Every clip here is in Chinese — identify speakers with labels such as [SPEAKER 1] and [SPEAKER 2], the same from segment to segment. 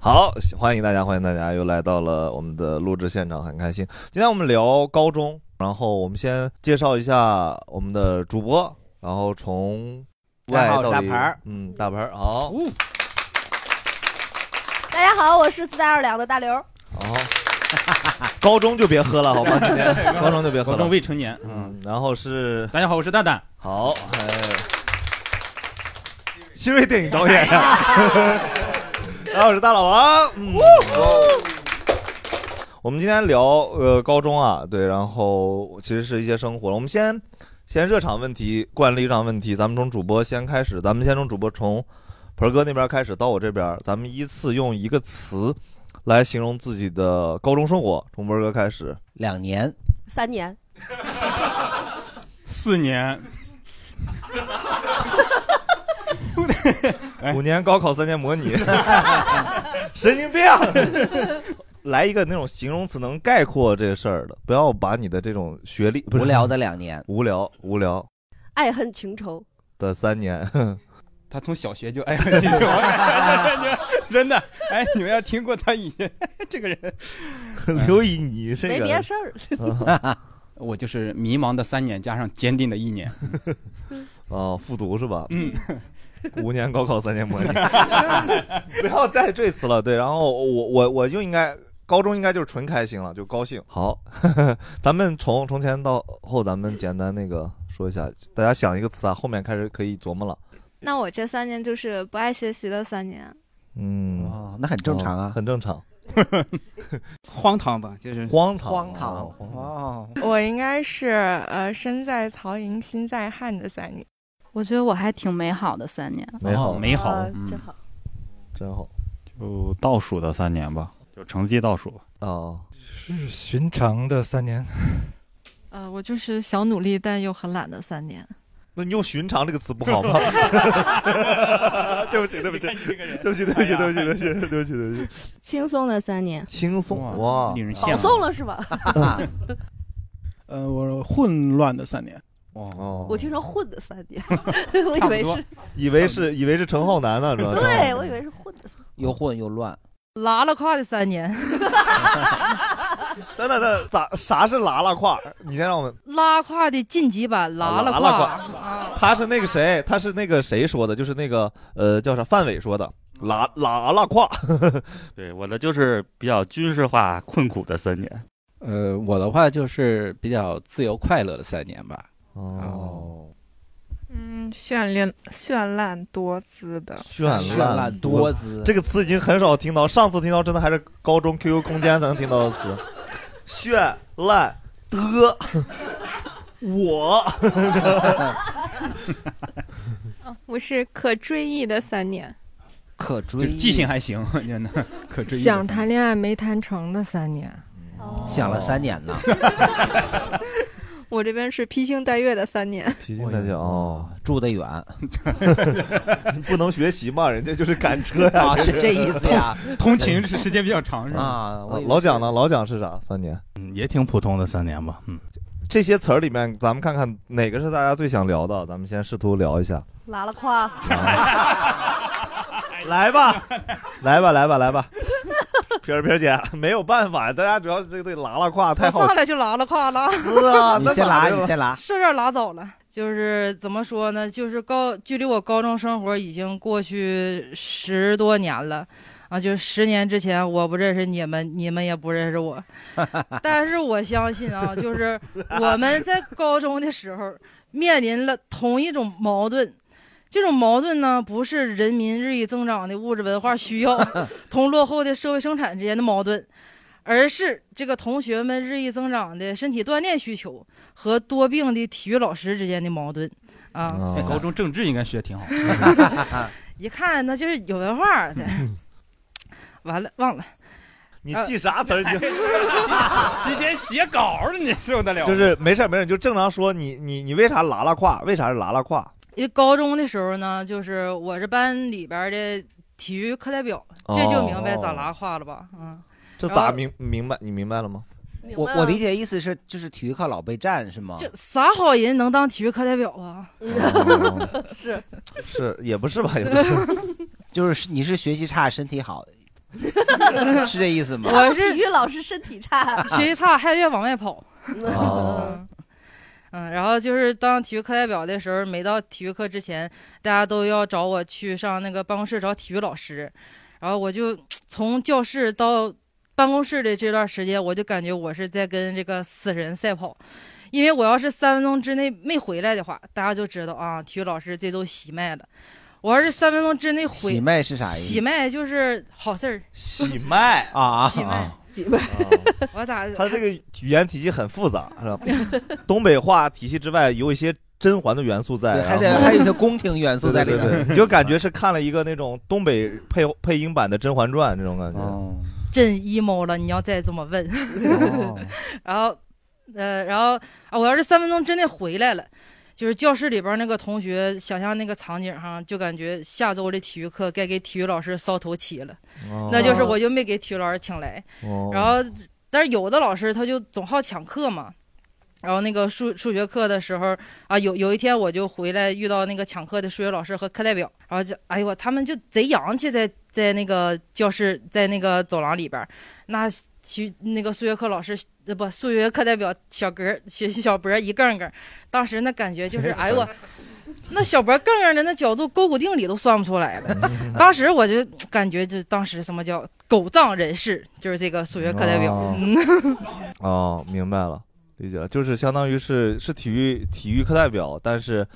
[SPEAKER 1] 好，欢迎大家，欢迎大家，又来到了我们的录制现场，很开心。今天我们聊高中，然后我们先介绍一下我们的主播，然后从外
[SPEAKER 2] 然后
[SPEAKER 1] 到
[SPEAKER 2] 大
[SPEAKER 1] 里
[SPEAKER 2] 牌儿
[SPEAKER 1] 嗯，大牌儿好，
[SPEAKER 3] 大家好，我是四大二两的大刘。
[SPEAKER 1] 好，高中就别喝了，好吗？今天
[SPEAKER 2] 嗯
[SPEAKER 1] 高中就别喝了，
[SPEAKER 4] 高中未成年。
[SPEAKER 1] 嗯，然后是
[SPEAKER 4] 大家好，我是蛋蛋。
[SPEAKER 1] 好，哎，希瑞电影导 演呀，然后我是大老王，嗯。我们今天聊呃高中啊，对，然后啊其实是一些生活。我们先先热场问题，惯例上问题，咱们从主播先开始，咱们先从主播从盆儿哥那边开始，到我这边，咱们依次用一个词来形容自己的高中生活。从盆儿哥开始，
[SPEAKER 2] 两年，
[SPEAKER 3] 三年，
[SPEAKER 4] 四 年，哎
[SPEAKER 1] 五年高考三年模拟， 神经病。来一个那种形容词能概括这事儿的，不要把你的这种学历
[SPEAKER 2] 无聊的两年，
[SPEAKER 1] 无聊无聊
[SPEAKER 3] 爱恨情仇，
[SPEAKER 1] 的三年，
[SPEAKER 4] 他从小学
[SPEAKER 5] 哎
[SPEAKER 4] 就爱恨情仇，真的。哎，你们要听过他以前这个人，
[SPEAKER 1] 刘以你这
[SPEAKER 3] 没
[SPEAKER 1] 个
[SPEAKER 3] 别事儿。
[SPEAKER 4] 我就是迷茫的三年加上坚定的一年。
[SPEAKER 1] 哦，复读是吧？
[SPEAKER 4] 嗯，
[SPEAKER 1] 五年高考三年模拟， 不要再赘词了。对，然后我我我就应该高中应该就是纯开心了，就高兴。好， 咱们从从前到后，咱们简单那个说一下，大家想一个词啊，后面开始可以琢磨了。
[SPEAKER 6] 那我这三年就是不爱学习的三年，
[SPEAKER 1] 嗯，
[SPEAKER 2] 哦，那很正常
[SPEAKER 1] 哦
[SPEAKER 2] 啊。
[SPEAKER 1] 很正常。
[SPEAKER 7] 荒唐吧，就是
[SPEAKER 1] 荒唐，
[SPEAKER 2] 荒唐
[SPEAKER 1] 哦荒唐
[SPEAKER 2] 哦，
[SPEAKER 8] 我应该是呃，身在曹营心在汉的三年。
[SPEAKER 6] 我觉得我还挺美好的三年。
[SPEAKER 1] 美好，
[SPEAKER 4] 哦美好
[SPEAKER 3] 啊，
[SPEAKER 4] 嗯
[SPEAKER 3] 真好。
[SPEAKER 1] 真好
[SPEAKER 9] 就倒数的三年吧，就成绩倒数。
[SPEAKER 1] 哦，
[SPEAKER 10] 是寻常的三年，
[SPEAKER 8] 呃，我就是想努力但又很懒的三年。
[SPEAKER 1] 那你用“寻常”这个词不好吗？ 对不起，对不起，对不起，对不起，对不起，对不起，对不起，对不起，对不起，
[SPEAKER 11] 轻松的三年，
[SPEAKER 1] 轻松哇
[SPEAKER 4] 令！人羡
[SPEAKER 3] 保
[SPEAKER 4] 慕。
[SPEAKER 3] 送 了是吧？
[SPEAKER 7] 呃，我混乱的三年，
[SPEAKER 4] 哦，
[SPEAKER 1] 哦，
[SPEAKER 3] 我听成混的三 年，我以
[SPEAKER 4] 差不
[SPEAKER 3] 为
[SPEAKER 4] 多
[SPEAKER 3] 是，
[SPEAKER 1] 以为是以为是陈浩南呢，啊主要是
[SPEAKER 3] 对我以为是混的三年。
[SPEAKER 2] 又混又乱，
[SPEAKER 8] 拉了胯的三年，
[SPEAKER 1] 等等等，咋啥是拉拉胯？你先让我们，
[SPEAKER 8] 拉胯的晋级版，
[SPEAKER 1] 拉了
[SPEAKER 8] 了
[SPEAKER 1] 胯
[SPEAKER 8] 啊，
[SPEAKER 1] 他是那个谁，他是那个谁说的，就是那个呃叫啥范伟说的，拉拉拉胯，
[SPEAKER 9] 对，我的就是比较军事化、困苦的三年。
[SPEAKER 12] 呃，我的话就是比较自由快乐的三年吧。
[SPEAKER 1] 哦，
[SPEAKER 8] 嗯，绚烂绚烂多姿的
[SPEAKER 1] 绚
[SPEAKER 2] 绚烂多姿。
[SPEAKER 1] 这个词已经很少听到，上次听到真的还是高中 QQ 空间才能听到的词，绚烂的我，
[SPEAKER 6] 哦我是可追忆的三年，
[SPEAKER 2] 可
[SPEAKER 4] 就是
[SPEAKER 2] 追忆
[SPEAKER 4] 记性还行，真的 可追忆的三
[SPEAKER 8] 想
[SPEAKER 4] 年。
[SPEAKER 8] 谈恋爱没谈成的三年，
[SPEAKER 2] 想了三年呢，
[SPEAKER 6] 我这边是披星戴月的三年。
[SPEAKER 1] 皮筋大家哦，
[SPEAKER 2] 住得远啊，
[SPEAKER 1] 不能学习嘛，人家就是赶车 呀。
[SPEAKER 2] 啊是这意思呀？
[SPEAKER 4] 通勤时间比较长是吧？
[SPEAKER 2] 啊，我以为
[SPEAKER 1] 老蒋呢？老蒋是啥？三年。
[SPEAKER 13] 嗯，也挺普通的三年吧。嗯，
[SPEAKER 1] 这些词儿里面，咱们看看哪个是大家最想聊的，咱们先试图聊一下。
[SPEAKER 3] 拉了 胯，
[SPEAKER 1] 来吧，来吧，来吧，来吧。皮儿皮儿姐，没有办法，大家主要是这个拉拉胯太好
[SPEAKER 8] 上来就拉了胯了，
[SPEAKER 1] 吃 啊。
[SPEAKER 2] 你
[SPEAKER 1] 那
[SPEAKER 2] 先
[SPEAKER 1] 咋
[SPEAKER 2] 拉，
[SPEAKER 1] 的
[SPEAKER 2] 你
[SPEAKER 1] 了
[SPEAKER 2] 先拉。
[SPEAKER 8] 是点拉走了。就是怎么说呢？就是高距离我高中生活已经过去十多年了，啊，就是十年之前我不认识你们，你们也不认 识我，但是我相信啊，就是我们在高中的时候面临了同一种矛盾。这种矛盾呢，不是人民日益增长的物质文化需要 同落后的社会生产之间的矛盾，而是这个同学们日益增长的身体锻炼需求和多病的体育老师之间的矛盾啊。
[SPEAKER 4] 哎
[SPEAKER 1] 啊
[SPEAKER 4] 高中政治应该学挺好。
[SPEAKER 8] 一看那就是有文化儿。这完了，忘了。呃
[SPEAKER 1] 你记啥词儿？你
[SPEAKER 4] 直接写稿了，你受得了吗？
[SPEAKER 1] 就是没事儿没事儿，你就正常说你你你为啥拉拉胯？为啥是拉拉胯？
[SPEAKER 8] 因为高中的时候呢，就是我是班里边儿的体育课代表，
[SPEAKER 1] 哦
[SPEAKER 8] 这就明白咋拉胯了吧？嗯，
[SPEAKER 1] 这
[SPEAKER 8] 然后
[SPEAKER 1] 咋明 明白？你明白了吗？
[SPEAKER 8] 明
[SPEAKER 2] 我
[SPEAKER 8] 白
[SPEAKER 2] 我
[SPEAKER 8] 了
[SPEAKER 2] 理解意思是，就是体育课老被占是吗？
[SPEAKER 8] 这啥好人能当体育课代表啊？
[SPEAKER 1] 哦
[SPEAKER 8] 是，
[SPEAKER 1] 是也不是吧，也不是。
[SPEAKER 2] 就是你是学习差，身体 好，是这意思吗？
[SPEAKER 8] 我是
[SPEAKER 3] 体育老师身体差，
[SPEAKER 8] 学习差还越往外跑。
[SPEAKER 2] 哦
[SPEAKER 8] 嗯，然后就是当体育课代表的时候，每到体育课之前，大家都要找我去上那个办公室找体育老师，然后我就从教室到办公室的这段时间，我就感觉我是在跟这个死神赛跑，因为我要是三分钟之内没回来的话，大家就知道啊，体育老师这周喜卖了。我要是三分钟之内回
[SPEAKER 2] 喜脉是啥意思
[SPEAKER 8] 喜脉就是好事儿，
[SPEAKER 1] 喜脉啊，
[SPEAKER 8] 喜脉
[SPEAKER 1] 啊
[SPEAKER 8] 喜脉，我咋
[SPEAKER 1] 他这个语言体系很复杂，是吧？ 东北话体系之外有一些甄嬛的元素在，啊
[SPEAKER 2] 对还得
[SPEAKER 1] 然后
[SPEAKER 2] 还有一些宫廷元素在里面
[SPEAKER 1] 对对对对你就感觉是看了一个那种东北配配音版的《甄嬛传》那种感觉。
[SPEAKER 2] 哦
[SPEAKER 8] 真 emo 了，你要再这么问。
[SPEAKER 1] 哦
[SPEAKER 8] 然后，呃，然后啊，我要是三分钟之内回来了，就是教室里边那个同学想象那个场景哈，就感觉下周的体育课该给体育老师烧头旗了，
[SPEAKER 11] 哦
[SPEAKER 8] 那就是我就没给体育老师请来。
[SPEAKER 11] 哦
[SPEAKER 8] 然后，但是有的老师他就总好抢课嘛。然后那个数数学课的时候啊，有有一天我就回来遇到那个抢课的数学老师和课代表，然后就哎呦我他们就贼洋气在，在那个教室，在那个走廊里边儿，那去那个数学课老师呃不数学课代表小格儿小小博儿一杠杠，当时那感觉就是哎呦我。那小博杠杠的那角度，勾股定理都算不出来了。当时我就感觉，就当时什么叫狗仗人势，就是这个数学课代表。
[SPEAKER 1] 哦
[SPEAKER 8] 嗯
[SPEAKER 1] 哦，明白了，理解了，就是相当于是是体育体育课代表，但是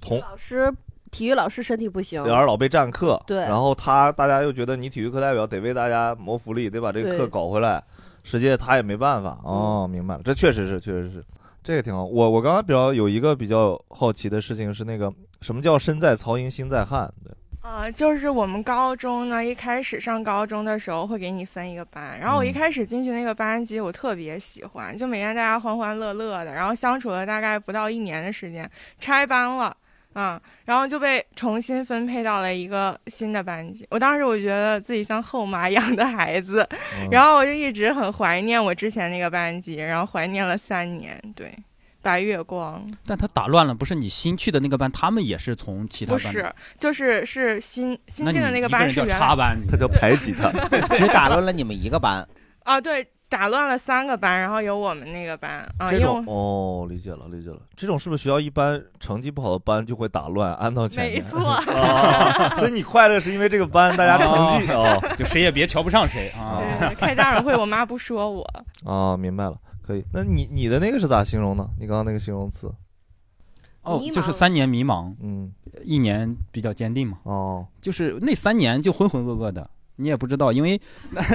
[SPEAKER 1] 同
[SPEAKER 3] 老师体育老师身体不行，
[SPEAKER 1] 然后老被占课，
[SPEAKER 3] 对
[SPEAKER 1] 然后他大家又觉得你体育课代表得为大家谋福利，得把这个
[SPEAKER 3] 对嗯
[SPEAKER 1] 课搞回来，实际他也没办法哦，明白了，这确实是，确实是，这个挺好。我我刚才比较有一个比较好奇的事情是那个什么叫身在曹营心在汉，对，
[SPEAKER 14] 啊、就是我们高中呢，一开始上高中的时候会给你分一个班，然后我一
[SPEAKER 1] 嗯
[SPEAKER 14] 开始进去那个班级，我特别喜欢，就每天大家欢欢乐乐的，然后相处了大概不到一年的时间，拆班了。啊、然后就被重新分配到了一个新的班级。我当时我觉得自己像后妈 一样的孩子，
[SPEAKER 5] 嗯
[SPEAKER 14] 然后我就一直很怀念我之前那个班级，然后怀念了三年。对，白月光。
[SPEAKER 5] 但他打乱了，不是你新去的那个班，他们也是从其他
[SPEAKER 14] 不
[SPEAKER 5] 班。
[SPEAKER 14] 是，就是是新新
[SPEAKER 5] 那
[SPEAKER 14] 进的
[SPEAKER 5] 你
[SPEAKER 14] 那
[SPEAKER 5] 一
[SPEAKER 14] 个
[SPEAKER 5] 个
[SPEAKER 14] 班
[SPEAKER 5] 人
[SPEAKER 14] 是
[SPEAKER 5] 叫
[SPEAKER 14] 原来
[SPEAKER 5] 插班，
[SPEAKER 1] 他叫排挤 他，
[SPEAKER 2] 只打乱了你们一个班。
[SPEAKER 14] 啊，对，打乱了三个班，然后有我们那个班啊，
[SPEAKER 1] 这
[SPEAKER 14] 因为我
[SPEAKER 1] 种哦，理解了，理解了。这种是不是学校一般成绩不好的班就会打乱，安到前面？
[SPEAKER 14] 没错
[SPEAKER 1] 哦所以你快乐是因为这个班大家成绩哦
[SPEAKER 5] 哦， 就谁也别瞧不上谁 啊。
[SPEAKER 14] 对开家长会，我妈不说我，
[SPEAKER 1] 哦，明白了，可以。那你你的那个是咋形容呢？你刚刚那个形容词
[SPEAKER 5] 哦
[SPEAKER 14] 迷，
[SPEAKER 5] 就是
[SPEAKER 14] 茫
[SPEAKER 5] 三年迷茫，
[SPEAKER 1] 嗯，
[SPEAKER 5] 一年比较坚定嘛。
[SPEAKER 1] 哦，
[SPEAKER 5] 就是那三年就浑浑噩噩的，你也不知道，因 为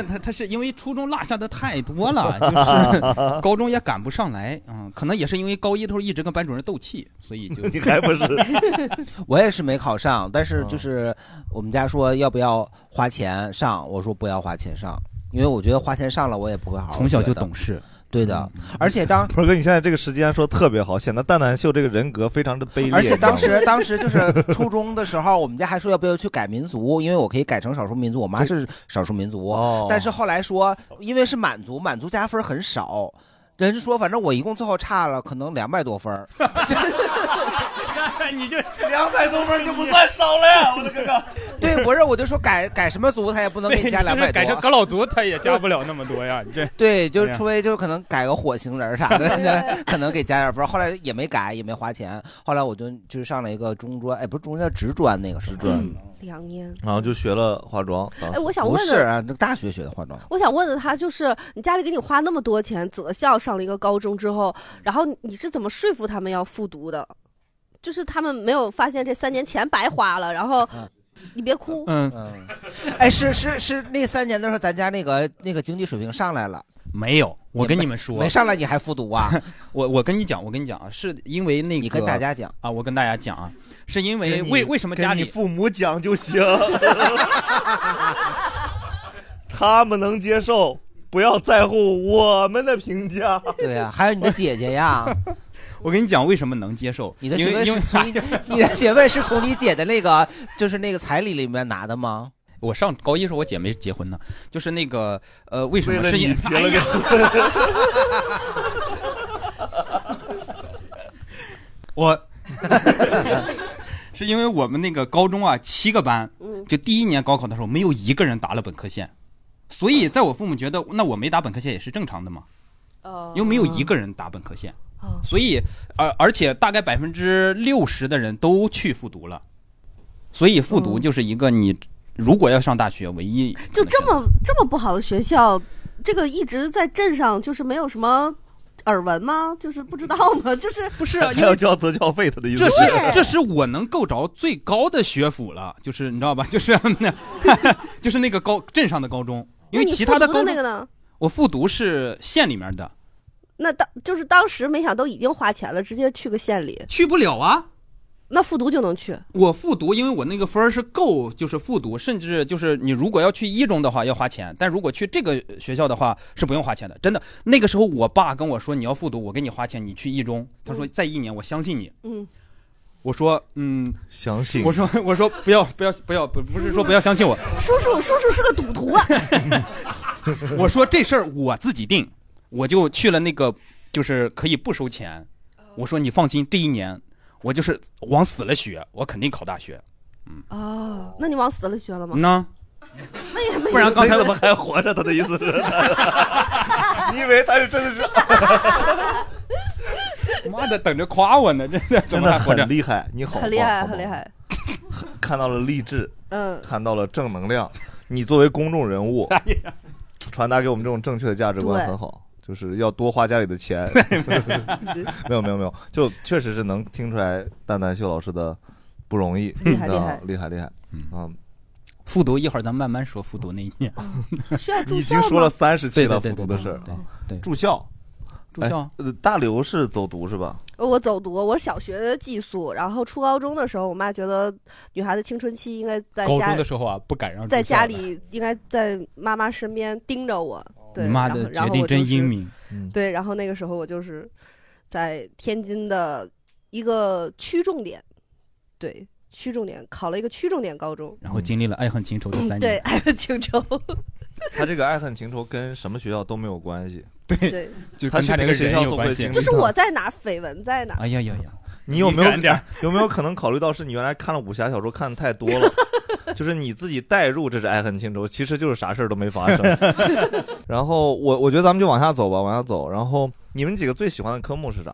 [SPEAKER 5] 他他是因为初中落下的太多了，就是 高中也赶不上来，嗯，可能也是因为高一的时候一直跟班主任斗气，所以就
[SPEAKER 1] 你还不 是
[SPEAKER 2] 我也是没考上，但是
[SPEAKER 1] 嗯
[SPEAKER 2] 就是我们家说要不要花钱上，我说不要花钱上，因为我觉得花钱上了我也不会好好。
[SPEAKER 5] 从小就懂。事。嗯
[SPEAKER 2] 对的，而且 当
[SPEAKER 1] 鹏哥，你现在这个时间说特别好，显得蛋蛋秀这个人格非常的卑劣。
[SPEAKER 2] 而且当
[SPEAKER 1] 你知道
[SPEAKER 2] 时
[SPEAKER 1] 吗
[SPEAKER 2] 当时就是初中的时候，我们家还说要不要去改民族，因为我可以改成少数民族，我妈是少数民族，
[SPEAKER 1] 哦
[SPEAKER 2] 但是后来说因为是满族，满族加分很少。人家说，反正我一共最后差了可能两百多分 儿
[SPEAKER 5] 你就
[SPEAKER 1] 两百多分就不算少了呀，我的哥哥。
[SPEAKER 2] 对，我这我就说改改什么族，他也不能给你加两
[SPEAKER 5] 就是
[SPEAKER 2] 百多。
[SPEAKER 5] 改成革老族，他也加不了那么多呀。你这
[SPEAKER 2] 对，就是
[SPEAKER 5] 哎呀
[SPEAKER 2] 除非就是可能改个火星人啥 的，可能给加点分儿。后来也没改，也没花钱。后来我就就上了一个中专，哎，不是中专，叫职专那个职
[SPEAKER 1] 专
[SPEAKER 3] 嗯两年。
[SPEAKER 1] 然后就学了化妆。当时
[SPEAKER 3] 哎我想问
[SPEAKER 2] 不
[SPEAKER 3] 问
[SPEAKER 2] 是啊，那大学学的化妆。
[SPEAKER 3] 我想问的他就是，你家里给你花那么多钱，择校上了一个高中之后，然后你是怎么说服他们要复读的？就是他们没有发现这三年钱白花了，然后你别哭，
[SPEAKER 5] 嗯
[SPEAKER 2] 嗯，哎，是是是，那三年的时候，咱家那个那个经济水平上来了，
[SPEAKER 5] 没有，我跟你们说，
[SPEAKER 2] 没上来你还复读啊？
[SPEAKER 5] 我我跟你讲，我跟你讲啊，是因为那个你
[SPEAKER 2] 跟大家讲
[SPEAKER 5] 啊，我跟大家讲啊，是因为
[SPEAKER 1] 跟你
[SPEAKER 5] 为为什么家里
[SPEAKER 1] 跟你父母讲就 行，他们能接受，不要在乎我们的评价。
[SPEAKER 2] 对呀、还有你的姐姐呀。
[SPEAKER 5] 我跟你讲，为什么能接受？
[SPEAKER 2] 你的
[SPEAKER 5] 因
[SPEAKER 2] 学
[SPEAKER 5] 为
[SPEAKER 2] 位是
[SPEAKER 5] 因为
[SPEAKER 2] 从你你的学位是从你姐的那个就是那个彩礼里面拿的吗？
[SPEAKER 5] 我上高一时候，我姐没结婚呢，就是那个呃，为什么
[SPEAKER 2] 为了
[SPEAKER 5] 是
[SPEAKER 2] 你
[SPEAKER 5] 因
[SPEAKER 2] 结 了个
[SPEAKER 5] 哎呀我是因为我们那个高中啊，七个班，就第一年高考的时候，没有一个人答了本科线，所以在我父母觉得，那我没答本科线也是正常的嘛，嗯因为没有一个人答本科线，
[SPEAKER 3] 哦
[SPEAKER 5] 所以而而且大概百分之六十的人都去复读了，所以复读就是一个你如果要上大学唯一
[SPEAKER 3] 就这么这么不好的学校，这个一直在镇上，就是没有什么耳闻吗？就是不知道吗？ 就是
[SPEAKER 5] 不是啊
[SPEAKER 1] 还要交择校费，他的意思
[SPEAKER 5] 这是这是我能够着最高的学府了，就是你知道吧？ 就是就是那个高镇上的高中，因为其他
[SPEAKER 3] 的
[SPEAKER 5] 高中
[SPEAKER 3] 那个呢？
[SPEAKER 5] 我复读是县里面的，
[SPEAKER 3] 那当就是当时没想都已经花钱了，直接去个县里，
[SPEAKER 5] 去不了啊。
[SPEAKER 3] 那复读就能去。
[SPEAKER 5] 我复读，因为我那个分儿是够，就是复读，甚至就是你如果要去一中的话要花钱，但如果去这个学校的话是不用花钱的。真的，那个时候我爸跟我说你要复读，我给你花钱，你去一中，他说
[SPEAKER 11] 嗯
[SPEAKER 5] 再一年我相信你。
[SPEAKER 3] 嗯，
[SPEAKER 5] 我说嗯，
[SPEAKER 1] 相信
[SPEAKER 5] 我说我说不要不要不要不不是说不要相信我，
[SPEAKER 3] 叔叔，叔叔是个赌徒啊！
[SPEAKER 5] 我说这事儿我自己定，我就去了那个就是可以不收钱。我说你放心，这一年我就是往死了学，我肯定考大学。
[SPEAKER 3] 哦，那你往死了学了吗？
[SPEAKER 5] 那
[SPEAKER 3] 那 也没
[SPEAKER 5] 不然刚才
[SPEAKER 1] 怎 么还活着？他的意思是，你以为他是真的是？
[SPEAKER 5] 妈的，等着夸我呢，真的
[SPEAKER 1] 真
[SPEAKER 5] 怎么
[SPEAKER 1] 的
[SPEAKER 5] 还活着
[SPEAKER 1] 很厉害，你好，
[SPEAKER 3] 很厉害，
[SPEAKER 1] 好
[SPEAKER 3] 很厉害。
[SPEAKER 1] 看到了励志，
[SPEAKER 3] 嗯
[SPEAKER 1] 看到了正能量。你作为公众人物，传达给我们这种正确的价值观
[SPEAKER 3] 对
[SPEAKER 1] 很好，就是要多花家里的钱。 没有没有没有，就确实是能听出来蛋蛋秀老师的不容易，
[SPEAKER 5] 厉害
[SPEAKER 1] 嗯
[SPEAKER 5] 厉害
[SPEAKER 1] 厉害厉害，嗯。
[SPEAKER 5] 复读一会儿咱慢慢说复读那一年。
[SPEAKER 3] 需要
[SPEAKER 1] 你已经说了三十期了，
[SPEAKER 5] 对对对
[SPEAKER 1] 复读
[SPEAKER 5] 对
[SPEAKER 1] 的事儿
[SPEAKER 5] 对
[SPEAKER 1] 啊
[SPEAKER 5] 对，
[SPEAKER 1] 住校，
[SPEAKER 5] 住校
[SPEAKER 1] 哎，呃，大刘是走读是吧？
[SPEAKER 3] 我走读，我小学寄宿，然后初高中的时候，我妈觉得女孩子青春期应该在
[SPEAKER 5] 高
[SPEAKER 3] 家
[SPEAKER 5] 中的时候啊，不敢让
[SPEAKER 3] 在家里应该在妈妈身边盯着我。
[SPEAKER 1] 哦
[SPEAKER 3] 对，
[SPEAKER 5] 你妈
[SPEAKER 3] 然后
[SPEAKER 5] 的
[SPEAKER 3] 然
[SPEAKER 5] 决
[SPEAKER 3] 后
[SPEAKER 5] 定
[SPEAKER 3] 我就
[SPEAKER 5] 真
[SPEAKER 3] 是
[SPEAKER 5] 英明。
[SPEAKER 1] 嗯
[SPEAKER 3] 对，然后那个时候我就是在天津的一个区重点，对，区重点考了一个区重点高中，嗯
[SPEAKER 5] 然后经历了爱恨情仇的三年。
[SPEAKER 3] 对，爱恨情仇，
[SPEAKER 1] 他这个爱恨情仇跟什么学校都没有关系，
[SPEAKER 3] 对，
[SPEAKER 5] 就
[SPEAKER 1] 他
[SPEAKER 5] 跟
[SPEAKER 1] 去
[SPEAKER 5] 他
[SPEAKER 1] 哪
[SPEAKER 5] 这
[SPEAKER 1] 个
[SPEAKER 5] 个
[SPEAKER 1] 学
[SPEAKER 5] 人
[SPEAKER 1] 校
[SPEAKER 5] 有
[SPEAKER 1] 都
[SPEAKER 5] 关
[SPEAKER 1] 会
[SPEAKER 5] 系
[SPEAKER 1] 经历。
[SPEAKER 3] 就是我在哪儿，绯闻在哪儿。
[SPEAKER 5] 哎呀呀呀！
[SPEAKER 1] 你有没有
[SPEAKER 5] 远点儿
[SPEAKER 1] 有没有可能考虑到是你原来看了武侠小说看的太多了， 就是你自己代入这是爱恨情仇，其实就是啥事儿都没发生。 然后我我觉得咱们就往下走吧，往下走。然后你们几个最喜欢的科目是啥？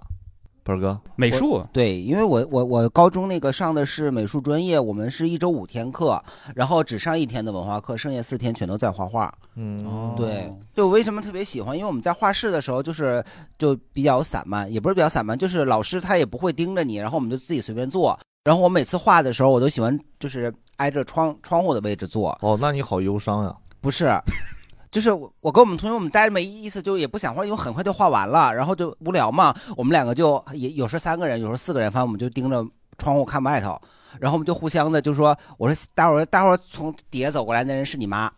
[SPEAKER 1] 本儿哥，
[SPEAKER 5] 美
[SPEAKER 2] 我对，因为我我我高中那个上的是美术专业，我们是一周五天课，然后只上一天的文化课，剩下四天全都在画画。
[SPEAKER 8] 哦
[SPEAKER 1] 嗯
[SPEAKER 2] 对，对我为什么特别喜欢？因为我们在画室的时候，就是就比较散漫，也不是比较散漫，就是老师他也不会盯着你，然后我们就自己随便做。然后我每次画的时候，我都喜欢就是挨着窗窗户的位置做。
[SPEAKER 1] 哦，那你好忧伤呀、
[SPEAKER 2] 不是，就是我我跟我们同学，我们待着没意思，就也不想画，因为很快就画完了，然后就无聊嘛。我们两个就也有时候三个人，有时候四个人，反正我们就盯着窗户看外头，然后我们就互相的就说：“我说待会儿待会儿从底下走过来那人是你妈。”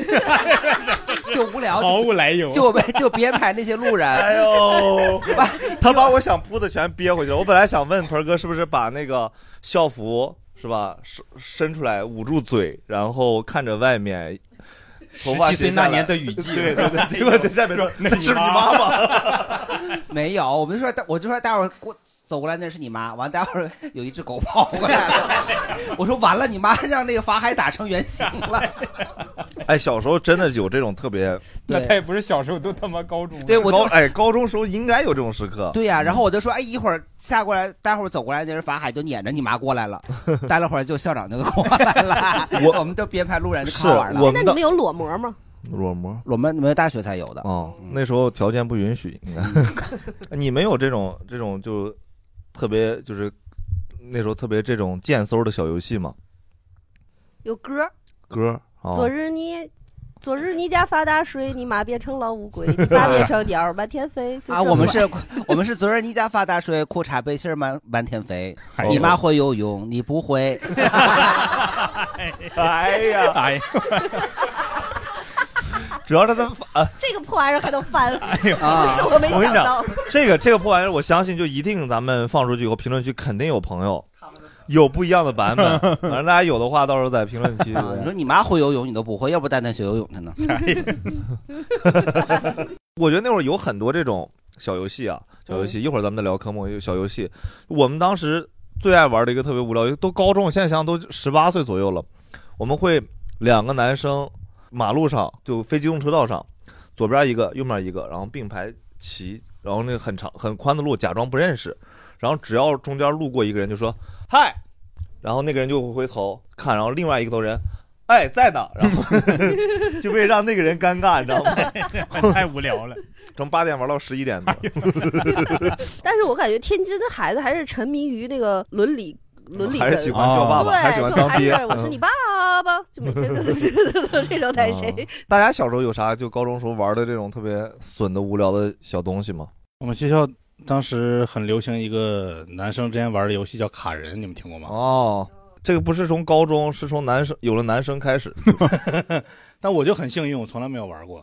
[SPEAKER 12] 啊
[SPEAKER 2] 就无聊，
[SPEAKER 5] 毫无来由
[SPEAKER 2] 就别就别排那些路人。
[SPEAKER 1] 哎呦，他 把我想扑的全憋回去了。我本来想问盆儿哥是不是把那个校服是吧，伸伸出来捂住嘴，然后看着外面。头发
[SPEAKER 5] 17岁
[SPEAKER 1] 斜下
[SPEAKER 5] 那年
[SPEAKER 1] 来
[SPEAKER 5] 的雨季
[SPEAKER 1] 对对 对，结果在下面说：“那是你妈妈。”
[SPEAKER 2] 没有，我们说，我就说待会儿过走过来那是你妈，完待会儿有一只狗跑过来了， 我说完了，你妈让那个法海打成原形了。
[SPEAKER 1] 哎，小时候真的有这种特别，
[SPEAKER 2] 对
[SPEAKER 5] 那他也不是小时候，都他妈高中了。
[SPEAKER 2] 对我就
[SPEAKER 1] 高哎高中时候应该有这种时刻。
[SPEAKER 2] 对 呀、然后我就说，哎，一会儿下过来，待会儿走过来那人法海就撵着你妈过来 了，待了会儿就校长就过来了，我们就编排路人就看玩了。
[SPEAKER 1] 我
[SPEAKER 3] 哎那你们有裸模吗？
[SPEAKER 1] 裸模，
[SPEAKER 2] 裸模没有大学才有的
[SPEAKER 1] 哦，那时候条件不允许，应 该。你们有这种这种就特别就是那时候特别这种贱嗖的小游戏吗？
[SPEAKER 3] 有歌儿，
[SPEAKER 1] 歌啊，
[SPEAKER 3] 昨日你昨日你家发大水，你妈变成老乌龟，你爸变成鸟儿满天飞。就
[SPEAKER 2] 啊，
[SPEAKER 3] 这
[SPEAKER 2] 我们
[SPEAKER 3] 么
[SPEAKER 2] 是，我们是昨儿你家发大水，裤衩背心儿满满天飞。
[SPEAKER 5] 哎
[SPEAKER 2] 你妈会游泳，你不会。
[SPEAKER 1] 哎 呀，
[SPEAKER 5] 哎呀，
[SPEAKER 1] 主要是他们啊，
[SPEAKER 3] 这个破玩意儿还能翻，
[SPEAKER 1] 哎呦
[SPEAKER 3] 是我没
[SPEAKER 1] 我跟你
[SPEAKER 3] 想到
[SPEAKER 1] 讲。，这个这个破玩意儿，我相信就一定咱们放出去以后，评论区肯定有朋友有不一样的版本。反正大家有的话，到时候在评论区。哎
[SPEAKER 2] 啊你说你妈会游泳，你都不会，要不蛋蛋学游泳去呢？
[SPEAKER 1] 我觉得那会儿有很多这种小游戏啊，小游戏。一会儿咱们再聊科目，有小游戏。我们当时最爱玩的一个特别无聊，都高中，现在想想都十八岁左右了。我们会两个男生马路上就非机动车道上，左边一个，右边一个，然后并排骑，然后那个很长很宽的路，假装不认识，然后只要中间路过一个人，就说嗨，然后那个人就会回头看，然后另外一个头人。哎，在呢，然后 就为了让那个人尴尬，你知道吗？
[SPEAKER 9] 太无聊 了，
[SPEAKER 1] 从八点玩到十一点 多。
[SPEAKER 3] 但是我感觉天津的孩子还是沉迷于那个伦理。伦理
[SPEAKER 1] 嗯还
[SPEAKER 3] 根
[SPEAKER 1] 是喜欢
[SPEAKER 11] 哦
[SPEAKER 1] 叫爸爸还是喜
[SPEAKER 3] 对，
[SPEAKER 1] 欢
[SPEAKER 3] 就
[SPEAKER 1] 当
[SPEAKER 3] 还是
[SPEAKER 1] 爹嗯
[SPEAKER 3] 我是你爸爸，就每天就是这种 带谁？
[SPEAKER 1] 大家小时候有啥就高中时候玩的这种特别损的无聊的小东西吗？
[SPEAKER 11] 我们学校当时很流行一个男生之间玩的游戏叫卡人，你们听过吗？
[SPEAKER 1] 哦，这个不是从高中，是从男生有了男生开始。
[SPEAKER 11] 但我就很幸运，我从来没有玩过。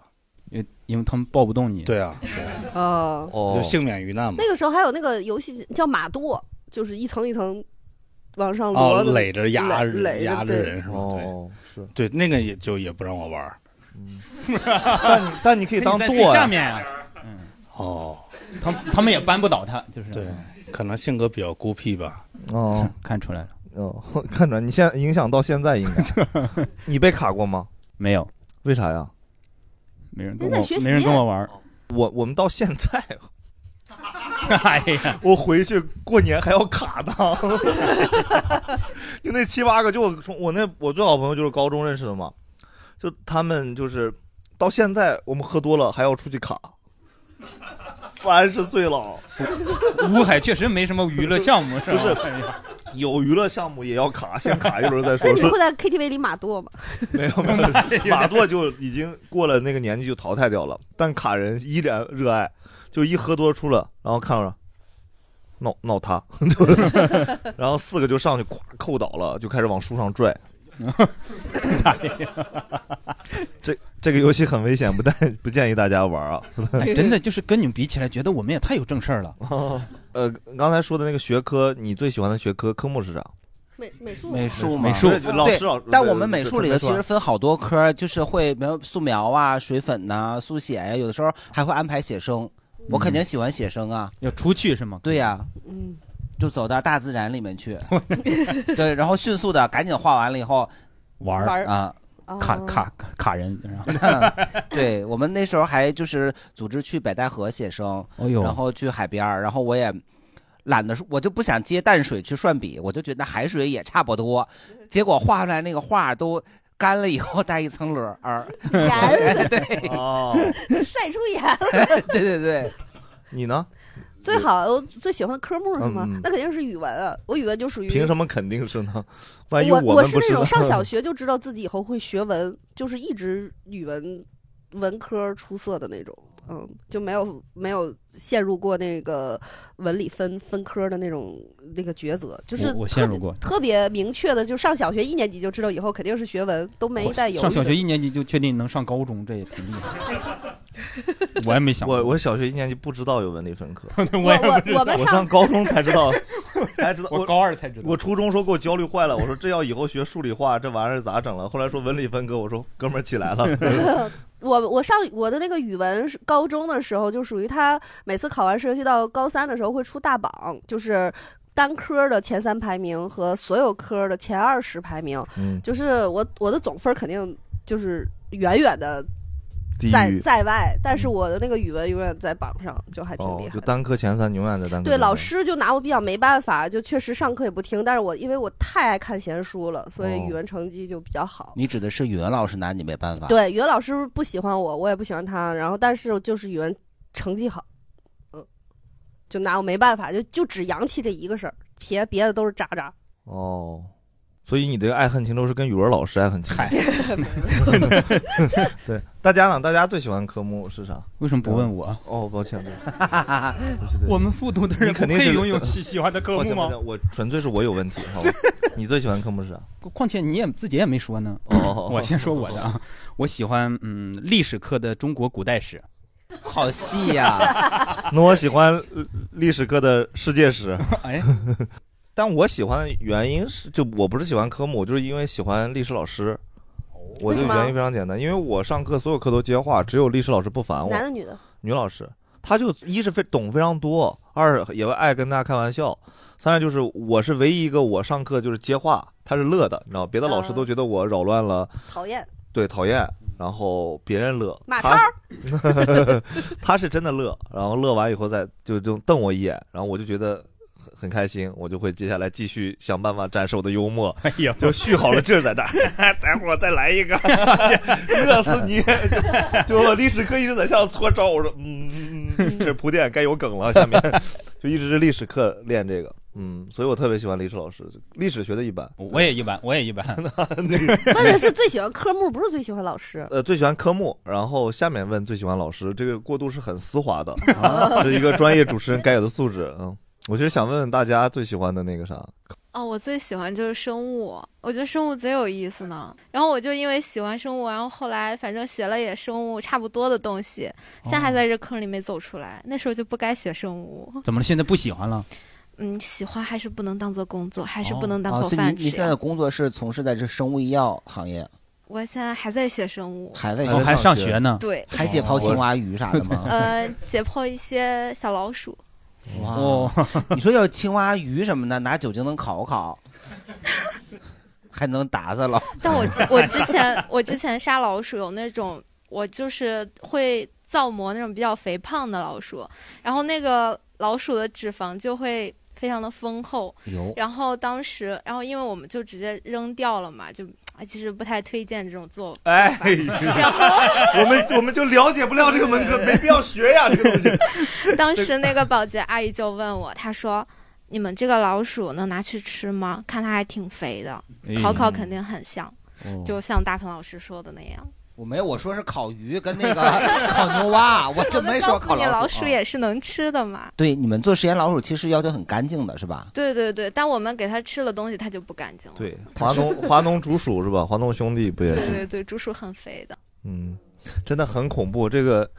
[SPEAKER 5] 因因为他们抱不动你。
[SPEAKER 11] 对啊，
[SPEAKER 3] 哦
[SPEAKER 1] 哦
[SPEAKER 11] 就幸免于难嘛。
[SPEAKER 3] 那个时候还有那个游戏叫马垛，就是一层一层往上摞
[SPEAKER 11] 哦，
[SPEAKER 3] 的，
[SPEAKER 11] 垒着压
[SPEAKER 3] 垒
[SPEAKER 11] 着
[SPEAKER 3] 垒
[SPEAKER 11] 压着
[SPEAKER 3] 对
[SPEAKER 11] 人是吗？
[SPEAKER 1] 哦，是
[SPEAKER 11] 对，那个也就也不让我玩儿。
[SPEAKER 1] 但你但你可以当
[SPEAKER 5] 在
[SPEAKER 1] 舵
[SPEAKER 5] 最
[SPEAKER 1] 呀
[SPEAKER 5] 下面
[SPEAKER 13] 啊
[SPEAKER 5] 呀、
[SPEAKER 11] 哦，
[SPEAKER 5] 啊嗯他们他们也搬不倒他，就是
[SPEAKER 11] 对，可能性格比较孤僻吧。
[SPEAKER 1] 哦，
[SPEAKER 5] 看出来了。
[SPEAKER 1] 哦， 看着你现在影响到现在应 该，你被卡过吗？
[SPEAKER 5] 没有，
[SPEAKER 1] 为啥呀？
[SPEAKER 5] 没人
[SPEAKER 3] 跟人在我学习啊没人跟我玩。
[SPEAKER 1] 我我们到现在，
[SPEAKER 5] 哎呀，
[SPEAKER 1] 我回去过年还要卡档， 就那七八个，就我从我那我最好朋友就是高中认识的嘛，就他们就是到现在我们喝多了还要出去卡，三十岁了，
[SPEAKER 5] 乌海确实没什么娱乐项目，
[SPEAKER 1] 不是
[SPEAKER 5] 吧？哎呀
[SPEAKER 1] 有娱乐项目也要卡，先卡一轮再说。
[SPEAKER 3] 那你
[SPEAKER 1] 说
[SPEAKER 3] 们会在 KTV 里马垛吗？
[SPEAKER 1] 没有没有， 马垛就已经过了那个年纪就淘汰掉了，但卡人依然热爱，就一喝多出了，然后看着闹闹他， 就是然后四个就上去咵扣倒了，就开始往树 上拽。这这个游戏很危险，不但不建议大家玩啊。
[SPEAKER 5] 哎真的就是跟你们比起来，觉得我们也太有正事儿了。
[SPEAKER 1] 呃，刚才说的那个学科，你最喜欢的学科科目是啥？
[SPEAKER 3] 美美术
[SPEAKER 2] 美术嘛，
[SPEAKER 1] 美术
[SPEAKER 2] 对
[SPEAKER 1] 对老师老师
[SPEAKER 2] 但
[SPEAKER 1] 对
[SPEAKER 2] 我们
[SPEAKER 1] 对
[SPEAKER 2] 美
[SPEAKER 1] 对
[SPEAKER 2] 术里
[SPEAKER 1] 没
[SPEAKER 2] 头
[SPEAKER 1] 错
[SPEAKER 2] 其实分好多科，就是会比如素描啊、水粉呐、速写呀、有的时候还会安排写生。我
[SPEAKER 1] 嗯
[SPEAKER 2] 肯定喜欢写生啊，
[SPEAKER 5] 要出去是吗？
[SPEAKER 2] 对呀、
[SPEAKER 3] 嗯，
[SPEAKER 2] 就走到大自然里面 去，对，然后迅速的赶紧画完了以后
[SPEAKER 5] 玩
[SPEAKER 3] 儿玩儿
[SPEAKER 2] 啊
[SPEAKER 3] 哦，
[SPEAKER 5] 卡卡卡人，
[SPEAKER 2] 对我们那时候还就是组织去北戴河写生，
[SPEAKER 5] 哦呦
[SPEAKER 2] 然后去海边儿，然后我也懒得说，我就不想接淡水去涮笔，我就觉得海水也差不多，结果画出来那个画都干了以后带一层轮儿，
[SPEAKER 3] 盐
[SPEAKER 2] 对，
[SPEAKER 1] 哦，
[SPEAKER 3] 晒出盐了。
[SPEAKER 2] 对对对，
[SPEAKER 1] 你呢？
[SPEAKER 3] 最好我最喜欢的科目是吗
[SPEAKER 1] 嗯嗯？
[SPEAKER 3] 那肯定是语文啊！我语文就属于
[SPEAKER 1] 凭什么肯定是呢？万一
[SPEAKER 3] 我
[SPEAKER 1] 们
[SPEAKER 3] 是
[SPEAKER 1] 不
[SPEAKER 3] 那
[SPEAKER 1] 呢
[SPEAKER 3] 种上小学就知道自己以后会学文，就是一直语文文科出色的那种，嗯，就没有没有陷入过那个文理分分科的那种那个抉择，就是
[SPEAKER 5] 我我
[SPEAKER 3] 特
[SPEAKER 5] 陷
[SPEAKER 3] 别
[SPEAKER 5] 入过
[SPEAKER 3] 特别明确的，就上小学一年级就知道以后肯定是学文，都没带犹豫的。
[SPEAKER 5] 上小学一年级就确定能上高中，这也挺厉害。 我也没想
[SPEAKER 1] 过，我我小学一年级不知道有文理分 科，
[SPEAKER 3] 我也不知道我我们上
[SPEAKER 1] 上高中才知道，才知道，
[SPEAKER 5] 我高二才知
[SPEAKER 1] 道。我初中时候给我焦虑坏了，我说这要以后学数理化，这玩意儿咋整了？后来说文理分科，我说哥们儿起 来了，
[SPEAKER 3] 我我上我的那个语文是高中的时候，就属于他每次考完试，尤其到高三的时候会出大榜，就是单科的前三排名和所有科的前二十排名。
[SPEAKER 1] 嗯
[SPEAKER 3] 就是我我的总分肯定就是远远的
[SPEAKER 1] 地
[SPEAKER 3] 在
[SPEAKER 1] 狱
[SPEAKER 3] 在外，但是我的那个语文永远在榜上，就还挺厉害，
[SPEAKER 1] 哦就单科前三永远在单科。
[SPEAKER 3] 对，老，师就拿我比较没办法，就确实上课也不听，但是我因为我太爱看闲书了，所以
[SPEAKER 2] 哦
[SPEAKER 3] 语文成绩就比较好。
[SPEAKER 2] 你指的是语文老师拿你没办法，
[SPEAKER 3] 对，语文老师不喜欢我，我也不喜欢他，然后但是就是语文成绩好，嗯，就拿我没办法，就就只洋气这一个事儿，别别的都是渣渣。
[SPEAKER 1] 哦，所以你这个爱恨情仇是跟语文老师爱恨情仇。 对，大家呢？大家最喜欢科目是啥？
[SPEAKER 5] 为什么不问我？
[SPEAKER 1] 哦，抱歉，对
[SPEAKER 5] 我们复读的人
[SPEAKER 1] 你肯定
[SPEAKER 5] 不配
[SPEAKER 1] 是
[SPEAKER 5] 拥有 喜喜欢的科目吗
[SPEAKER 1] 抱歉抱歉我纯粹是我有问题，好吧？你最喜欢科目是啥？
[SPEAKER 5] 况且你也自己也没说呢。
[SPEAKER 1] 哦
[SPEAKER 5] 我先说我的啊，我喜欢嗯历史课的中国古代史，
[SPEAKER 2] 好细呀、
[SPEAKER 1] 那我喜欢呃历史课的世界史。
[SPEAKER 5] 哎，
[SPEAKER 1] 但我喜欢的原因是，就我不是喜欢科目，我就是因为喜欢历史老师。我
[SPEAKER 3] 哦为
[SPEAKER 1] 的
[SPEAKER 3] 什么
[SPEAKER 1] 原因非常简单，因为我上课所有课都接话，只有历史老师不烦我。
[SPEAKER 3] 男的女的？
[SPEAKER 1] 女老师，她就一是非懂非常多，二也爱跟大家开玩笑，三是就是我是唯一一个我上课就是接话，她是乐的，你知道吗，别的
[SPEAKER 3] 嗯
[SPEAKER 1] 老师都觉得我扰乱了，
[SPEAKER 3] 讨 厌。
[SPEAKER 1] 对讨厌，
[SPEAKER 5] 嗯
[SPEAKER 1] 然后别人乐，
[SPEAKER 3] 马
[SPEAKER 1] 她
[SPEAKER 3] 超
[SPEAKER 1] 他是真的乐，然后乐完以后再就就瞪我一眼，然后我就觉得很很开心，我就会接下来继续想办法展示我的幽默。哎呀，就续好了劲儿在 那儿， 待会儿我再来一个， 热死你！就我历史课一直在下头搓招，我说嗯，嗯嗯这铺垫该有梗了，下面就一直是历史课练这个。嗯，所以我特别喜欢历史老师，历史学的一般，
[SPEAKER 5] 我也一般，我也 一般。
[SPEAKER 3] 问的是最喜欢科目，不是最喜欢老师。
[SPEAKER 1] 呃，最喜欢科目，然后下面问最喜欢老师，这个过渡是很丝滑的，啊是一个专业主持人该有的素质。嗯，我其实想问问大家最喜欢的那个啥，
[SPEAKER 15] 哦，我最喜欢就是生物，我觉得生物贼有意思呢。然后我就因为喜欢生物，然后后来反正学了也生物差不多的东西，现在还
[SPEAKER 2] 哦
[SPEAKER 15] 在这坑里没走出来。那时候就不该学生物，
[SPEAKER 5] 怎么了？现在不喜欢了？
[SPEAKER 15] 嗯，喜欢还是不能当做工作， 还是不能当
[SPEAKER 2] 啊，所
[SPEAKER 15] 口
[SPEAKER 2] 以你
[SPEAKER 15] 饭
[SPEAKER 2] 你
[SPEAKER 15] 吃。
[SPEAKER 2] 现在的工作是从事在这生物医药行业，
[SPEAKER 15] 我现在还在学生物，
[SPEAKER 2] 还在
[SPEAKER 5] 哦还上学呢哦
[SPEAKER 15] 对
[SPEAKER 2] 还解剖青蛙鱼啥的吗？
[SPEAKER 15] 呃，解剖一些小老鼠，
[SPEAKER 5] 哦
[SPEAKER 2] 哇，你说要青蛙鱼什么的，拿酒精能烤烤， 还能打死了。
[SPEAKER 15] 但我我之前我之前杀老鼠有那种，我就是会造模那种比较肥胖的老鼠，然后那个老鼠的脂肪就会非常的丰厚
[SPEAKER 8] 哦
[SPEAKER 16] 哟。
[SPEAKER 15] 然后当时，然后因为我们就直接扔掉了嘛，就哎其实不太推荐这种做。
[SPEAKER 1] 哎，我们我们就了解不了这个门科，没必要学呀，这个东西。
[SPEAKER 15] 当时那个保洁阿姨就问我，她说。你们这个老鼠能拿去吃吗？看它还挺肥的，烤烤肯定很香，
[SPEAKER 2] 哦
[SPEAKER 15] 就像大鹏老师说的那样。
[SPEAKER 2] 我没有，我说是烤鱼跟那 个烤牛蛙，我就没说烤
[SPEAKER 15] 你老
[SPEAKER 2] 鼠啊
[SPEAKER 15] 鼠。也是能吃的嘛。
[SPEAKER 2] 对，你们做实验老鼠其实要求很干净的，是吧？
[SPEAKER 15] 对对对，但我们给它吃了东西，它就不干净了。
[SPEAKER 1] 对，华农华农竹鼠是吧？华农兄弟不也
[SPEAKER 15] 对
[SPEAKER 1] 是？
[SPEAKER 15] 对对，竹鼠很肥的。
[SPEAKER 1] 嗯，真的很恐怖。这个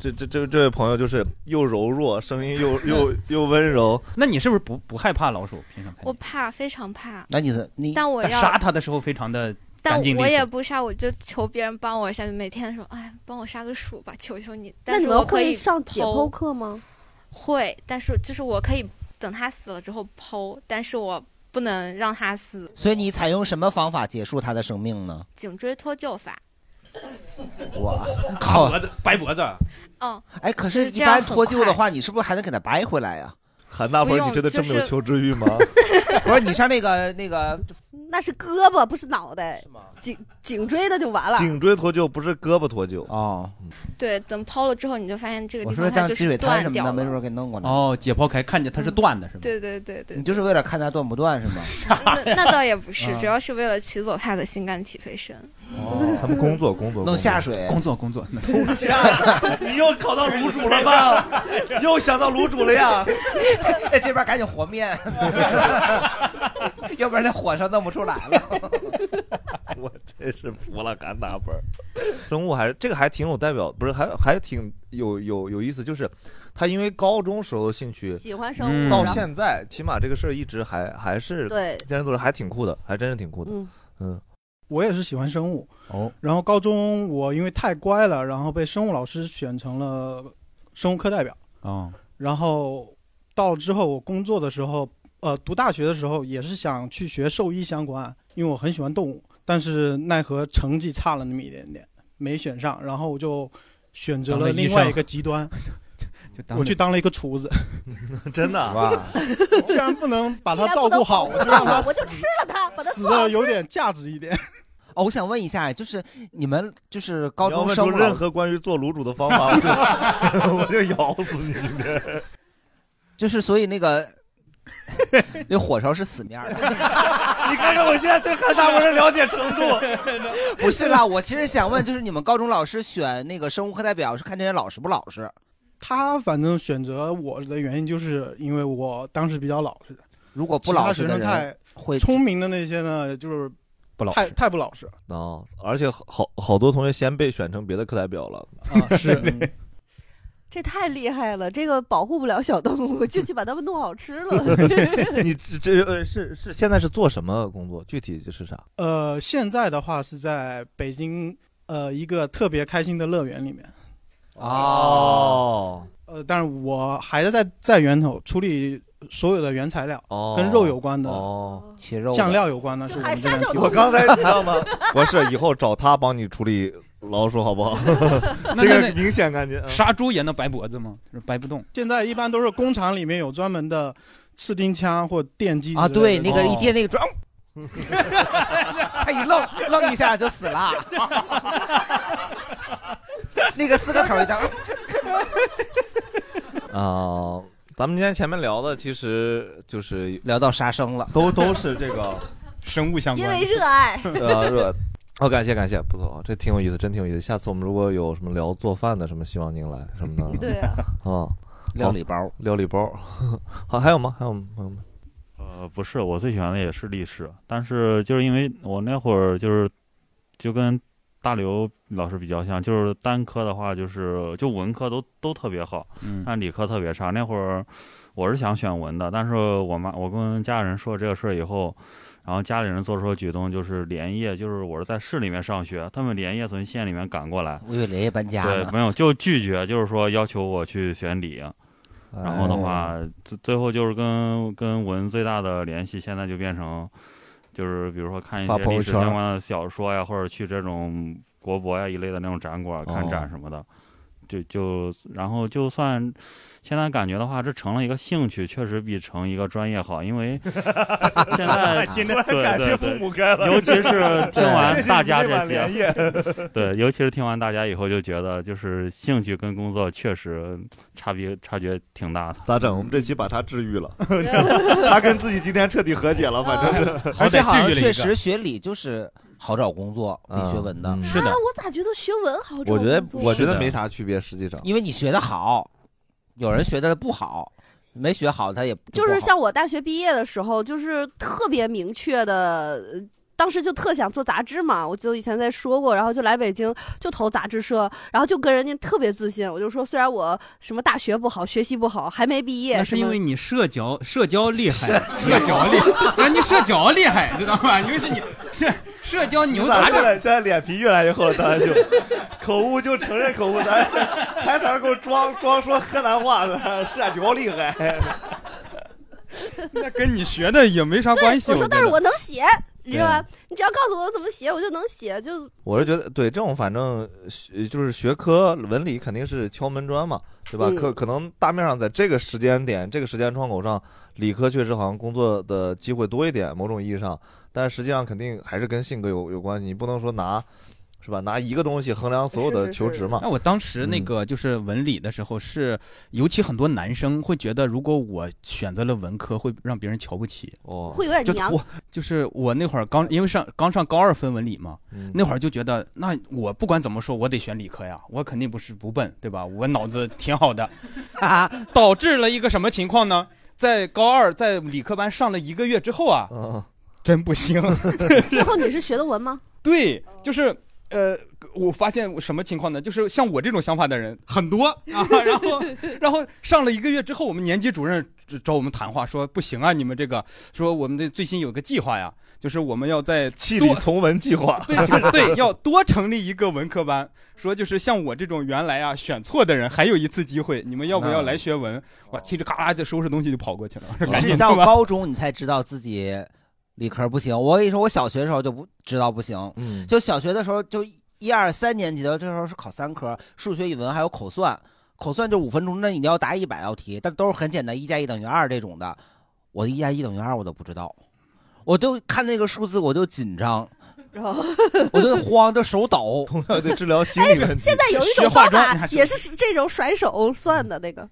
[SPEAKER 1] 这这这这位朋友就是又柔弱，声音又又又温柔。
[SPEAKER 5] 那你是不是不不害怕老鼠？平常
[SPEAKER 15] 我怕，非常怕。
[SPEAKER 2] 那你你
[SPEAKER 15] 但我要
[SPEAKER 5] 杀它的时候非常的
[SPEAKER 15] 但
[SPEAKER 5] 干净利
[SPEAKER 15] 我
[SPEAKER 5] 索
[SPEAKER 15] 也不杀，我就求别人帮我一下，就每天说，哎，帮我杀个鼠吧，求求你。
[SPEAKER 3] 那
[SPEAKER 15] 但
[SPEAKER 3] 你
[SPEAKER 15] 是
[SPEAKER 3] 们
[SPEAKER 15] 我可
[SPEAKER 3] 会
[SPEAKER 15] 以
[SPEAKER 3] 上解
[SPEAKER 15] 剖
[SPEAKER 3] 剖课吗？
[SPEAKER 15] 会，但是就是我可以等它死了之后剖，但是我不能让它死。
[SPEAKER 2] 所以你采用什么方法结束它的生命呢？
[SPEAKER 15] 颈椎脱臼法，
[SPEAKER 2] 哇，
[SPEAKER 5] 卡脖子掰脖子。
[SPEAKER 15] 嗯，
[SPEAKER 2] 哎，可
[SPEAKER 15] 就是是
[SPEAKER 2] 一
[SPEAKER 15] 这样
[SPEAKER 2] 般
[SPEAKER 15] 很
[SPEAKER 2] 脱臼的
[SPEAKER 15] 快
[SPEAKER 2] 话，你是不是还能给它掰回来呀、
[SPEAKER 1] 韩大
[SPEAKER 3] 鹏不用你真的这么有就是求
[SPEAKER 1] 知欲吗？
[SPEAKER 2] 不是，你上那个那个
[SPEAKER 3] 那是胳膊，不是脑袋。颈颈椎的就完了。
[SPEAKER 1] 颈椎脱臼不是胳膊脱臼
[SPEAKER 2] 哦。
[SPEAKER 15] 对，等剖了之后，你就发现这个
[SPEAKER 2] 我
[SPEAKER 15] 地
[SPEAKER 2] 说
[SPEAKER 15] 方
[SPEAKER 2] 像
[SPEAKER 15] 它就
[SPEAKER 2] 积
[SPEAKER 15] 是
[SPEAKER 2] 水滩
[SPEAKER 15] 断
[SPEAKER 2] 什么
[SPEAKER 15] 掉
[SPEAKER 2] 的，没
[SPEAKER 15] 了。
[SPEAKER 2] 准儿给弄过来。
[SPEAKER 5] 哦，解剖开看见它是断的，是吗？
[SPEAKER 15] 对对对对
[SPEAKER 2] 你就是为了看它断不断是 吗？
[SPEAKER 15] 那那倒也不是，
[SPEAKER 2] 啊
[SPEAKER 15] 主要是为了取走他的心肝脾肺肾。
[SPEAKER 1] 哦，他们工作工作
[SPEAKER 2] 弄下水，
[SPEAKER 5] 工作工作。
[SPEAKER 1] 你 又考到卤煮了吧？又想到卤煮 了呀？
[SPEAKER 2] 那哎这边赶紧和面， 要不然那火上弄不出来 了。
[SPEAKER 1] 我真是服了，敢打本儿。生物还是这个还挺有代表，不是还还挺有有有意思，就是他因为高中时候的兴趣
[SPEAKER 3] 喜欢生物嗯
[SPEAKER 1] 到
[SPEAKER 3] 然后
[SPEAKER 1] 现在起码这个事儿一直还还是
[SPEAKER 3] 对
[SPEAKER 1] 健身组织还挺酷的，还真是挺酷的。
[SPEAKER 3] 嗯
[SPEAKER 1] 嗯
[SPEAKER 16] 我也是喜欢生物。
[SPEAKER 1] 哦，
[SPEAKER 16] 然后高中我因为太乖了，然后被生物老师选成了生物课代表。
[SPEAKER 5] 哦，
[SPEAKER 16] 然后到了之后，我工作的时候，呃，读大学的时候也是想去学兽医相关，因为我很喜欢动物，但是奈何成绩差了那么一点点，没选上。然后我就选择
[SPEAKER 5] 当了
[SPEAKER 16] 了
[SPEAKER 5] 医
[SPEAKER 16] 另外
[SPEAKER 5] 生
[SPEAKER 16] 一个极端，
[SPEAKER 5] 当
[SPEAKER 16] 我
[SPEAKER 5] 了
[SPEAKER 16] 去当了一个厨子。
[SPEAKER 1] 真的啊
[SPEAKER 16] 哇！既然不能把它照顾好，我就让它死
[SPEAKER 3] 吃了它，把
[SPEAKER 16] 死的有点价值一点。
[SPEAKER 2] 哦，我想问一下，就是你们就是高
[SPEAKER 1] 你要
[SPEAKER 2] 中
[SPEAKER 1] 问
[SPEAKER 2] 生
[SPEAKER 1] 出
[SPEAKER 2] 物
[SPEAKER 1] 任
[SPEAKER 2] 老
[SPEAKER 1] 何关于做卤煮的方 法，我就我就咬死你今天。
[SPEAKER 2] 就是所以那个那火烧是死面儿的，
[SPEAKER 1] 你看看我现在对汉大博士了解程度，
[SPEAKER 2] 不是啦。我其实想问，就是你们高中老师选那个生物课代表是看这人老实不老实？
[SPEAKER 16] 他反正选择我的原因就是因为我当时比较老实，
[SPEAKER 2] 如果不老实
[SPEAKER 16] 其
[SPEAKER 2] 的
[SPEAKER 16] 他学生
[SPEAKER 2] 人
[SPEAKER 16] 太
[SPEAKER 2] 会
[SPEAKER 16] 聪明的那些呢，就是
[SPEAKER 1] 不老实
[SPEAKER 16] 太太不老实。
[SPEAKER 1] 哦，而且好好好多同学先被选成别的课代表了，
[SPEAKER 16] 啊 是，
[SPEAKER 3] 这太厉害了，这个保护不了小动物，进去把它们弄好吃 了。
[SPEAKER 1] 你这这呃是是现在是做什么工作？具体是啥？
[SPEAKER 16] 呃，现在的话是在北京呃一个特别开心的乐园里面。
[SPEAKER 1] 哦，
[SPEAKER 16] 呃，但是我还是在在源头处理所有的原材料，
[SPEAKER 1] 哦
[SPEAKER 16] 跟肉有关的，
[SPEAKER 1] 哦，
[SPEAKER 2] 切肉
[SPEAKER 16] 酱料有关的，是我们这边提供的
[SPEAKER 1] 我刚 才知道吗？我是以后找他帮你处理老鼠，好 不好？这个明显感觉嗯
[SPEAKER 5] 杀猪也能白脖子吗？就是掰不动。
[SPEAKER 16] 现在一般都是工厂里面有专门的刺钉枪或电击
[SPEAKER 2] 啊，
[SPEAKER 16] 之类的
[SPEAKER 2] 对，
[SPEAKER 16] 哦
[SPEAKER 2] 那个一贴 那个砖，他一愣愣一下就死 了，那个四个头一张，
[SPEAKER 1] 啊、咱们今天前面聊的其实就是
[SPEAKER 2] 聊到杀生了，
[SPEAKER 1] 都都是这个
[SPEAKER 5] 生物相
[SPEAKER 3] 因为热爱
[SPEAKER 1] 呃热。 哦，感谢感谢，不错，这挺有意思，真挺有意思。下次我们如果有什么聊做饭的，什么希望您来什么的。
[SPEAKER 3] 对啊
[SPEAKER 1] 啊，
[SPEAKER 2] 料理包，
[SPEAKER 1] 料理包。 好，还有吗？还有吗？还有吗？
[SPEAKER 9] 呃，不是，我最喜欢的也是历史，但是就是因为我那会儿就是就跟大刘老师比较像，就是单科的话，就是就文科都都特别好，
[SPEAKER 5] 嗯
[SPEAKER 9] 但理科特别差。那会儿我是想选文的，但是我妈我跟家人说这个事儿以后，然后家里人做出的举动就是连夜，就是我是在市里面上学，他们连夜从县里面赶过来，
[SPEAKER 2] 我以为连夜搬家
[SPEAKER 9] 对，
[SPEAKER 2] 呢。
[SPEAKER 9] 没有，就拒绝，就是说要求我去选理。然后的
[SPEAKER 1] 哎
[SPEAKER 9] 话，最最后就是跟跟文最大的联系，现在就变成，就是比如说看一些
[SPEAKER 1] 发朋友
[SPEAKER 9] 历史
[SPEAKER 1] 圈
[SPEAKER 9] 相关的小说呀，或者去这种国博呀一类的那种展馆看
[SPEAKER 1] 哦
[SPEAKER 9] 展什么的，就就然后就算现在感觉的话，这成了一个兴趣，确实比成一个专业好，因 为现在
[SPEAKER 1] 今
[SPEAKER 9] 对
[SPEAKER 1] 天感谢
[SPEAKER 9] 对
[SPEAKER 1] 父
[SPEAKER 9] 对
[SPEAKER 1] 母开了
[SPEAKER 9] 尤其是 听完
[SPEAKER 1] 谢谢
[SPEAKER 9] 大
[SPEAKER 1] 你
[SPEAKER 9] 家
[SPEAKER 1] 这碗
[SPEAKER 9] 些
[SPEAKER 1] 莲叶
[SPEAKER 9] 对，尤其是听完大家以后，就觉得就是兴趣跟工作确实差别差距挺大的。
[SPEAKER 1] 咋整？我们这期把他治 愈了，
[SPEAKER 3] 啊
[SPEAKER 1] 他跟自己今天彻底和解了，反正是。
[SPEAKER 2] 哎而且好像确实学理就是好找工作，比学文的
[SPEAKER 1] 嗯是的
[SPEAKER 3] 啊，我咋觉得学文好找
[SPEAKER 1] 我觉得
[SPEAKER 3] 工作
[SPEAKER 1] 我觉得没啥区别，实际上。
[SPEAKER 2] 因为你学的好，有人学的不好，没学好他也
[SPEAKER 3] 就是
[SPEAKER 2] 像
[SPEAKER 3] 像我大学毕业的时候，就是特别明确的，呃当时就特想做杂志嘛，我就以前在说过，然后就来北京就投杂志社，然后就跟人家特别自信，我就说虽然我什么大学不好，学习不好，还没毕业，
[SPEAKER 5] 那是
[SPEAKER 3] 什么
[SPEAKER 5] 因为你社交社交厉害， 社交 厉害，人家社交厉害，知道吗？因为是你社社交 牛杂
[SPEAKER 1] 现在
[SPEAKER 5] 志，
[SPEAKER 1] 现在脸皮越来越厚了，大家就口误就承认口误，咱还在那给我装装说河南话呢，社交厉害。
[SPEAKER 5] 那 跟你 学的也没啥关系。
[SPEAKER 3] 我说
[SPEAKER 5] 觉
[SPEAKER 3] 但是
[SPEAKER 5] 得
[SPEAKER 3] 我能写，你知道吧？你只要告诉我怎么写，我就能写，就
[SPEAKER 1] 我是觉得对这种反正学就是学科文理肯定是敲门砖嘛，对吧？
[SPEAKER 3] 嗯
[SPEAKER 1] 可可能大面上在这个时间点、这个时间窗口上，理科确实好像工作的机会多一点，某种意义上，但实际上肯定还是跟性格有有关系。你不能说拿是吧拿一个东西衡量嗯所有的求职嘛。
[SPEAKER 5] 那我当时那个就是文理的时候是，尤其很多男生会觉得，如果我选择了文科，会让别人瞧不起，
[SPEAKER 1] 哦
[SPEAKER 3] 会有点
[SPEAKER 5] 就
[SPEAKER 3] 娘
[SPEAKER 5] 我就是我那会儿刚因为上刚上高二分文理嘛，
[SPEAKER 1] 嗯
[SPEAKER 5] 那会儿就觉得，那我不管怎么说，我得选理科呀，我肯定不是不笨，对吧？我脑子挺好 的，导致了一个什么情况呢？在高二在理科班上了一个月之后啊，
[SPEAKER 1] 嗯
[SPEAKER 5] 真不行，
[SPEAKER 3] 最后你是学的文吗？
[SPEAKER 5] 对，就是呃，我发现我什么情况呢？就是像我这种想法的人很多啊，然后然后上了一个月之后，我们年级主任找找我们谈话说，不行啊，你们这个说我们的最新有个计划呀，就是我们要在
[SPEAKER 1] 弃
[SPEAKER 5] 理
[SPEAKER 1] 从文计划，
[SPEAKER 5] 对 就是对，要多成立一个文科班，说就是像我这种原来啊选错的人，还有一次机会，你们要不要来学文？我叽里咔啦就收拾东西就跑过去了，
[SPEAKER 1] 哦
[SPEAKER 5] 我说赶
[SPEAKER 2] 是
[SPEAKER 5] 紧
[SPEAKER 2] 到
[SPEAKER 5] 吧。
[SPEAKER 2] 高中你才知道自己理科不行。我跟你说，我小学的时候就不知道不行，
[SPEAKER 1] 嗯
[SPEAKER 2] 就小学的时候就一二三年级的这时候是考三科，数学、语文还有口算，口算就五分钟，那你要答一百道题，但都是很简单，一加一等于二这种的，我一加一等于二我都不知道，我就看那个数字我就紧张。
[SPEAKER 3] 然后
[SPEAKER 2] 我 就慌，就手抖。
[SPEAKER 1] 同样得治疗心理问题
[SPEAKER 3] 现在有一种方法也是这种甩手算的那个，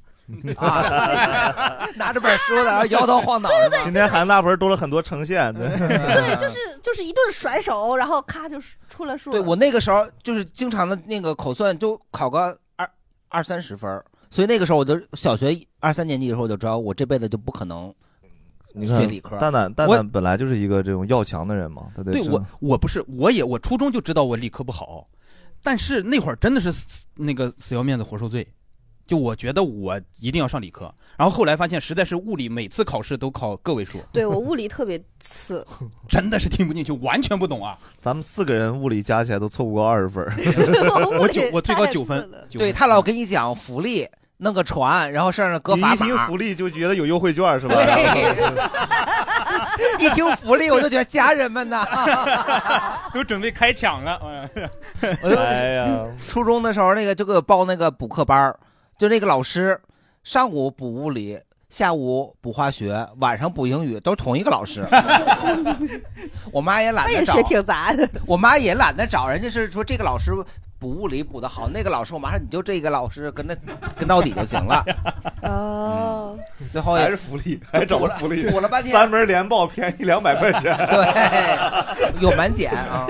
[SPEAKER 2] 啊， 拿着本书在那摇头晃脑是吧
[SPEAKER 1] 今天韩大盆多了很多呈现，对，
[SPEAKER 3] 对，就是就是一顿甩手，然后咔就是出了数了。
[SPEAKER 2] 对我那个时候就是经常的那个口算，就考个二二三十分儿，所以那个时候我就小学二三年级的时候我就知道我这辈子就不可能
[SPEAKER 1] 你
[SPEAKER 2] 学
[SPEAKER 1] 看
[SPEAKER 2] 理科。，
[SPEAKER 1] 蛋蛋蛋
[SPEAKER 5] 我
[SPEAKER 1] 蛋本来就是一个这种要强的人嘛，他得
[SPEAKER 5] 对
[SPEAKER 1] 知
[SPEAKER 5] 我
[SPEAKER 1] 道，
[SPEAKER 5] 我不是，我也我初中就知道我理科不好，但是那会儿真的是死那个死要面子活受罪，就我觉得我一定要上理科，然后后来发现实在是物理每次考试都考个位数，
[SPEAKER 3] 对我物理特别次，
[SPEAKER 5] 真的是听不进去，完全不懂啊。
[SPEAKER 1] 咱们四个人物理加起来都凑不过二十分 儿
[SPEAKER 2] 对他老给你讲福利，弄个船，然后上面搁
[SPEAKER 1] 嗯你
[SPEAKER 2] 砝
[SPEAKER 1] 一
[SPEAKER 2] 码
[SPEAKER 1] 听福利就觉得有优惠 券是吧？
[SPEAKER 2] 一听福利，我就觉得家人 们呐，
[SPEAKER 5] 都准备开抢了。嗯
[SPEAKER 1] 哎呀，
[SPEAKER 2] 初中的时候那个就给我报那个补课班儿就那个老师上午补物理，下午补化学，晚上补英语，都是同一个老 师。我妈也懒
[SPEAKER 3] 那
[SPEAKER 2] 得
[SPEAKER 3] 也
[SPEAKER 2] 找，
[SPEAKER 3] 学挺杂的。
[SPEAKER 2] 我妈也懒得找，人家是说这个老师补物理补的好，那个老师我妈说你就这个老师跟着跟到底就行了。
[SPEAKER 3] 哦，
[SPEAKER 2] 最后也
[SPEAKER 1] 嗯还是福利，还找了福利，
[SPEAKER 2] 补了半天
[SPEAKER 1] 三门连报便宜两百块钱，
[SPEAKER 2] 对，有满减 啊。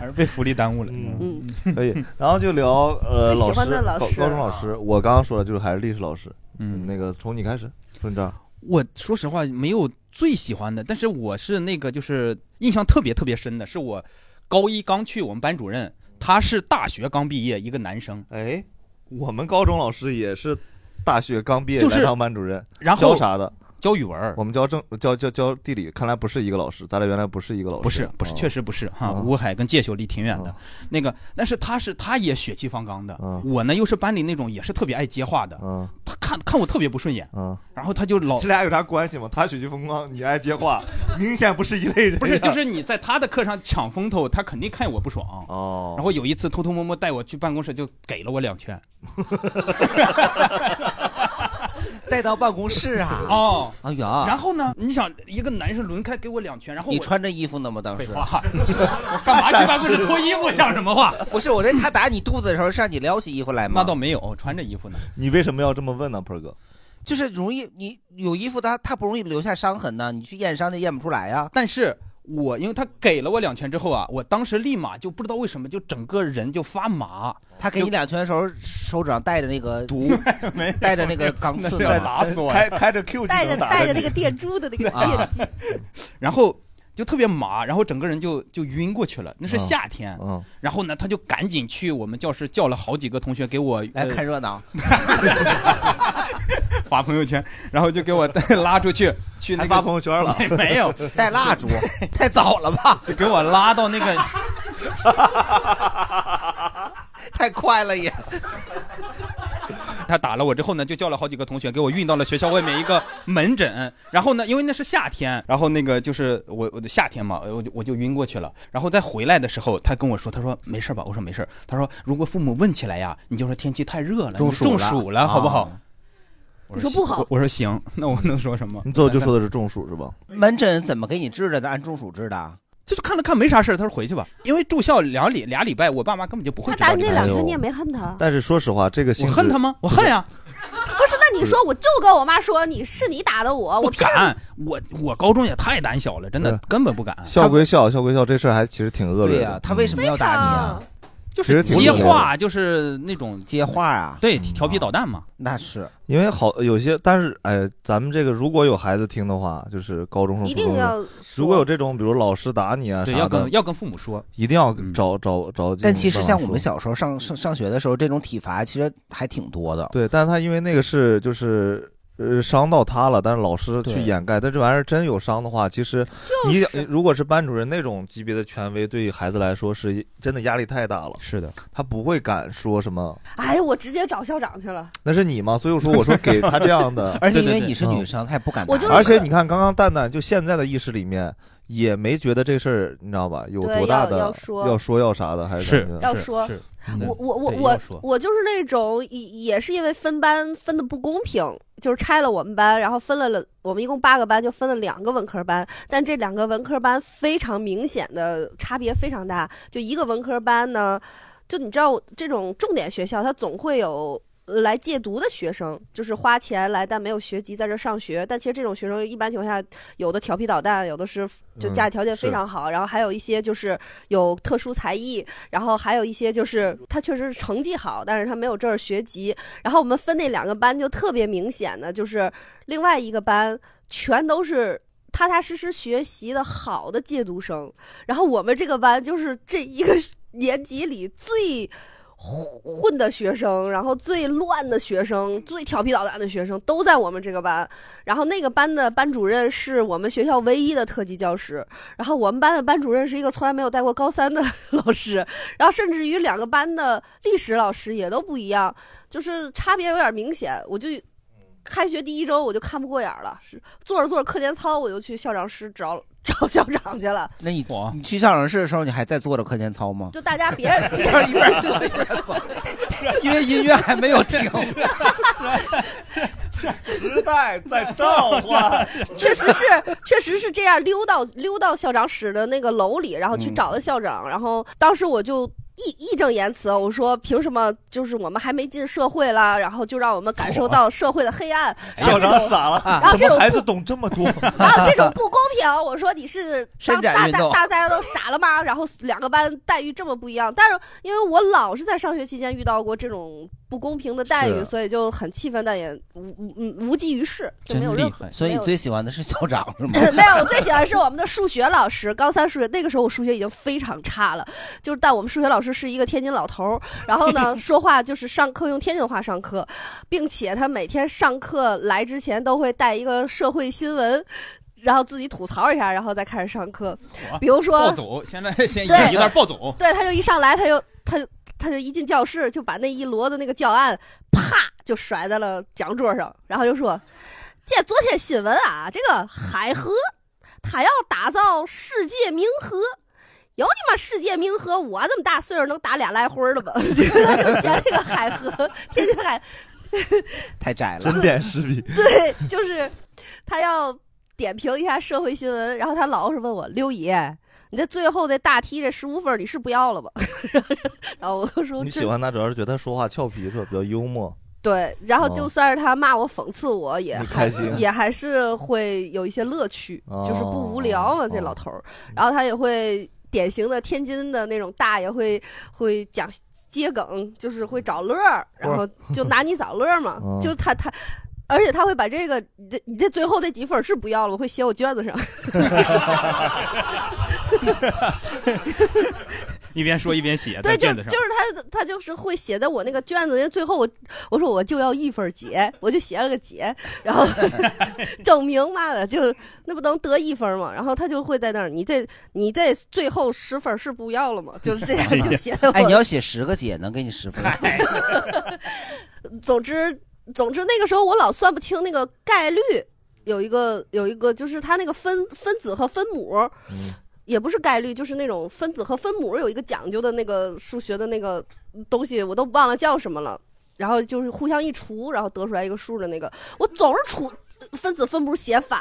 [SPEAKER 5] 还是被福利耽误了。嗯，
[SPEAKER 1] 可以，然后就聊呃
[SPEAKER 2] 最
[SPEAKER 1] 老
[SPEAKER 2] 喜
[SPEAKER 1] 师
[SPEAKER 2] 欢的
[SPEAKER 1] 高
[SPEAKER 2] 老师啊
[SPEAKER 1] 高中老师，我刚刚说的就是还是历史老师，嗯，那个从你开始，顺章，
[SPEAKER 5] 我说实话没有最喜欢的，但是我是那个就是印象特别特别深的，是我高一刚去我们班主任，他是大学刚毕业一个男生，
[SPEAKER 1] 哎，我们高中老师也是大学刚毕业
[SPEAKER 5] 就是
[SPEAKER 1] 来当班主任，
[SPEAKER 5] 然后
[SPEAKER 1] 教啥的？
[SPEAKER 5] 教语文，
[SPEAKER 1] 我们教政教教教地理，看来不是一个老师，咱俩原来不是一个老师，
[SPEAKER 5] 不是不是，
[SPEAKER 1] 哦
[SPEAKER 5] 确实不是哈，
[SPEAKER 1] 哦
[SPEAKER 5] 吴海跟介休离挺远的。那个，但是他是他也血气方刚的，
[SPEAKER 1] 哦
[SPEAKER 5] 我呢又是班里那种也是特别爱接话的，他看看我特别不顺眼，然后他就老
[SPEAKER 1] 哦这俩有啥关系吗？他血气风光，你爱 接话，明显 不是一类人呀。
[SPEAKER 5] 不是就是你在他的课上抢风头，他肯定看我不爽。
[SPEAKER 1] 哦，
[SPEAKER 5] 然后有一次偷偷摸摸带我去办公室，就给了我两拳。
[SPEAKER 2] 带到办公室啊？
[SPEAKER 5] 哦，
[SPEAKER 2] 哎呀，
[SPEAKER 5] 然后呢？你想，一个男生轮开给我两拳，然后
[SPEAKER 2] 你
[SPEAKER 5] 我
[SPEAKER 2] 穿着衣服呢吗？当时
[SPEAKER 5] 废话我干嘛去办公室脱衣服？像什么话？
[SPEAKER 2] 不是我这他打你肚子的时候，是让你撩起衣服来吗？
[SPEAKER 5] 那倒没有，穿着衣服呢。
[SPEAKER 1] 你为什么要这么问呢，鹏哥？
[SPEAKER 2] 就是容易你有衣服它它不容易留下伤痕呢，你去验伤就验不出来呀。
[SPEAKER 5] 但是我因为他给了我两拳之后啊，我当时立马就不知道为什么就整个人就发麻。
[SPEAKER 2] 他给你两拳的时候，手指上带着那个
[SPEAKER 5] 毒，
[SPEAKER 2] 带着那个钢 刺呢，
[SPEAKER 1] 开开着 Q 技
[SPEAKER 3] 带
[SPEAKER 1] 能
[SPEAKER 3] 着
[SPEAKER 1] 打
[SPEAKER 3] 带着那个电珠的那个电击，
[SPEAKER 5] 然后就特别麻，然后整个人就就晕过去了。那是夏天，
[SPEAKER 1] 嗯，
[SPEAKER 5] 然后呢，他就赶紧去我们教室叫了好几个同学给我
[SPEAKER 2] 来
[SPEAKER 5] 呃
[SPEAKER 2] 看热闹，
[SPEAKER 5] 发朋友圈，然后就给我 拉出去去那个
[SPEAKER 1] 还发朋友圈了
[SPEAKER 5] 没没有
[SPEAKER 2] 带蜡 烛，太早了吧？
[SPEAKER 5] 就给我拉到那个
[SPEAKER 2] 太快了也。
[SPEAKER 5] 他打了我之后呢，就叫了好几个同学给我运到了学校外面一个门诊。然后呢，因为那是夏天，然后那个就是我我的夏天嘛，我就我就晕过去了。然后再回来的时候，他跟我说，他说没事吧？我说没事儿。他说如果父母问起来呀，你就说天气太热了，你
[SPEAKER 1] 中暑
[SPEAKER 5] 中
[SPEAKER 1] 了啊
[SPEAKER 5] 暑了，好不好？
[SPEAKER 2] 你说不好
[SPEAKER 5] 我我说行，那我能说什么？
[SPEAKER 1] 你最后就说的是中暑是吧？
[SPEAKER 2] 门诊怎么给你治的呢？按中暑治的。
[SPEAKER 5] 这就看了看没啥事儿他说回去吧，因为住校两礼俩礼拜，哎我爸妈根本就不会
[SPEAKER 3] 他
[SPEAKER 5] 知道
[SPEAKER 3] 打
[SPEAKER 5] 这
[SPEAKER 3] 你
[SPEAKER 5] 个
[SPEAKER 3] 那
[SPEAKER 5] 事儿。
[SPEAKER 3] 两拳，你也没恨他。
[SPEAKER 1] 但是说实话，这个性
[SPEAKER 5] 我
[SPEAKER 1] 质
[SPEAKER 5] 恨他吗？我恨呀、
[SPEAKER 3] 不是，那你说我就跟我妈说你是你打的我，我凭什么
[SPEAKER 5] 敢，我我高中也太胆小了，真的根本不敢。
[SPEAKER 1] 笑归笑，笑归笑，这事儿还其实挺恶劣
[SPEAKER 5] 对
[SPEAKER 1] 的。
[SPEAKER 5] 呀
[SPEAKER 2] 他为什么要打你啊？
[SPEAKER 5] 就是接话，就是那种
[SPEAKER 2] 接话啊，嗯
[SPEAKER 5] 对，调皮捣蛋嘛。
[SPEAKER 2] 那是
[SPEAKER 1] 因为好有些，但是哎，咱们这个如果有孩子听的话，就是高中生、
[SPEAKER 3] 一
[SPEAKER 1] 初
[SPEAKER 3] 定
[SPEAKER 1] 中
[SPEAKER 3] 要
[SPEAKER 1] 生，如果有这种，比如老师打你啊啥
[SPEAKER 5] 对
[SPEAKER 1] 的，
[SPEAKER 5] 要跟要嗯跟父母说，
[SPEAKER 1] 一定要找找找。
[SPEAKER 2] 但其实像我们，小时候上上上学的时候，这种体罚其实还挺多的。
[SPEAKER 1] 对，但是他因为那个是就是。呃，伤到他了，但是老师去
[SPEAKER 2] 对，
[SPEAKER 1] 掩盖。但这玩意儿真有伤的话，其实你、如果是班主任那种级别的权威，对于孩子来说是真的压力太大了。
[SPEAKER 5] 是的，
[SPEAKER 1] 他不会敢说什么，
[SPEAKER 3] 哎，我直接找校长去了。
[SPEAKER 1] 那是你嘛？所以我说，我说给他这样的
[SPEAKER 2] 而且因为你是女生，她也不敢打。
[SPEAKER 3] 我就是
[SPEAKER 1] 而且你看，刚刚蛋蛋就现在的意识里面，也没觉得这事儿，你知道吧？有
[SPEAKER 3] 对
[SPEAKER 1] 多大
[SPEAKER 3] 要
[SPEAKER 1] 的
[SPEAKER 3] 要说
[SPEAKER 1] 要说要啥的，还是怎么
[SPEAKER 3] 要
[SPEAKER 1] 样
[SPEAKER 3] 说
[SPEAKER 1] 是，
[SPEAKER 17] 嗯
[SPEAKER 3] 我我我
[SPEAKER 1] 对要
[SPEAKER 3] 我
[SPEAKER 1] 说
[SPEAKER 3] 我就是那种也也是因为分班分的不公平，就是拆了我们班，然后分了了我们一共八个班，就分了两个文科班，但这两个文科班非常明显的差别非常大，就一个文科班呢，就你知道这种重点学校它总会有。呃来借读的学生，就是花钱来但没有学籍在这儿上学。但其实这种学生一般情况下，有的调皮捣蛋，有的是就
[SPEAKER 17] 嗯
[SPEAKER 3] 家里条件非
[SPEAKER 17] 是。
[SPEAKER 3] 常好，然后还有一些就是有特殊才艺，然后还有一些就是他确实成绩好，但是他没有这儿学籍。然后我们分那两个班就特别明显的就是另外一个班全都是踏踏实实学习的好的借读生，然后我们这个班就是这一个 年级里最混的学生，然后最乱的学生，最调皮捣蛋的学生都在我们这个班。然后那个班的班主任是我们学校唯一的特级教师，然后我们班的班主任是一个从来没有带过高三的 老师，然后甚至于两个班的历史老师也都不一样，就是差别有点明显。我就开学第一周我就看不过眼儿了，是做着做着课间操我就去校长室找找校长去了。
[SPEAKER 2] 那你
[SPEAKER 5] 啊
[SPEAKER 2] 你去校长室的时候，你还在做着课间操吗？
[SPEAKER 3] 就大 家别人
[SPEAKER 2] 一边一边做一边做， 因为音乐还没有停。
[SPEAKER 1] 时代在召 唤，
[SPEAKER 3] 确实是，确实是这样溜到溜到校长室的那个楼里，然后
[SPEAKER 1] 嗯
[SPEAKER 3] 去找的校长，然后当时我就。义义正言辞，我说凭什么？就是我们还没进社会啦，然后就让我们感受到社会的黑暗。然后这
[SPEAKER 1] 啊 校长
[SPEAKER 3] 种
[SPEAKER 1] 傻了，
[SPEAKER 3] 然后
[SPEAKER 1] 怎
[SPEAKER 3] 这
[SPEAKER 1] 么
[SPEAKER 3] 种
[SPEAKER 1] 孩子懂这么多？
[SPEAKER 3] 然后这种不公平，我说你是
[SPEAKER 1] 伸
[SPEAKER 3] 当
[SPEAKER 1] 展
[SPEAKER 3] 大
[SPEAKER 1] 运
[SPEAKER 3] 大
[SPEAKER 1] 动
[SPEAKER 3] 大大家都傻了吗？然后两个班待遇这么不一样，但是因为我老是在上学期间遇到过这种不公平的待遇，
[SPEAKER 2] 是
[SPEAKER 3] 所以就很气愤，但也无嗯无无济于事， 就没有任何。
[SPEAKER 2] 所以
[SPEAKER 3] 没
[SPEAKER 2] 你
[SPEAKER 3] 有
[SPEAKER 2] 最喜欢的是校长是吗？
[SPEAKER 3] 没有，我最喜欢是我们的数学老师。高三数学那个时候我数学已经非常差了，就是但我们数学老师是一个天津老头儿，然后呢说话就是上课用天津话上课，并且他每天上课来之前都会带一个社会新闻。然后自己吐槽一下，然后再开始上课。比如说
[SPEAKER 5] 暴走，现在先
[SPEAKER 3] 对
[SPEAKER 5] 有点暴走，
[SPEAKER 3] 对，他就一上来，他就他就他就一进教室，就把那一摞的那个教案啪就甩在了讲桌上，然后就说：“这昨天新闻啊，这个海河，他要打造世界名河。”有你妈世界名河！我这么大岁数能打俩来回儿了吧？ 就嫌这个海河，天津海
[SPEAKER 2] 太窄了，
[SPEAKER 1] 真点实笔。
[SPEAKER 3] 对，就是他要点评一下社会新闻，然后他老是问我六爷，你这最后这大题这十五分儿你是不要了吧？ 然后我就说
[SPEAKER 1] 你
[SPEAKER 3] 这
[SPEAKER 1] 喜欢他主要是觉得他说话俏皮，是吧？比较幽默。
[SPEAKER 3] 对，然后就
[SPEAKER 1] 哦
[SPEAKER 3] 算是他骂我、讽刺我，也
[SPEAKER 1] 你
[SPEAKER 3] 还
[SPEAKER 1] 开心
[SPEAKER 3] 也还是会有一些乐趣，就是不无聊啊嘛，这老头
[SPEAKER 1] 哦
[SPEAKER 3] 儿。然后他也会典型的天津的那种大爷，会会讲接梗，就是会找乐儿，然后就拿你找乐儿嘛
[SPEAKER 1] 哦
[SPEAKER 17] 嗯
[SPEAKER 3] 就他他，而且他会把这个你这你这最后这几分儿是不要了，我会写我卷子上。
[SPEAKER 5] 一边说一边写，
[SPEAKER 3] 对，
[SPEAKER 5] 在
[SPEAKER 3] 就
[SPEAKER 5] 卷
[SPEAKER 3] 就
[SPEAKER 5] 子
[SPEAKER 3] 是
[SPEAKER 5] 上。
[SPEAKER 3] 他，他就是会写在我那个卷子，因为最后我我说我就要一分儿解，我就写了个解，然后 证明嘛的，就那不能得一分儿嘛，然后他就会在那儿，你这你这最后十分儿是不要了嘛，就是这样就写在我。
[SPEAKER 2] 哎，你要写十个姐能给你十分。
[SPEAKER 3] 总之总之那个时候我老算不清那个概率，有一个有一个就是它那个分分子和分母。也不是概率，就是那种分子和分母有一个讲究的那个数学的那个东西，我都忘了叫什么了。然后就是互相一除，然后得出来一个数的那个，我总是除分子分母写反，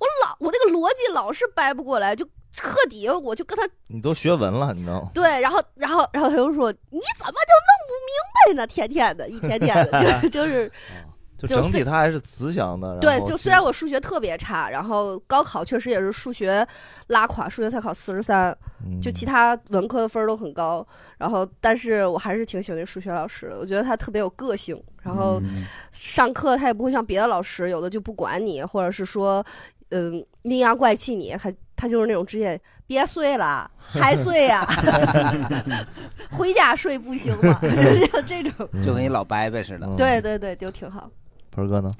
[SPEAKER 3] 我老我那个逻辑老是掰不过来，就彻底我就跟他
[SPEAKER 1] 你都学文了，你知道吗？
[SPEAKER 3] 对，然后然后然后他就说你怎么就弄不明白呢？天天的，一天天的，就 就是
[SPEAKER 1] 哦就
[SPEAKER 3] 就
[SPEAKER 1] 整体
[SPEAKER 3] 是
[SPEAKER 1] 他还是慈祥的。
[SPEAKER 3] 对，
[SPEAKER 1] 后
[SPEAKER 3] 就
[SPEAKER 1] 去
[SPEAKER 3] 虽然我数学特别差，然后高考确实也是数学拉垮，数学才考四十三，
[SPEAKER 1] 嗯
[SPEAKER 3] 就其他文科的分儿都很高。然后，但是我还是挺喜欢那数学老师的，我觉得他特别有个性。然后
[SPEAKER 1] 嗯
[SPEAKER 3] 上课他也不会像别的老师，有的就不管你，或者是说，嗯，阴阳怪气你，他他就是那种直接别睡了，还睡 呀、 回家睡不行吗？ 就是这种，
[SPEAKER 1] 嗯
[SPEAKER 2] 就跟一老伯伯似的。
[SPEAKER 3] 对对对，就挺好。
[SPEAKER 1] 盆哥呢？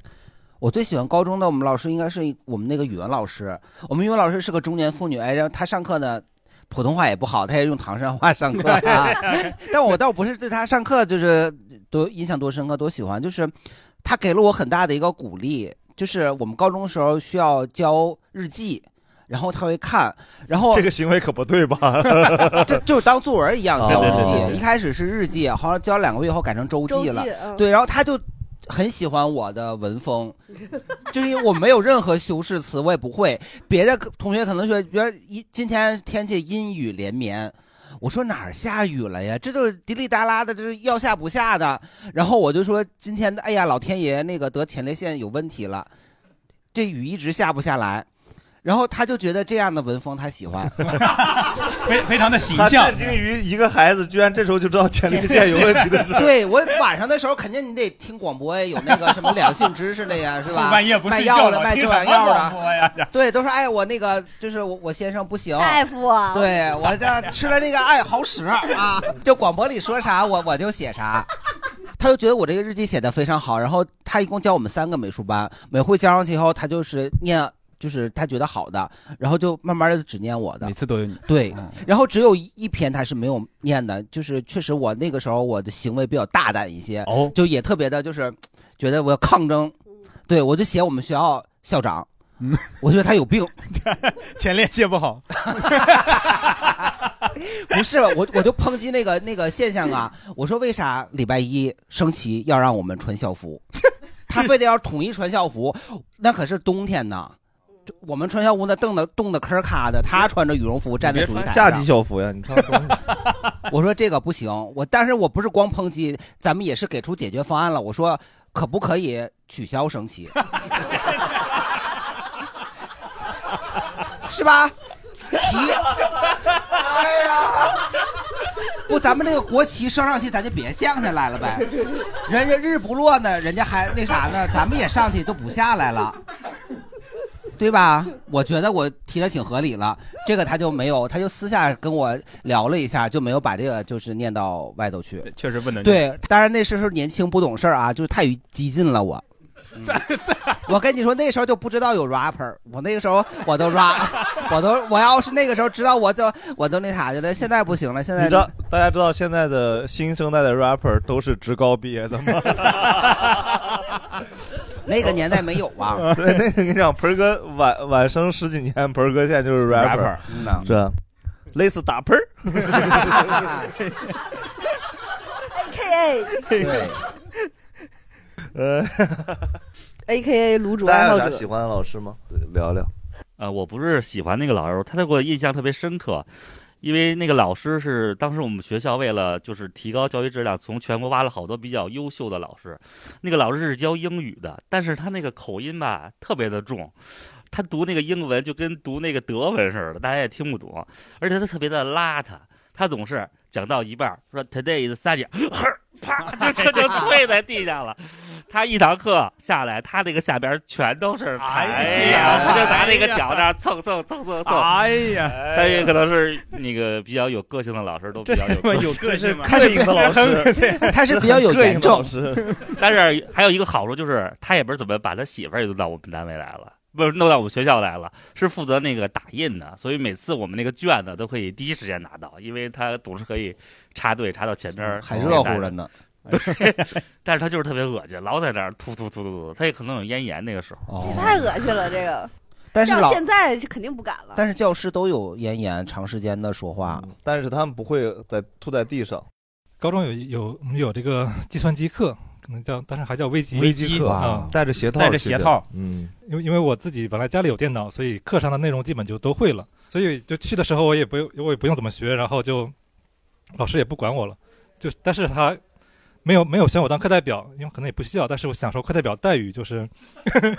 [SPEAKER 2] 我最喜欢高中的我们老师应该是我们那个语文老师。我们语文老师是个中年妇女，哎，然后她上课呢，普通话也不好，她也用唐山话上课、 啊。但我倒不是对她上课就是多印象多深刻，多喜欢，就是她给了我很大的一个鼓励。就是我们高中的时候需要交日记，然后她会看，然后
[SPEAKER 1] 这个行为可不对 吧？
[SPEAKER 2] 就就是当作文一样交
[SPEAKER 1] 哦
[SPEAKER 2] 日
[SPEAKER 1] 对对对
[SPEAKER 2] 记，
[SPEAKER 1] 对
[SPEAKER 2] 一开始是日记，好像交两个月以后改成周记了
[SPEAKER 1] 周记嗯。
[SPEAKER 2] 对，然后他就很喜欢我的文风，
[SPEAKER 1] 哦
[SPEAKER 2] 就是因为我没有任何修饰词，我也不会。别的同学可能说，比如一今天天气阴雨连绵。我说哪儿下雨了呀？这就是滴哩哒啦的，这是要下不下的。然后我就说今天的，哎呀，老天爷，那个得前列腺有问题了，这雨一直下不下来。然后他就觉得这样的文风他喜欢，
[SPEAKER 5] 非非常的形
[SPEAKER 1] 他震惊于一个孩子居然这时候就知道前列腺有问题的事儿。
[SPEAKER 2] 对我晚上的时候，肯定你得听广播呀，有那个什么两性知识的呀，是吧？
[SPEAKER 5] 半夜不
[SPEAKER 2] 卖
[SPEAKER 5] 睡觉
[SPEAKER 2] 药的，
[SPEAKER 5] 了
[SPEAKER 2] 卖
[SPEAKER 5] 听
[SPEAKER 2] 这
[SPEAKER 5] 什
[SPEAKER 2] 玩意
[SPEAKER 5] 么
[SPEAKER 2] 儿
[SPEAKER 5] 广播呀
[SPEAKER 2] 的，对，都说哎，我那个就是我我先生不行，
[SPEAKER 3] 大夫啊
[SPEAKER 2] 对我这吃了那个哎好使啊，就广播里说啥我我就写啥。他就觉得我这个日记写的非常好，然后他一共教我们三个美术班，每回交上去以后，他就是念，就是他觉得好的，然后就慢慢的只念我的，每
[SPEAKER 5] 次都有你。嗯
[SPEAKER 2] 对，然后只有一篇他是没有念的，就是确实我那个时候我的行为比较大胆一些，
[SPEAKER 1] 哦，
[SPEAKER 2] 就也特别的，就是觉得我要抗争，对我就写我们学校校长， 我觉得他有病，
[SPEAKER 5] 前列腺不好。
[SPEAKER 2] 不是我，我就抨击那个那个现象啊！我说为啥礼拜一升旗要让我们穿校服？ 他非得要统一穿校服，那可是冬天呢。就我们穿校服那冻的冻的咔咔的，他穿着羽绒服站在
[SPEAKER 1] 别
[SPEAKER 2] 主席
[SPEAKER 1] 穿
[SPEAKER 2] 台
[SPEAKER 1] 夏
[SPEAKER 2] 上。
[SPEAKER 1] 季校服呀，你穿
[SPEAKER 2] 我说这个不行，我但是我不是光抨击，咱们也是给出解决方案了。我说可不可以取消升旗？ 是吧？ 旗，哎呀，不，咱们这个国旗升上去，咱就别降下来了呗。人家日不落呢，人家还那啥呢，咱们也上去都不下来了，对吧？我觉得我提的挺合理了，这个他就没有，他就私下跟我聊了一下，就没有把这个就是念到外头去。
[SPEAKER 5] 确实不能
[SPEAKER 2] 对，当然那时候年轻不懂事儿啊，就是太激进了我。我跟你说，那时候就不知道有 rapper，我那个时候我都 rap，我都我要是那个时候知道，我就我都那啥去了。现在不行了，现
[SPEAKER 1] 你
[SPEAKER 2] 在
[SPEAKER 1] 知道 大家知道现在的新生代的 rapper 都是职高毕业的吗？。
[SPEAKER 2] 那个年代没有啊
[SPEAKER 1] 对，那个跟你讲，盆儿哥晚晚生十几年，盆儿哥现在就是 rapper，
[SPEAKER 2] rapper，嗯呐
[SPEAKER 1] 是吧类似打盆儿。
[SPEAKER 3] A K
[SPEAKER 1] 对
[SPEAKER 3] A，
[SPEAKER 1] 呃
[SPEAKER 3] A K A 卤煮
[SPEAKER 1] 大
[SPEAKER 3] 爱
[SPEAKER 1] 家
[SPEAKER 3] 好
[SPEAKER 1] 有啥
[SPEAKER 3] 者
[SPEAKER 1] 喜欢的老师吗？聊聊。
[SPEAKER 18] 呃，我不是喜欢那个老师，他对我印象特别深刻，因为那个老师是当时我们学校为了就是提高教育质量，从全国挖了好多比较优秀的老师。那个老师是教英语的，但是他那个口音吧特别的重，他读那个英文就跟读那个德文似的，大家也听不懂，而且他特别的邋遢，他总是讲到一半儿说 today is Saturday，啪就这就 跪在地下了。他一堂课下来，他那个下边全都是
[SPEAKER 5] 哎
[SPEAKER 18] 哎
[SPEAKER 5] 呀
[SPEAKER 18] 呀，我就拿那个
[SPEAKER 5] 哎呀
[SPEAKER 18] 脚那儿蹭蹭蹭蹭蹭。
[SPEAKER 5] 哎呀
[SPEAKER 18] 但也可能是那个比较有个性的老师都比较有
[SPEAKER 5] 这他妈有个性吗他是
[SPEAKER 18] 膈应的老
[SPEAKER 5] 很对
[SPEAKER 18] 师，
[SPEAKER 5] 他是比较有
[SPEAKER 18] 膈应
[SPEAKER 5] 严
[SPEAKER 18] 的
[SPEAKER 5] 重
[SPEAKER 18] 老师。但是还有一个好处就是，他也不是怎么把他媳妇儿也弄到我们单位来了。不是弄到我们学校来了，是负责那个打印的，所以每次我们那个卷子都可以第一时间拿到，因为他总是可以插队插到前边儿，
[SPEAKER 2] 还热乎着呢。
[SPEAKER 18] 对，但是他就是特别恶心，老在那儿突突突突突，他也可能有咽炎那个时候。
[SPEAKER 3] 太恶心了，这个。
[SPEAKER 2] 但是
[SPEAKER 3] 要
[SPEAKER 2] 老
[SPEAKER 3] 现在是肯定不敢了。
[SPEAKER 2] 但是教师都有咽炎，长时间的说话，
[SPEAKER 1] 但是他们不会在吐在地上。
[SPEAKER 10] 高中有有我们有这个 计算机课，可能叫当时还叫微机
[SPEAKER 1] 微机课
[SPEAKER 10] 啊
[SPEAKER 1] 啊，带着鞋套
[SPEAKER 10] 带着
[SPEAKER 1] 去
[SPEAKER 10] 鞋
[SPEAKER 1] 的
[SPEAKER 10] 套，
[SPEAKER 1] 嗯，
[SPEAKER 10] 因为因为我自己本来家里有电脑，所以课上的内容基本就都会了，所以就去的时候我也不用我也不用怎么学，然后就老师也不管我了，就但是他没有没有选我当课代表，因为可能也不需要，但是我享受课代表待遇，就是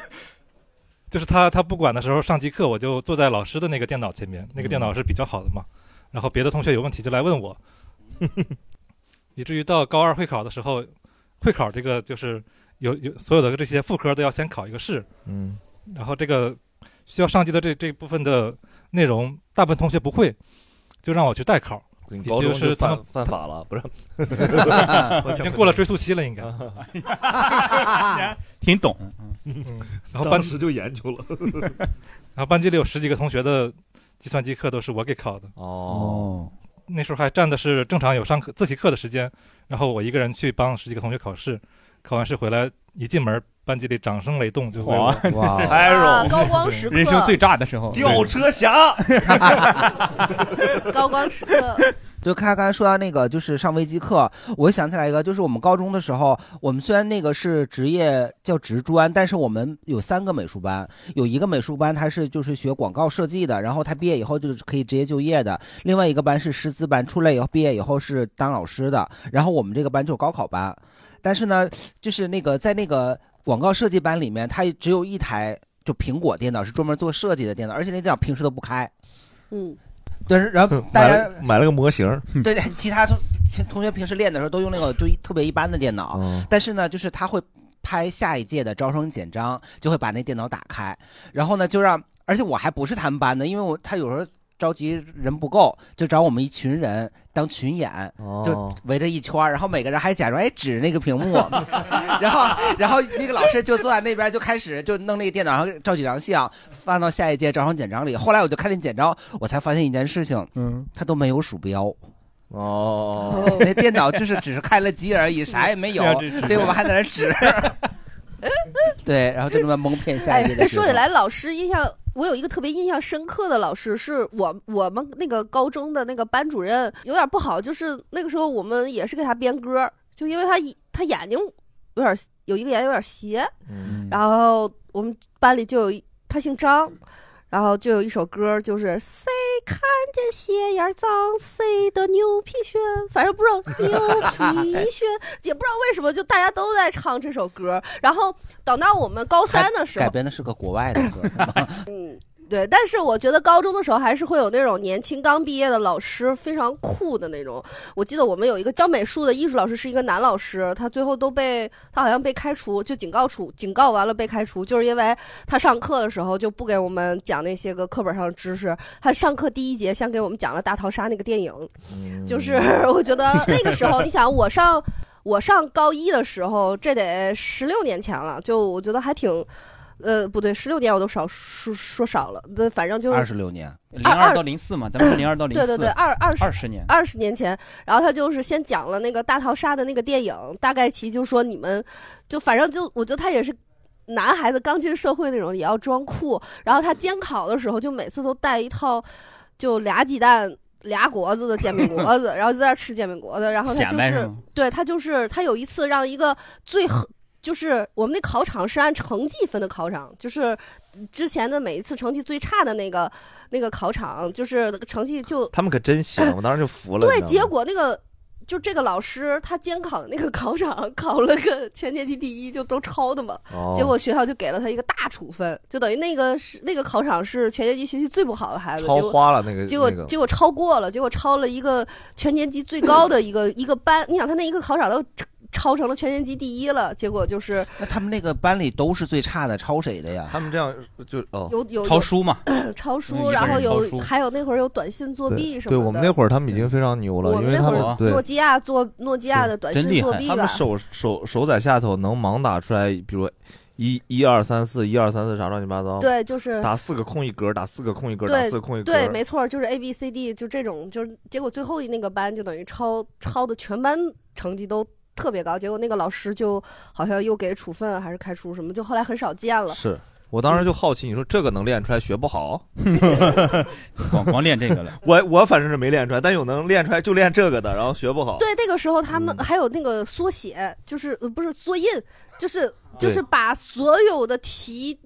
[SPEAKER 10] 就是他他不管的时候上机课，我就坐在老师的那个电脑前面，那个电脑是比较好的嘛，然后别的同学有问题就来问我，以至于到高二会考的时候，会考这个就是有有所有的这些副科都要先考一个试，
[SPEAKER 1] 嗯，
[SPEAKER 10] 然后这个需要上机的这这部分的内容，大部分同学不会，就让我去代考，
[SPEAKER 1] 你
[SPEAKER 10] 也
[SPEAKER 1] 高中
[SPEAKER 10] 是
[SPEAKER 1] 就
[SPEAKER 10] 他
[SPEAKER 1] 犯
[SPEAKER 10] 们？
[SPEAKER 1] 犯法了，不是
[SPEAKER 10] 已经过了追溯期了，应该。
[SPEAKER 5] 挺懂，嗯
[SPEAKER 10] 嗯然后班
[SPEAKER 1] 当时就研究了
[SPEAKER 10] 然后班级里有十几个同学的计算机课都是我给考的。
[SPEAKER 1] 哦，
[SPEAKER 10] 那时候还占的是正常有上课自习课的时间，然后我一个人去帮十几个同学考试，考完试回来一进门，班级里掌声雷动，就为
[SPEAKER 4] 哇
[SPEAKER 10] 我
[SPEAKER 4] 哇
[SPEAKER 2] 哎
[SPEAKER 3] 啊
[SPEAKER 4] Arrow 高光时刻啊人生最炸的 时候
[SPEAKER 1] 吊车侠，
[SPEAKER 3] 高光时刻。
[SPEAKER 2] 就看刚才说到那个，就是上微机课，我想起来一个，就是我们高中的时候，我们虽然那个是职业叫职专，但是我们有三个美术班，有一个美术班他是就是学广告设计的，然后他毕业以后就是可以直接就业的；另外一个班是师资班，出来以后毕业以后是当老师的。然后我们这个班就是高考班，但是呢，就是那个在那个广告设计班里面，他只有一台就苹果电脑是专门做设计的电脑，而且那电脑平时都不开。
[SPEAKER 3] 嗯，
[SPEAKER 2] 对，然后大
[SPEAKER 1] 买
[SPEAKER 2] 家
[SPEAKER 1] 了买了个模型儿，
[SPEAKER 2] 对，其他同同学平时练的时候都用那个就一特别一般的电脑，但是呢，就是他会拍下一届的招生简章，就会把那电脑打开，然后呢就让，而且我还不是他们班的，因为我他有时候。着急人不够，就找我们一群人当群演，就围着一圈儿然后每个人还假装哎指那个屏幕，然后然后那个老师就坐在那边就开始就弄那个电脑上照几张相，放到下一届招生简章里。后来我就看那简章，我才发现一件事情，嗯，他都没有鼠标。
[SPEAKER 1] 哦，
[SPEAKER 2] 那电脑就是只是开了机而已，啥也没有这 是。对，我们还在那 指。对，然后就这么蒙骗下
[SPEAKER 3] 哎
[SPEAKER 2] 一届的。，
[SPEAKER 3] 说起来，，老师印象，我有一个特别印象深刻的老师，是我我们那个高中的那个班主任，有点不好，就是那个时候我们也是给他编歌，就因为他一他眼睛有点有一个眼有点斜，
[SPEAKER 1] 嗯
[SPEAKER 6] 嗯
[SPEAKER 3] 然后我们班里就有一他姓张。然后就有一首歌，就是谁看见斜眼儿脏，谁的牛皮癣，反正不知道牛皮癣，也不知道为什么，就大家都在唱这首歌。然后等到我们高三的时候
[SPEAKER 2] 改，编的是个国外的 歌。
[SPEAKER 3] 对，但是我觉得高中的时候还是会有那种年轻刚毕业的老师，非常酷的那种。我记得我们有一个教美术的艺术老师是一个男老师，他最后都被他好像被开除，就警告处警告完了被开除，就是因为他上课的时候就不给我们讲那些个课本上的知识。他上课第一节先给我们讲了《大逃杀》那个电影，就是我觉得那个时候，你想我上我上高一的时候，这得十六年前了，就我觉得还挺。呃，不对，十六年我都少说说少了，对，反正就是
[SPEAKER 2] 二十六年，
[SPEAKER 5] 零二到零四嘛，咱们是零二到零四，
[SPEAKER 3] 对对对，二二
[SPEAKER 5] 二十年，
[SPEAKER 3] 二十年前，然后他就是先讲了那个大逃杀的那个电影，大概其就说你们，就反正就我觉得他也是。男孩子刚进社会那种也要装酷，然后他监考的时候就每次都带一套，就俩鸡蛋俩果子的煎饼果子，然后就在那儿吃煎饼果子，然后他
[SPEAKER 5] 显
[SPEAKER 3] 就
[SPEAKER 5] 摆
[SPEAKER 3] 是
[SPEAKER 5] 是吗
[SPEAKER 3] 对他就是他有一次让一个最狠就是我们那考场是按成绩分的考场，就是之前的每一次成绩最差的那个那个考场，就是成绩就
[SPEAKER 1] 他们可真行，我当时就服了。
[SPEAKER 3] 对，
[SPEAKER 1] 你知
[SPEAKER 3] 结
[SPEAKER 1] 道吗
[SPEAKER 3] 果那个就这个老师他监考的那个考场考了个全年级第一，就都抄的嘛。
[SPEAKER 1] 哦
[SPEAKER 3] 结果学校就给了他一个大处分，就等于那个是那个考场是全年级学习最不好的孩子，
[SPEAKER 1] 超
[SPEAKER 3] 结果
[SPEAKER 1] 花了那个
[SPEAKER 3] 结果、
[SPEAKER 1] 那个
[SPEAKER 3] 结果超过了，结果超了一个全年级最高 的一个一个班。你想他那一个考场都超成了全年级第一了，结果就是
[SPEAKER 2] 那他们那个班里都是最差的，抄谁的呀？
[SPEAKER 1] 他们这样就哦
[SPEAKER 3] 有有
[SPEAKER 1] 抄书嘛
[SPEAKER 3] 抄
[SPEAKER 1] 嗯一
[SPEAKER 3] 书，
[SPEAKER 1] 个
[SPEAKER 3] 然后
[SPEAKER 1] 人抄
[SPEAKER 3] 有
[SPEAKER 1] 书
[SPEAKER 3] 还有那会儿有短信作弊
[SPEAKER 1] 对
[SPEAKER 3] 什么的。
[SPEAKER 1] 对我们那会儿他们已经非常牛
[SPEAKER 3] 我
[SPEAKER 1] 了，因
[SPEAKER 3] 们
[SPEAKER 1] 为
[SPEAKER 3] 那
[SPEAKER 1] 他
[SPEAKER 3] 会
[SPEAKER 1] 们对
[SPEAKER 3] 儿诺基亚做诺基亚的短
[SPEAKER 1] 真
[SPEAKER 3] 信
[SPEAKER 1] 厉
[SPEAKER 3] 作
[SPEAKER 1] 害，
[SPEAKER 3] 弊啊
[SPEAKER 1] 他们
[SPEAKER 3] 吧，
[SPEAKER 1] 手手手在下头能盲打出来，比如一一二三四一二三四啥乱七八糟。
[SPEAKER 3] 对就是
[SPEAKER 1] 打四个空一格，打四个空一格，打
[SPEAKER 3] 对
[SPEAKER 1] 四个空一格。
[SPEAKER 3] 对，没错，就是 A B C D 就这种，就是结果最后那个班就等于抄抄的全班成绩都特别高，结果那个老师就好像又给处分还是开除什么，就后来很少见了。
[SPEAKER 1] 是我当时就好奇，你说这个能练出来，学不好？
[SPEAKER 5] 光光练这个了。
[SPEAKER 1] 我我反正是没练出来，但有能练出来就练这个的，然后学不好。
[SPEAKER 3] 对，那个时候他
[SPEAKER 5] 嗯
[SPEAKER 3] 们还有那个缩写，就是呃不是缩印，就是就是
[SPEAKER 1] 对
[SPEAKER 3] 把所有的题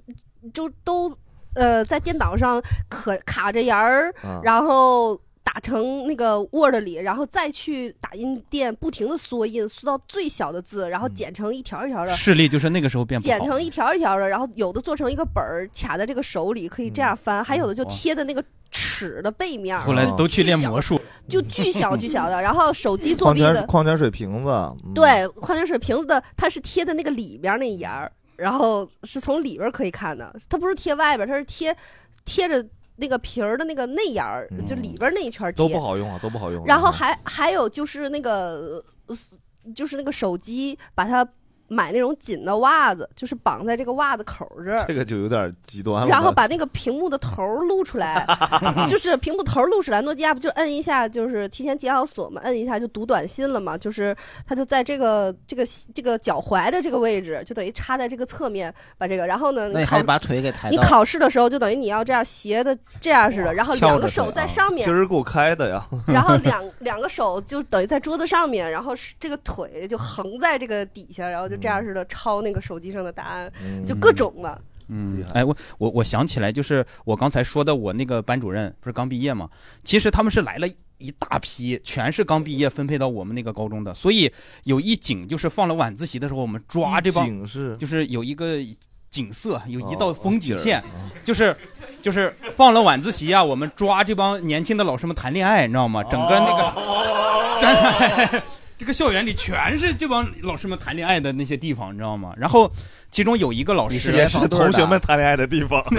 [SPEAKER 3] 就都呃在电脑上可卡着沿儿
[SPEAKER 17] 啊，
[SPEAKER 3] 然后。打成那个 Word 里，然后再去打印店不停的缩印，缩到最小的字，然后剪成一条一条的，
[SPEAKER 5] 视力就是那个时候变不
[SPEAKER 3] 剪
[SPEAKER 5] 好，
[SPEAKER 3] 成一条一条的，然后有的做成一个本儿，卡在这个手里，可以这样翻，还有的就贴在那个尺的背面儿，
[SPEAKER 5] 嗯后来
[SPEAKER 3] 就
[SPEAKER 5] 都去
[SPEAKER 3] 巨
[SPEAKER 5] 练
[SPEAKER 3] 小
[SPEAKER 5] 魔术，
[SPEAKER 3] 就巨 小巨小的。然后手机作
[SPEAKER 1] 矿
[SPEAKER 3] 弊
[SPEAKER 1] 泉
[SPEAKER 3] 的
[SPEAKER 1] 水，矿泉水瓶子，嗯
[SPEAKER 3] 对，矿泉水瓶子的它是贴的那个里边儿那一沿儿，然后是从里边儿可以看的，它不是贴外边儿，它是贴贴着那个瓶儿的那个内沿儿，就里边儿那一圈儿贴。
[SPEAKER 1] 嗯都不好用啊，都不好用啊。
[SPEAKER 3] 然后还还有就是那个，呃就是那个手机把它。买那种紧的袜子，就是绑在这个袜子口儿这儿，
[SPEAKER 1] 这个就有点极端了。
[SPEAKER 3] 然后把那个屏幕的头儿露出来，就是屏幕头儿露出来，诺基亚不就摁一下，就是提前解好锁嘛，摁一下就读短信了嘛，就是它就在这个这个这个脚踝的这个位置，就等于插在这个侧面，把这个，然后呢，
[SPEAKER 2] 那你还
[SPEAKER 3] 考
[SPEAKER 2] 得把腿给抬
[SPEAKER 3] 你
[SPEAKER 2] 到。
[SPEAKER 3] 考试的时候就等于你要这样斜的这样似的，然后两个手
[SPEAKER 1] 啊
[SPEAKER 2] 啊
[SPEAKER 3] 在上面
[SPEAKER 1] 今，儿够开的呀。
[SPEAKER 3] 然后两两个手就等于在桌子上面，然后是这个腿就横在这个底下，然后就这样似的抄那个手机上的答案，就各种嘛。
[SPEAKER 5] 嗯，哎，我我我想起来，就是我刚才说的，我那个班主任不是刚毕业嘛？其实他们是来了一大批，全是刚毕业分配到我们那个高中的，所以有一景就是放了晚自习的时候，我们抓这帮
[SPEAKER 1] 一景是
[SPEAKER 5] 就是有一个景色，有一
[SPEAKER 1] 哦
[SPEAKER 5] 道风景线，
[SPEAKER 1] 景儿哦
[SPEAKER 5] 就是就是放了晚自习啊，我们抓这帮年轻的老师们谈恋爱，你知道吗？整个那个。这个校园里全是这帮老师们谈恋爱的那些地方，你知道吗？然后其中有一个老
[SPEAKER 1] 你
[SPEAKER 5] 师
[SPEAKER 1] 是联防队儿的也是同学们谈恋爱的地方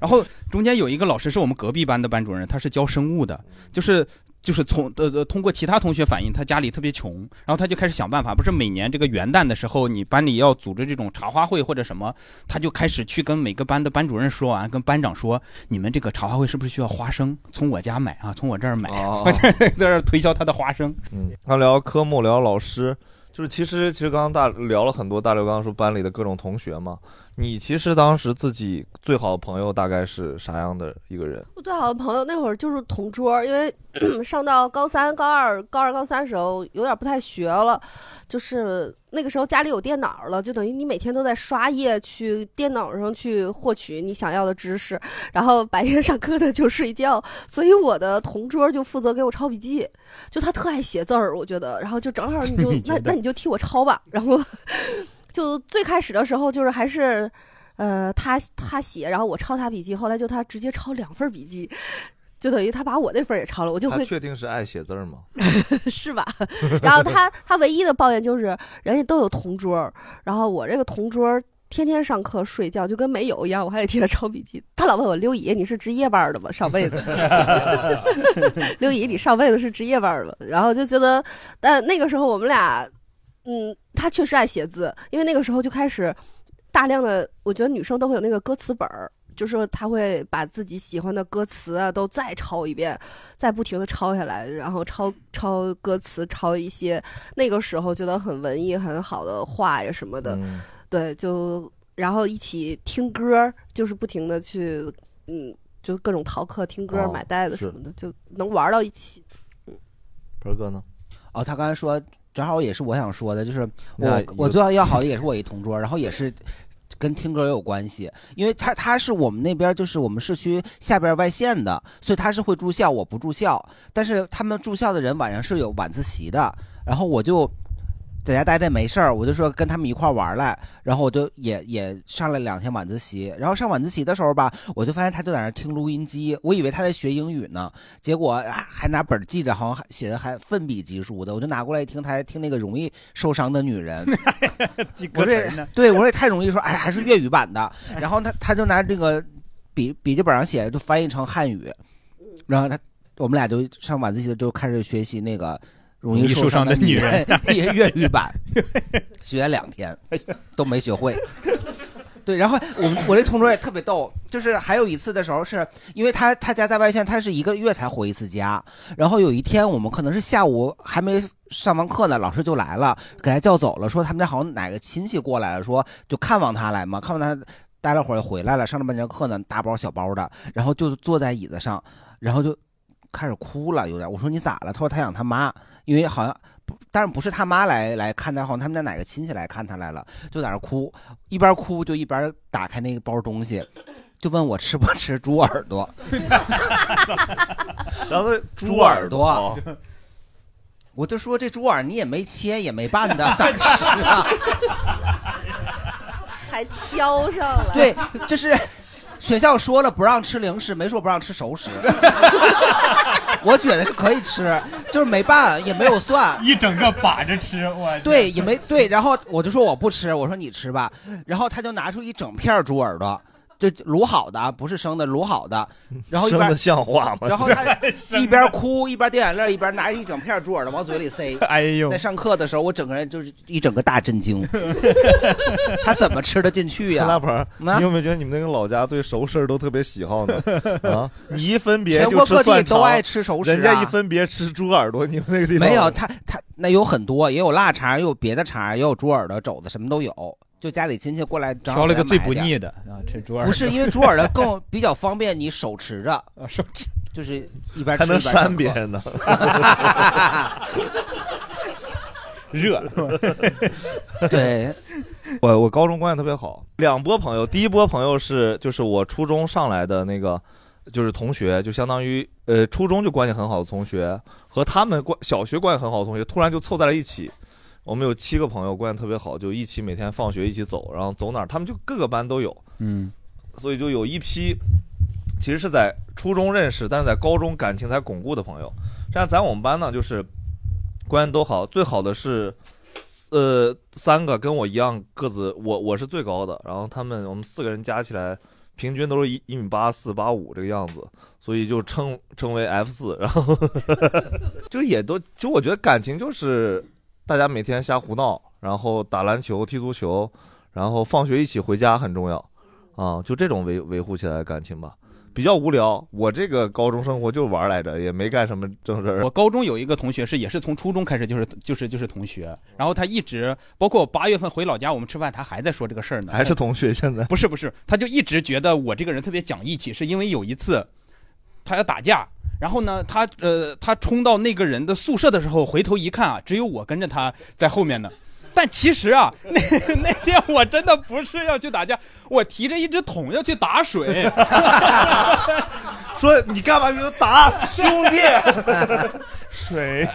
[SPEAKER 5] 然后中间有一个老师是我们隔壁班的班主任，他是教生物的，就是。就是从呃呃通过其他同学反映，他家里特别穷，然后他就开始想办法。不是每年这个元旦的时候，你班里要组织这种茶话会或者什么，他就开始去跟每个班的班主任说完，跟班长说，你们这个茶话会是不是需要花生？从我家买啊，从我这儿买，
[SPEAKER 1] 哦
[SPEAKER 5] 在这儿推销他的花生。
[SPEAKER 1] 嗯，他聊科目，聊老师，就是其实其实刚刚大聊了很多，大刘刚刚说班里的各种同学嘛，你其实当时自己最好的朋友大概是啥样的一个人？
[SPEAKER 3] 我最好的朋友那会儿就是同桌，因为上到高三、高二、高二、高三时候有点不太学了，就是那个时候家里有电脑了，就等于你每天都在刷页去电脑上去获取你想要的知识，然后白天上课的就睡觉，所以我的同桌就负责给我抄笔记，就他特爱写字儿，我觉得，然后就正好你 就
[SPEAKER 17] 你觉
[SPEAKER 3] 那
[SPEAKER 17] 得
[SPEAKER 3] 那你就替我抄吧，然后就最开始的时候就是还是。呃，他他写，然后我抄他笔记，后来就他直接抄两份笔记，就等于他把我那份儿也抄了，我就
[SPEAKER 1] 他
[SPEAKER 3] 会
[SPEAKER 1] 确定是爱写字儿吗？
[SPEAKER 3] 是吧？然后他他唯一的抱怨就是人家都有同桌儿，然后我这个同桌儿天天上课睡觉，就跟没有一样，我还得替他抄笔记。他老问我刘姨，你是值夜班儿的吗？上辈子， 刘姨，你上辈子是值夜班儿的吗？然后就觉得，但那个时候我们俩，嗯，他确实爱写字，因为那个时候就开始大量的，我觉得女生都会有那个歌词本儿。就是他会把自己喜欢的歌词啊都再抄一遍，再不停的抄下来，然后抄抄歌词，抄一些那个时候觉得很文艺很好的话呀什么的，
[SPEAKER 2] 嗯
[SPEAKER 3] 对，就然后一起听歌儿，就是不停的去，嗯，就各种逃课听歌儿、
[SPEAKER 2] 哦
[SPEAKER 3] 买袋子
[SPEAKER 2] 是
[SPEAKER 3] 什么的，就能玩到一起。
[SPEAKER 1] 盆哥呢？
[SPEAKER 2] 哦，他刚才说，正好也是我想说的，就是
[SPEAKER 1] 那
[SPEAKER 2] 我
[SPEAKER 1] 有
[SPEAKER 2] 我最要好的也是我一同桌，然后也是。跟听歌有关系，因为他他是我们那边就是我们市区下边外县的，所以他是会住校，我不住校。但是他们住校的人晚上是有晚自习的，然后我就在家待着没事儿，我就说跟他们一块儿玩儿来，然后我就也也上了两天晚自习，然后上晚自习的时候吧，我就发现他就在那儿听录音机，我以为他在学英语呢，结果、啊、还拿本儿记着，好像还写的还奋笔疾书的，我就拿过来一听，他还听那个容易受伤的女人，我这对我这也太容易说，哎，还是粤语版的，
[SPEAKER 5] 哎
[SPEAKER 2] 然后他他就拿这个笔笔记本上写，就翻译成汉语，然后他我们俩就上晚自习的就开始学习那个。容易
[SPEAKER 5] 容易受
[SPEAKER 2] 受伤
[SPEAKER 5] 伤的
[SPEAKER 2] 女
[SPEAKER 5] 女人 哎
[SPEAKER 2] 粤粤语版，学了两天都没学会。对，然后我们我这同桌也特别逗，就是还有一次的时候是，因为他他家在外县，他是一个月才回一次家。然后有一天我们可能是下午还没上完课呢，老师就来了，给他叫走了，说他们家好像哪个亲戚过来了，说就看望他来嘛，看望他待了会儿就回来了，上了半节课呢，大包小包的，然后就坐在椅子上，然后就开始哭了，有点。我说你咋了？他说他想他妈，因为好像不，当然不是他妈来来看他，好像他们家哪个亲戚来看他来了，就在那儿哭，一边哭就一边打开那个包东西，就问我吃不吃猪耳朵，
[SPEAKER 1] 然后
[SPEAKER 2] 猪耳朵。我就说这猪耳你也没切也没拌的， 咋吃啊？
[SPEAKER 3] 还挑上了，
[SPEAKER 2] 对，这是学校说了不让吃零食，没说不让吃熟食。 我觉得是可以吃，就是没拌，也没有蒜，
[SPEAKER 5] 一整个把着吃，我
[SPEAKER 2] 对，也没对。然后我就说我不吃，我说你吃吧。然后他就拿出一整片猪耳朵，这卤好的，啊不是生的，卤好 的。然后一
[SPEAKER 1] 生
[SPEAKER 2] 边
[SPEAKER 1] 的像话吗
[SPEAKER 2] 然后 他一边哭一边掉眼泪，一边拿一整片猪耳朵往嘴里 塞。
[SPEAKER 4] 哎呦
[SPEAKER 2] 在上课的时候，我整个人就是一整个大震 惊，他怎么吃得进去呀、啊
[SPEAKER 1] 拉盆儿，
[SPEAKER 2] 那
[SPEAKER 1] 你有没有觉得你们那个老家对熟食儿都特别喜好呢？ 啊，你一分别
[SPEAKER 2] 全
[SPEAKER 1] 就
[SPEAKER 2] 国
[SPEAKER 1] 吃
[SPEAKER 2] 各地
[SPEAKER 1] 蒜
[SPEAKER 2] 都
[SPEAKER 1] 肠
[SPEAKER 2] 爱吃熟食
[SPEAKER 1] 人家
[SPEAKER 2] 啊
[SPEAKER 1] 一分别吃猪耳朵，你们那个地方
[SPEAKER 2] 没有，他他那有很多，也有腊肠，也有别的肠，也有猪耳朵、肘子，什么都有。就家里亲戚过来找
[SPEAKER 5] 挑了个
[SPEAKER 2] 咱
[SPEAKER 5] 最
[SPEAKER 2] 买
[SPEAKER 5] 不
[SPEAKER 2] 点
[SPEAKER 5] 腻的啊吃猪耳
[SPEAKER 2] 不是
[SPEAKER 5] 朵
[SPEAKER 2] 因为猪耳朵更 比较方便，你手持 着，
[SPEAKER 5] 啊
[SPEAKER 2] 手持就是一边吃
[SPEAKER 1] 还能
[SPEAKER 2] 一边上
[SPEAKER 1] 扇
[SPEAKER 2] 课
[SPEAKER 1] 别 人呢热了
[SPEAKER 2] 对，
[SPEAKER 1] 我我高中关系特别好，两波朋友，第一波朋友是就是我初中上来的那个。就是同学，就相当于呃初中就关系很好的同学，和他们关小学关系很好的同学，突然就凑在了一起。我们有七个朋友关系特别好，就一起每天放学一起走，然后走哪儿他们就各个班都有。
[SPEAKER 5] 嗯，
[SPEAKER 1] 所以就有一批其实是在初中认识，但是在高中感情才巩固的朋友。像咱我们班呢，就是关系都好，最好的是呃三个跟我一样个子，我我是最高的，然后他们我们四个人加起来平均都是一一米八四八五这个样子，所以就称称为 F 四，然后 就也都就我觉得感情就是大家每天瞎胡闹，然后打篮球、踢足球，然后放学一起回家很重要啊，就这种维维护起来的感情吧。比较无聊，我这个高中生活就玩来着，也没干什么正事儿。
[SPEAKER 5] 我高中有一个同学是也是从初中开始就是就是就是同学，然后他一直包括我八月份回老家我们吃饭，他还在说这个事儿呢，
[SPEAKER 1] 还是同学现在
[SPEAKER 5] 不是不是，他就一直觉得我这个人特别讲义气，是因为有一次他要打架，然后呢，他呃他冲到那个人的宿舍的时候，回头一看啊，只有我跟着他在后面呢。但其实啊， 那那天我真的不是要去打架，我提着一只桶要去打水，
[SPEAKER 1] 说你干嘛去打兄弟？水，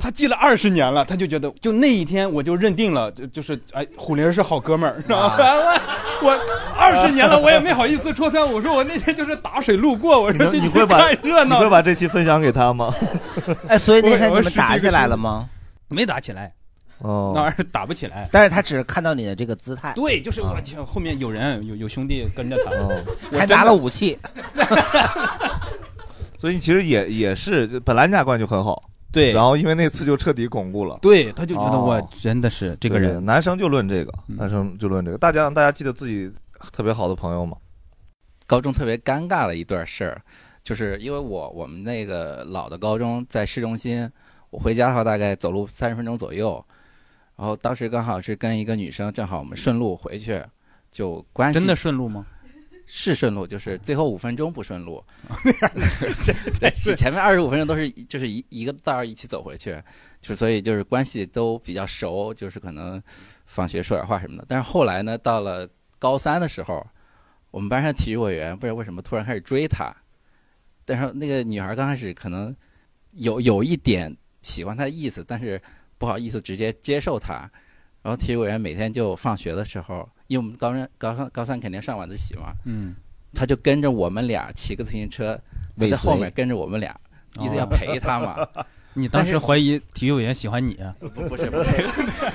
[SPEAKER 5] 他记了二十年了，他就觉得，就那一天我就认定了，就就是哎，虎林是好哥们儿，知
[SPEAKER 1] 啊
[SPEAKER 5] 道吗？我二十年了，我也没好意思戳穿，我说我那天就是打水路过，我说
[SPEAKER 1] 能
[SPEAKER 5] 进
[SPEAKER 1] 你
[SPEAKER 5] 去
[SPEAKER 1] 会把
[SPEAKER 5] 看热
[SPEAKER 1] 你
[SPEAKER 5] 闹
[SPEAKER 1] 会，把这期分享给他吗？
[SPEAKER 2] 哎，所以那天
[SPEAKER 5] 我
[SPEAKER 2] 你们打起来了吗？？
[SPEAKER 5] 没打起来，
[SPEAKER 1] 哦
[SPEAKER 5] 那玩意儿打不起来。
[SPEAKER 2] 但是他只是看到你的这个姿态，啊
[SPEAKER 5] 对，就是我去后面有人有有兄弟跟着他，我
[SPEAKER 2] 还
[SPEAKER 5] 真
[SPEAKER 2] 拿
[SPEAKER 5] 的
[SPEAKER 2] 了 武器，
[SPEAKER 1] 所以其实也也是，就本来你俩关系就很好，
[SPEAKER 5] 对。
[SPEAKER 1] 然后因为那次就彻底巩固了，哦
[SPEAKER 5] 对，他就觉得我真的是这个人嗯
[SPEAKER 1] 对男生就论这个，男生就论这个。大家大家记得自己特别好的朋友吗？
[SPEAKER 12] 高中特别尴尬的一段事儿，就是因为我我们那个老的高中在市中心，我回家的话大概走路三十分钟左右，然后当时刚好是跟一个女生，正好我们顺路回去，就关系
[SPEAKER 5] 真的顺路吗？
[SPEAKER 12] 是顺路，就是最后五分钟不 顺路，对前面二十五分钟都是一就是一一个道儿一起走回去，就是所以就是关系都比较熟，就是可能放学说点话什么的。但是后来呢，到了高三的时候，我们班上体育委员不知道为什么突然开始追他，但是那个女孩刚开始可能有有一点喜欢他的意思，但是不好意思直接接受他。然后体育委员每天就放学的时候，因为我们高三高三高三肯定上晚自习嘛，
[SPEAKER 5] 嗯，
[SPEAKER 12] 他就跟着我们俩骑个自行车，
[SPEAKER 5] 尾
[SPEAKER 12] 他在后
[SPEAKER 5] 随
[SPEAKER 12] 面跟着我们俩，意思
[SPEAKER 5] 哦
[SPEAKER 12] 要陪他嘛。
[SPEAKER 5] 你当时
[SPEAKER 12] 但是
[SPEAKER 5] 怀疑体育委员喜欢你？啊
[SPEAKER 12] 不不是不是，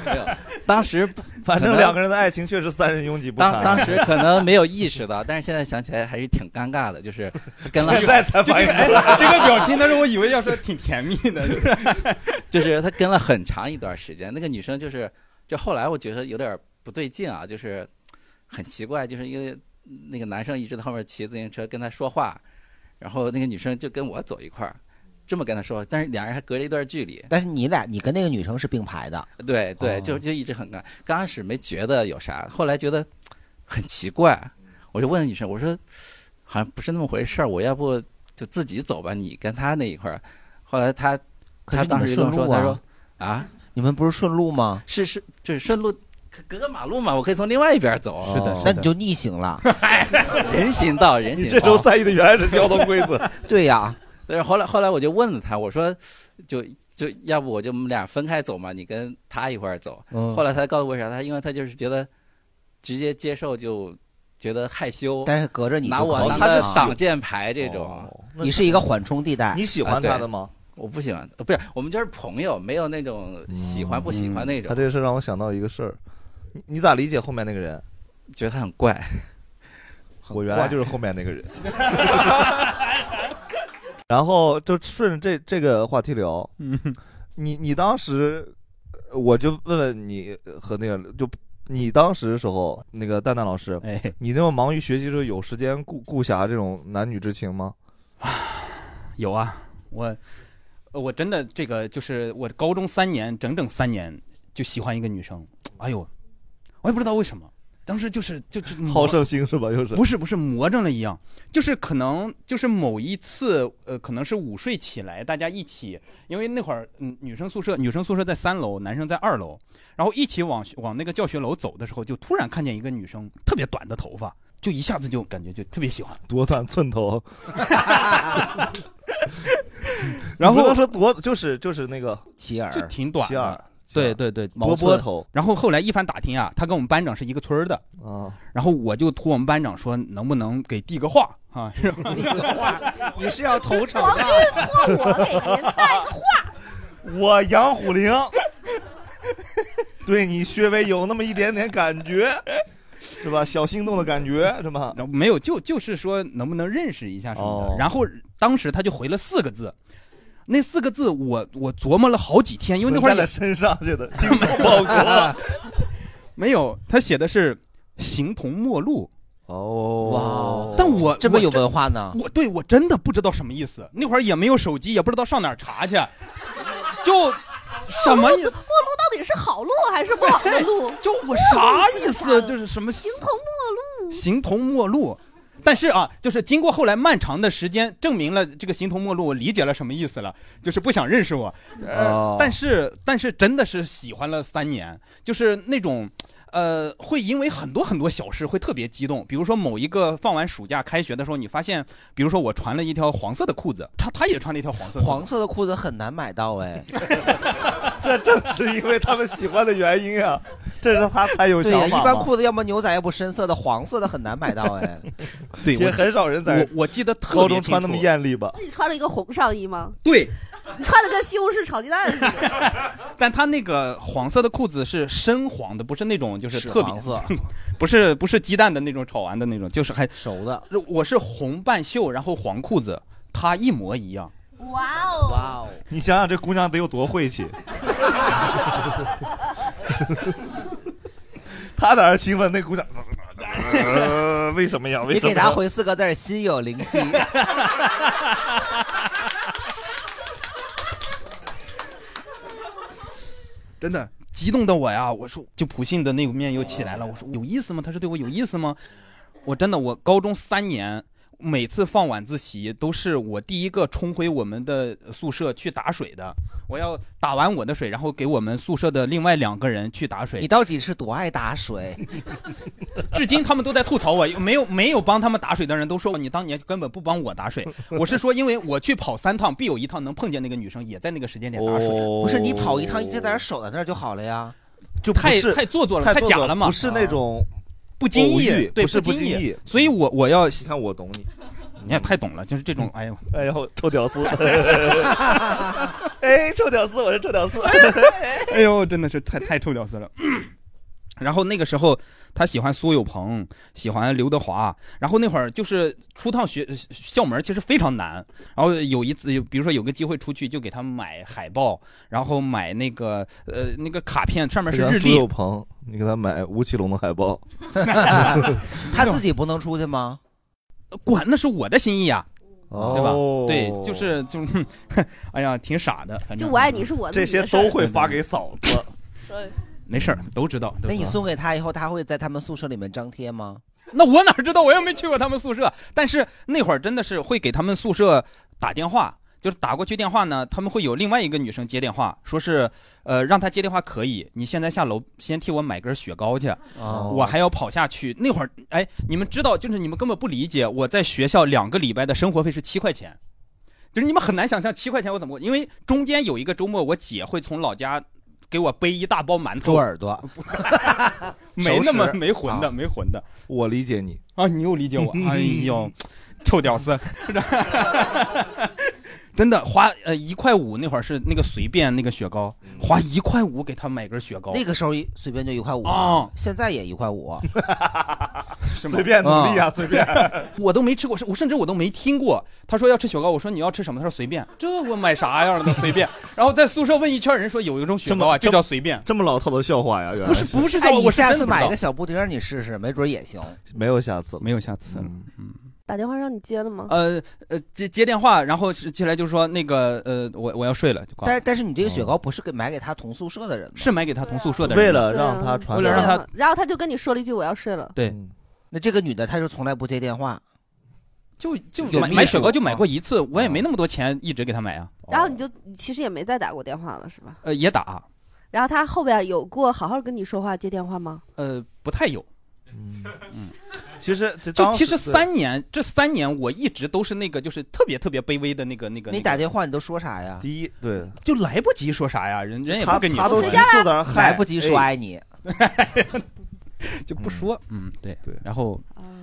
[SPEAKER 12] 没有，当时不
[SPEAKER 1] 反
[SPEAKER 12] 可
[SPEAKER 1] 正
[SPEAKER 12] 能
[SPEAKER 1] 两个人的爱情确实三人拥挤不
[SPEAKER 12] 当
[SPEAKER 1] 堪。
[SPEAKER 12] 当时可能没有意识到，但是现在想起来还是挺尴尬 的，就是跟了
[SPEAKER 5] 现在才反应过来 这个表情当时我以为要说挺甜蜜的，
[SPEAKER 12] 就是他跟了很长一段时间。那个女生就是，就后来我觉得有点不对劲啊，就是很奇怪，就是因为那个男生一直在后面骑自行车跟他说话，然后那个女生就跟我走一块儿，这么跟他说，但是两人还隔着一段距离。
[SPEAKER 2] 但是你俩你跟那个女生是并排的，
[SPEAKER 12] 对对，
[SPEAKER 2] 哦
[SPEAKER 12] 就就一直很尴尬。刚开始没觉得有啥，后来觉得很奇怪，
[SPEAKER 2] 嗯
[SPEAKER 12] 我就问女生，我说好像不是那么回事儿，我要不就自己走吧，你跟他那一块儿。后来他
[SPEAKER 2] 可
[SPEAKER 12] 他
[SPEAKER 2] 是你
[SPEAKER 12] 当
[SPEAKER 2] 们
[SPEAKER 12] 时跟
[SPEAKER 2] 顺
[SPEAKER 12] 我说，
[SPEAKER 2] 路
[SPEAKER 12] 他
[SPEAKER 2] 啊
[SPEAKER 12] 说啊，
[SPEAKER 2] 你们不是顺路吗？
[SPEAKER 12] 是是，就是顺路隔个马路嘛，我可以从另外一边走。哦
[SPEAKER 2] 是的是的那你就逆行了。
[SPEAKER 12] 人行道，人行
[SPEAKER 2] 你
[SPEAKER 12] 道。
[SPEAKER 2] 这时候在
[SPEAKER 1] 意的原来是交通规 则。
[SPEAKER 12] 对呀， 但是后来后来我就问了他，我说就就要不我就我们俩分开走嘛，你跟他一块儿走。
[SPEAKER 2] 嗯
[SPEAKER 12] 后来他告诉我啥，他因为他就是觉得直接接受就觉得害羞，
[SPEAKER 2] 但是隔着你
[SPEAKER 12] 拿
[SPEAKER 2] 就
[SPEAKER 12] 我
[SPEAKER 2] 可以
[SPEAKER 12] 当
[SPEAKER 2] 他
[SPEAKER 12] 个
[SPEAKER 2] 是喜
[SPEAKER 12] 挡箭牌这种。
[SPEAKER 2] 哦那你是一个缓冲地带你喜欢
[SPEAKER 12] 啊对
[SPEAKER 2] 他的吗
[SPEAKER 12] 我不喜欢，呃不是，我们就是朋友，没有那种喜欢不
[SPEAKER 2] 嗯
[SPEAKER 12] 喜欢那种。
[SPEAKER 1] 嗯他这个事 让我想到一个事儿，你你咋理解后面那个人？
[SPEAKER 12] 觉得他很怪，
[SPEAKER 1] 我原来就是后面那个人。然后就顺着这这个话题聊，
[SPEAKER 5] 嗯，
[SPEAKER 1] 你你当时，我就问问你和那个就。你当时时候，那个蛋蛋老师，
[SPEAKER 5] 哎，
[SPEAKER 1] 你那么忙于学习的时候，有时间顾顾暇这种男女之 情吗？
[SPEAKER 5] 有啊，我呃我真的这个就是我高中三年，整整三年就喜欢一个女生，哎呦，我也不知道为什么，当时就是就就
[SPEAKER 1] 好胜心是吧？又是
[SPEAKER 5] 不是不是魔怔了一样，就是可能就是某一次，呃，可能是午睡起来，大家一起，因为那会儿嗯女生宿舍女生宿舍在三楼，男生在二楼，然后一起往往那个教学楼走的时候，就突然看见一个女生特别短的头发，就一下子就感觉就特别喜欢，
[SPEAKER 1] 多短寸头？
[SPEAKER 5] 然后
[SPEAKER 1] 你不能说多就是就是那个
[SPEAKER 2] 齐耳
[SPEAKER 5] 就挺短
[SPEAKER 1] 齐耳
[SPEAKER 5] 的，对对对，
[SPEAKER 1] 毛
[SPEAKER 5] 波
[SPEAKER 1] 波头。
[SPEAKER 5] 然后后来一番打听啊，他跟我们班长是一个村儿的
[SPEAKER 1] 啊，
[SPEAKER 5] 然后我就托我们班长说，能不能给递个话啊？是吧？
[SPEAKER 2] 你是要投 诚
[SPEAKER 5] 我
[SPEAKER 2] 的？
[SPEAKER 5] 是托我给
[SPEAKER 2] 您带个话。
[SPEAKER 1] 我杨虎玲，对你稍微有那么一点点感觉，是吧？小心动的感觉，是吧？
[SPEAKER 5] 没有，就就是说能不能认识一下什
[SPEAKER 1] 哦
[SPEAKER 5] 么的。然后当时他就回了四个字，那四个字我我琢磨了好几天，因为那会儿
[SPEAKER 1] 纹在了身上 去的，进口报 国。
[SPEAKER 5] 没有，他写的是形同陌路。
[SPEAKER 1] 哦，
[SPEAKER 5] 但我
[SPEAKER 2] 这么有
[SPEAKER 5] 我真
[SPEAKER 2] 文化呢
[SPEAKER 5] 我对我真的不知道什么意思，那会儿也没有手机，也不知道上哪儿查去，就什么意
[SPEAKER 3] 陌路到底是好路还是不好的路？
[SPEAKER 5] 就我啥意思？就是什么形
[SPEAKER 3] 同陌路？
[SPEAKER 5] 形同陌路。但是啊，就是经过后来漫长的时间，证明了这个形同陌路，我理解了什么意思了，就是不想认识我。呃，
[SPEAKER 1] 哦
[SPEAKER 5] 但是但是真的是喜欢了三年，就是那种。呃，会因为很多很多小事会特别激动，比如说某一个放完暑假开学的时候，你发现，比如说我穿了一条黄色的裤子，他他也穿了一条黄色的裤子
[SPEAKER 2] 黄色的裤子很难买到 哎，
[SPEAKER 1] 这正是因为他们喜欢的原因啊，这是他才有
[SPEAKER 2] 对呀，
[SPEAKER 1] 想
[SPEAKER 2] 一
[SPEAKER 1] 法嘛。
[SPEAKER 2] 般裤子要么牛仔，要不深色的，黄色的很难买到哎。
[SPEAKER 5] 对
[SPEAKER 1] 也很少人在
[SPEAKER 5] 我我记得 特
[SPEAKER 1] 高
[SPEAKER 5] 别
[SPEAKER 1] 中
[SPEAKER 5] 清
[SPEAKER 1] 穿那么
[SPEAKER 5] 楚
[SPEAKER 1] 艳丽吧？
[SPEAKER 3] 那你穿了一个红上衣吗？
[SPEAKER 5] 对，
[SPEAKER 3] 你穿的跟西红柿炒鸡蛋似的。
[SPEAKER 5] 但他那个黄色的裤子是深黄的，不是那种就是
[SPEAKER 2] 屎
[SPEAKER 5] 特别
[SPEAKER 2] 黄色，
[SPEAKER 5] 不是不是鸡蛋的那种炒完的那种，就是还
[SPEAKER 2] 熟的。
[SPEAKER 5] 我是红半袖，然后黄裤子，他一模一样。
[SPEAKER 3] 哇哦！
[SPEAKER 2] 哇哦！
[SPEAKER 1] 你想想这姑娘得有多晦气， 他在那儿兴奋， 那姑娘、呃为什么呀？为
[SPEAKER 2] 你
[SPEAKER 1] 什么呀？
[SPEAKER 2] 给他 回四个 字儿：心有灵 犀。
[SPEAKER 5] 真的激动的我呀，我说就普信的那个面又起来
[SPEAKER 2] 哎
[SPEAKER 5] 了，我说有意思吗？他是对我有意思吗？我真的我高中三年。每次放晚自习都是我第一个冲回我们的宿舍去打水的，我要打完我的水，然后给我们宿舍的另外两个人去打水。
[SPEAKER 2] 你到底是多爱打水？
[SPEAKER 5] 至今他们都在吐槽我，没有没有帮他们打水的人都说你当年根本不帮我打水。 我是说，因为我去跑三趟，必有一趟能碰见那个女生，也在那个时间点打水。
[SPEAKER 2] 不是你跑一趟一直在那儿守在那儿就好了呀。
[SPEAKER 5] 就太太做作了，太假了嘛，
[SPEAKER 1] 种
[SPEAKER 5] 不经
[SPEAKER 1] 偶
[SPEAKER 5] 意
[SPEAKER 1] 遇，
[SPEAKER 5] 对，
[SPEAKER 1] 不是不
[SPEAKER 5] 经
[SPEAKER 1] 经意
[SPEAKER 5] 所以我我要你
[SPEAKER 1] 看我懂你，
[SPEAKER 5] 你也太懂了，就是这种，哎呦，
[SPEAKER 1] 哎呦，臭 屌丝，哎，臭屌丝，我是臭屌 丝。
[SPEAKER 5] 哎呦，真的是太太臭屌丝了。
[SPEAKER 1] 嗯
[SPEAKER 5] 然后那个时候，他喜欢苏有朋，喜欢刘德华。然后那会儿就是出趟学校门，其实非常难。然后有一次，有比如说有个机会出去，就给他买海报，然后买那个呃那个卡片，上面是日
[SPEAKER 1] 苏有
[SPEAKER 5] 历。
[SPEAKER 1] 朋，你给他买吴奇隆的 海报，
[SPEAKER 2] 他自己不能出去吗？
[SPEAKER 5] 管那是我的心意啊，对吧
[SPEAKER 1] 哦？
[SPEAKER 5] 对，就是就是 哼，哎呀，挺傻的，反正
[SPEAKER 3] 就我爱你是我自己的事儿这些都会发给
[SPEAKER 1] 嫂子。
[SPEAKER 5] 没事儿，都知道。
[SPEAKER 2] 那你
[SPEAKER 5] 送。
[SPEAKER 2] 送给他以后，他会在他们宿舍里面张贴吗？
[SPEAKER 5] 那我哪知道？我又没去过他们宿舍。但是那会儿真的是会给他们宿舍打电话，就是打过去电话呢，他们会有另外一个女生接电话，说是呃让她接电话可以，你现在下楼先替我买根雪糕去，
[SPEAKER 2] 哦
[SPEAKER 5] 我还要跑下去。那会儿哎，你们知道，就是你们根本不理解，我在学校两个礼拜的生活费是七块钱。就是你们很难想象七块钱我怎么过，因为中间有一个周末，我姐会从老家给我背一大包馒 头、
[SPEAKER 2] 猪耳朵，
[SPEAKER 5] 没那么
[SPEAKER 1] 熟食
[SPEAKER 5] 没魂的，没魂的。
[SPEAKER 1] 我理解你
[SPEAKER 5] 啊，你又理解 我哎呦，臭屌丝！ 真的花呃一块五那会儿是那个随便那个雪糕，
[SPEAKER 1] 嗯
[SPEAKER 5] 花一块五给他买根雪糕。
[SPEAKER 2] 哦那个时候一随便就一块五
[SPEAKER 5] 哦，
[SPEAKER 2] 现在也一块五。
[SPEAKER 5] 是吗？
[SPEAKER 1] 随便努力啊
[SPEAKER 5] 嗯
[SPEAKER 1] 随便。
[SPEAKER 5] 我都没吃过，我甚至我都没听过。他说要吃雪糕，我说你要吃什么？他说随便。这我买啥样的 随便？然后在宿舍问一圈，人说有一种雪糕啊，就叫随便。
[SPEAKER 1] 这么老套的笑话呀？原来
[SPEAKER 5] 不是不是
[SPEAKER 2] 哎，
[SPEAKER 5] 笑话
[SPEAKER 2] 你
[SPEAKER 5] 我是
[SPEAKER 2] 下
[SPEAKER 5] 真
[SPEAKER 2] 次
[SPEAKER 5] 的不知
[SPEAKER 2] 买
[SPEAKER 5] 道
[SPEAKER 2] 一个小布丁儿你试试，没准儿也行。
[SPEAKER 1] 没有下次，
[SPEAKER 5] 没有下次了。
[SPEAKER 3] 打电话让你接了吗？
[SPEAKER 5] 呃呃，接接电话，然后是进来就说那个呃，我我要睡了，就挂了。哦
[SPEAKER 2] 但但是你这个雪糕不是给买给他同宿舍的人吗？
[SPEAKER 5] 是买给他同宿舍的
[SPEAKER 2] 为
[SPEAKER 5] 人
[SPEAKER 2] 了
[SPEAKER 5] 的
[SPEAKER 2] 让他传
[SPEAKER 5] 为了让他
[SPEAKER 3] 嗯然后他就跟你说了一句我要睡了，
[SPEAKER 5] 对，
[SPEAKER 2] 那这个女的她就从来不接电话，
[SPEAKER 5] 就就
[SPEAKER 2] 有
[SPEAKER 5] 买
[SPEAKER 2] 秘
[SPEAKER 5] 买雪
[SPEAKER 2] 书
[SPEAKER 5] 糕就买过一次，我也没那么多钱一直给他买啊，
[SPEAKER 3] 然后你就你其实也没再打过电话了是吧？
[SPEAKER 5] 呃也打，
[SPEAKER 3] 然后他后边有过好好跟你说话接电话吗？
[SPEAKER 5] 呃不太有。嗯
[SPEAKER 1] 其实
[SPEAKER 5] 就
[SPEAKER 1] 当
[SPEAKER 5] 其
[SPEAKER 1] 时
[SPEAKER 5] 实三年，这三年我一直都是那个，就是特别特别卑微的那个那个。
[SPEAKER 2] 你打电话你都说啥呀？
[SPEAKER 1] 第一对，
[SPEAKER 5] 就来不及说啥呀，人人也
[SPEAKER 2] 他
[SPEAKER 5] 不跟你
[SPEAKER 2] 他都
[SPEAKER 5] 说
[SPEAKER 2] 急促地嗨来不及说哎爱你，
[SPEAKER 5] 就不说。嗯，对对。然后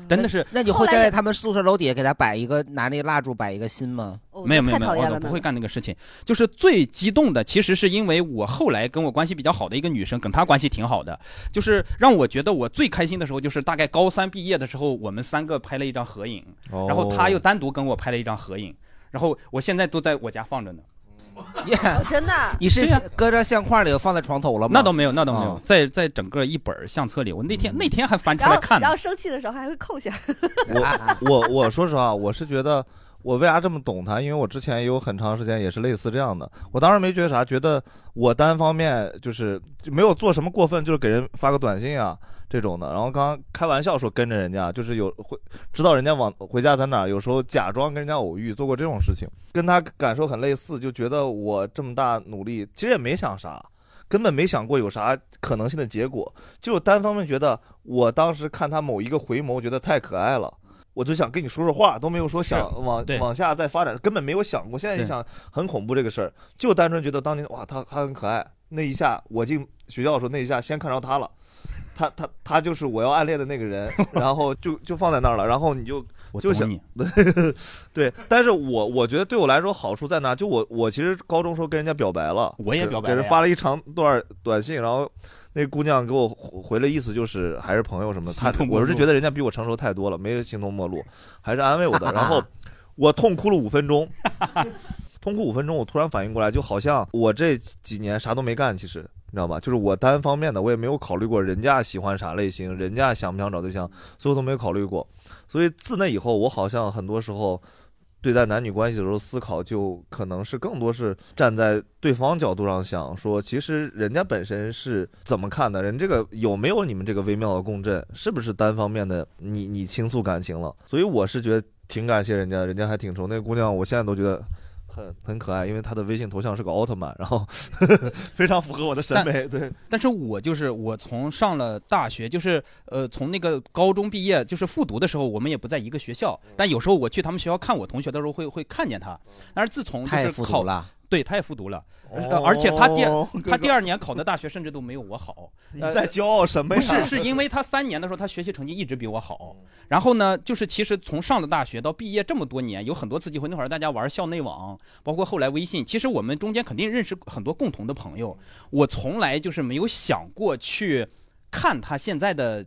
[SPEAKER 5] 真的是，
[SPEAKER 2] 那你会站在他们宿舍楼底下给他摆一个拿那蜡烛摆一个心吗？
[SPEAKER 3] 哦
[SPEAKER 5] 没有没有没有，我不会哦干那个事情。就是最激动的，其实是因为我后来跟我关系比较好的一个女生，跟她关系挺好的，就是让我觉得我最开心的时候，就是大概高三毕业的时候，我们三个拍了一张合影，
[SPEAKER 1] 哦
[SPEAKER 5] 然后她又单独跟我拍了一张合影，然后我现在都在我家放着呢。
[SPEAKER 3] 哦真的啊，
[SPEAKER 2] 你是搁着相框里放在床头了吗？
[SPEAKER 5] 那倒没有，那倒没有
[SPEAKER 2] 哦，
[SPEAKER 5] 在在整个一本儿相册里，我那天那天还翻出
[SPEAKER 3] 嗯然
[SPEAKER 5] 来
[SPEAKER 3] 后
[SPEAKER 5] 看呢
[SPEAKER 3] 然后。生气的时候还会扣下，
[SPEAKER 1] 我我我说实话，我是觉得我为啥这么懂他？因为我之前也有很长时间也是类似这样的。我当时没觉得啥，觉得我单方面就是就没有做什么过分，就是给人发个短信啊这种的。然后刚刚开玩笑说跟着人家，就是有会知道人家往回家在哪儿，有时候假装跟人家偶遇，做过这种事情，跟他感受很类似，就觉得我这么大努力，其实也没想啥。根本没想过有啥可能性的结果，就是单方面觉得我当时看他某一个回眸，觉得太可爱了，我就想跟你说说话，都没有说想往
[SPEAKER 5] 对
[SPEAKER 1] 往下再发展，根本没有想过。现在一
[SPEAKER 5] 对
[SPEAKER 1] 想很恐怖这个事儿，就单纯觉得当年哇，他他很可爱，那一下我进学校的时候，那一下先看着他了。他他他就是我要暗恋的那 个人，然后就就放在那儿了，然后你就
[SPEAKER 5] 我
[SPEAKER 1] 就
[SPEAKER 5] 懂
[SPEAKER 1] 想
[SPEAKER 5] 你
[SPEAKER 1] 对，但是我我觉得对我来说好处在哪？就我我其实高中时候跟人家表白了，
[SPEAKER 5] 我也
[SPEAKER 1] 给
[SPEAKER 5] 表白
[SPEAKER 1] 给
[SPEAKER 5] 了
[SPEAKER 1] 人
[SPEAKER 5] 呀
[SPEAKER 1] 发了一长段短信，然后那姑娘给我回回了意思就是还是朋友什么的，她
[SPEAKER 5] 形同陌
[SPEAKER 1] 我
[SPEAKER 5] 路
[SPEAKER 1] 是觉得人家比我成熟太多了，没有形同陌路，还是安慰 我的，然后我痛哭了五分钟。痛哭五分钟，我突然反应过来，就好像我这几年啥都没干，其实你知道吧？就是我单方面的，我也没有考虑过人家喜欢啥类型，人家想不想找对象，所以我都没有考虑过。所以自那以后，我好像很多时候对待男女关系的时候思考，就可能是更多是站在对方角度上想，说其实人家本身是怎么看的，人这个有没有你们这个微妙的共振，是不是单方面的你你倾诉感情了？所以我是觉得挺感谢人家，人家还挺熟。那姑娘，我现在都觉得。很很可爱，因为她的微信头像是个奥特曼，然后 非常符合我的审美。对，
[SPEAKER 5] 但是我就是我从上了大学，就是呃从那个高中毕业，就是复读的时候，我们也不在一个学校，
[SPEAKER 1] 嗯
[SPEAKER 5] 但有时候我去他们学校看我同学的时候会会看见他。但是自从就
[SPEAKER 2] 他也
[SPEAKER 5] 是
[SPEAKER 2] 复读
[SPEAKER 5] 考
[SPEAKER 2] 了，
[SPEAKER 5] 对，他也复读了，
[SPEAKER 1] 哦
[SPEAKER 5] 而且他第二
[SPEAKER 1] 哥哥
[SPEAKER 5] 他第二年考的大学甚至都没有我好。
[SPEAKER 1] 你
[SPEAKER 5] 呃
[SPEAKER 1] 在骄傲什么呀？嗯
[SPEAKER 5] 不是，是 因为他三年的时候，他学习成绩一直比我好。然后呢，就是其实从上了大学到毕业这么多年，有很多次机会。那会儿大家玩校内网，包括后来微信，其实我们中间肯定认识很多共同的朋友。我从来就是没有想过去看他现在的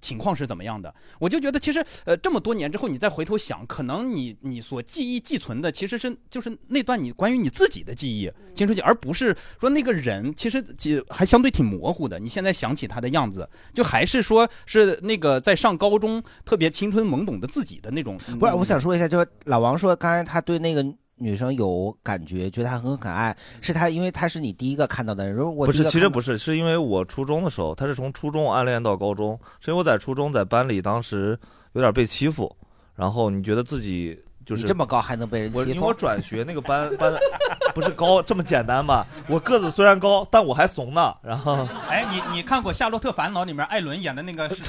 [SPEAKER 5] 情况是怎么样的。我就觉得，其实呃，这么多年之后，你再回头想，可能你你所记忆寄存的，其实是就是那段你关于你自己的记忆、青春期，而不是说那个人其实其还相对挺模糊的。你现在想起他的样子，就还是说是那个在上高中特别青春懵懂的自己的那种。
[SPEAKER 2] 不是，我想说一下，就是老王说刚才他对那个女生有感觉，觉得她很可爱，是她因为她是你第一个看到的人。如果我
[SPEAKER 1] 不是，
[SPEAKER 2] 第一个
[SPEAKER 1] 其实
[SPEAKER 2] 看到
[SPEAKER 1] 不是，是因为我初中的时候，他是从初中暗恋到高中，是因为我在初中在班里当时有点被欺负，然后你觉得自己就是
[SPEAKER 2] 你这么高还能被人
[SPEAKER 1] 我
[SPEAKER 2] 欺
[SPEAKER 1] 因为
[SPEAKER 2] 负
[SPEAKER 1] 我转学那个班 班不是高这么简单吧？我个子虽然高，但我还怂呢，然后。
[SPEAKER 5] 哎，你你看过《夏洛特烦恼》里面艾伦演的 那个是？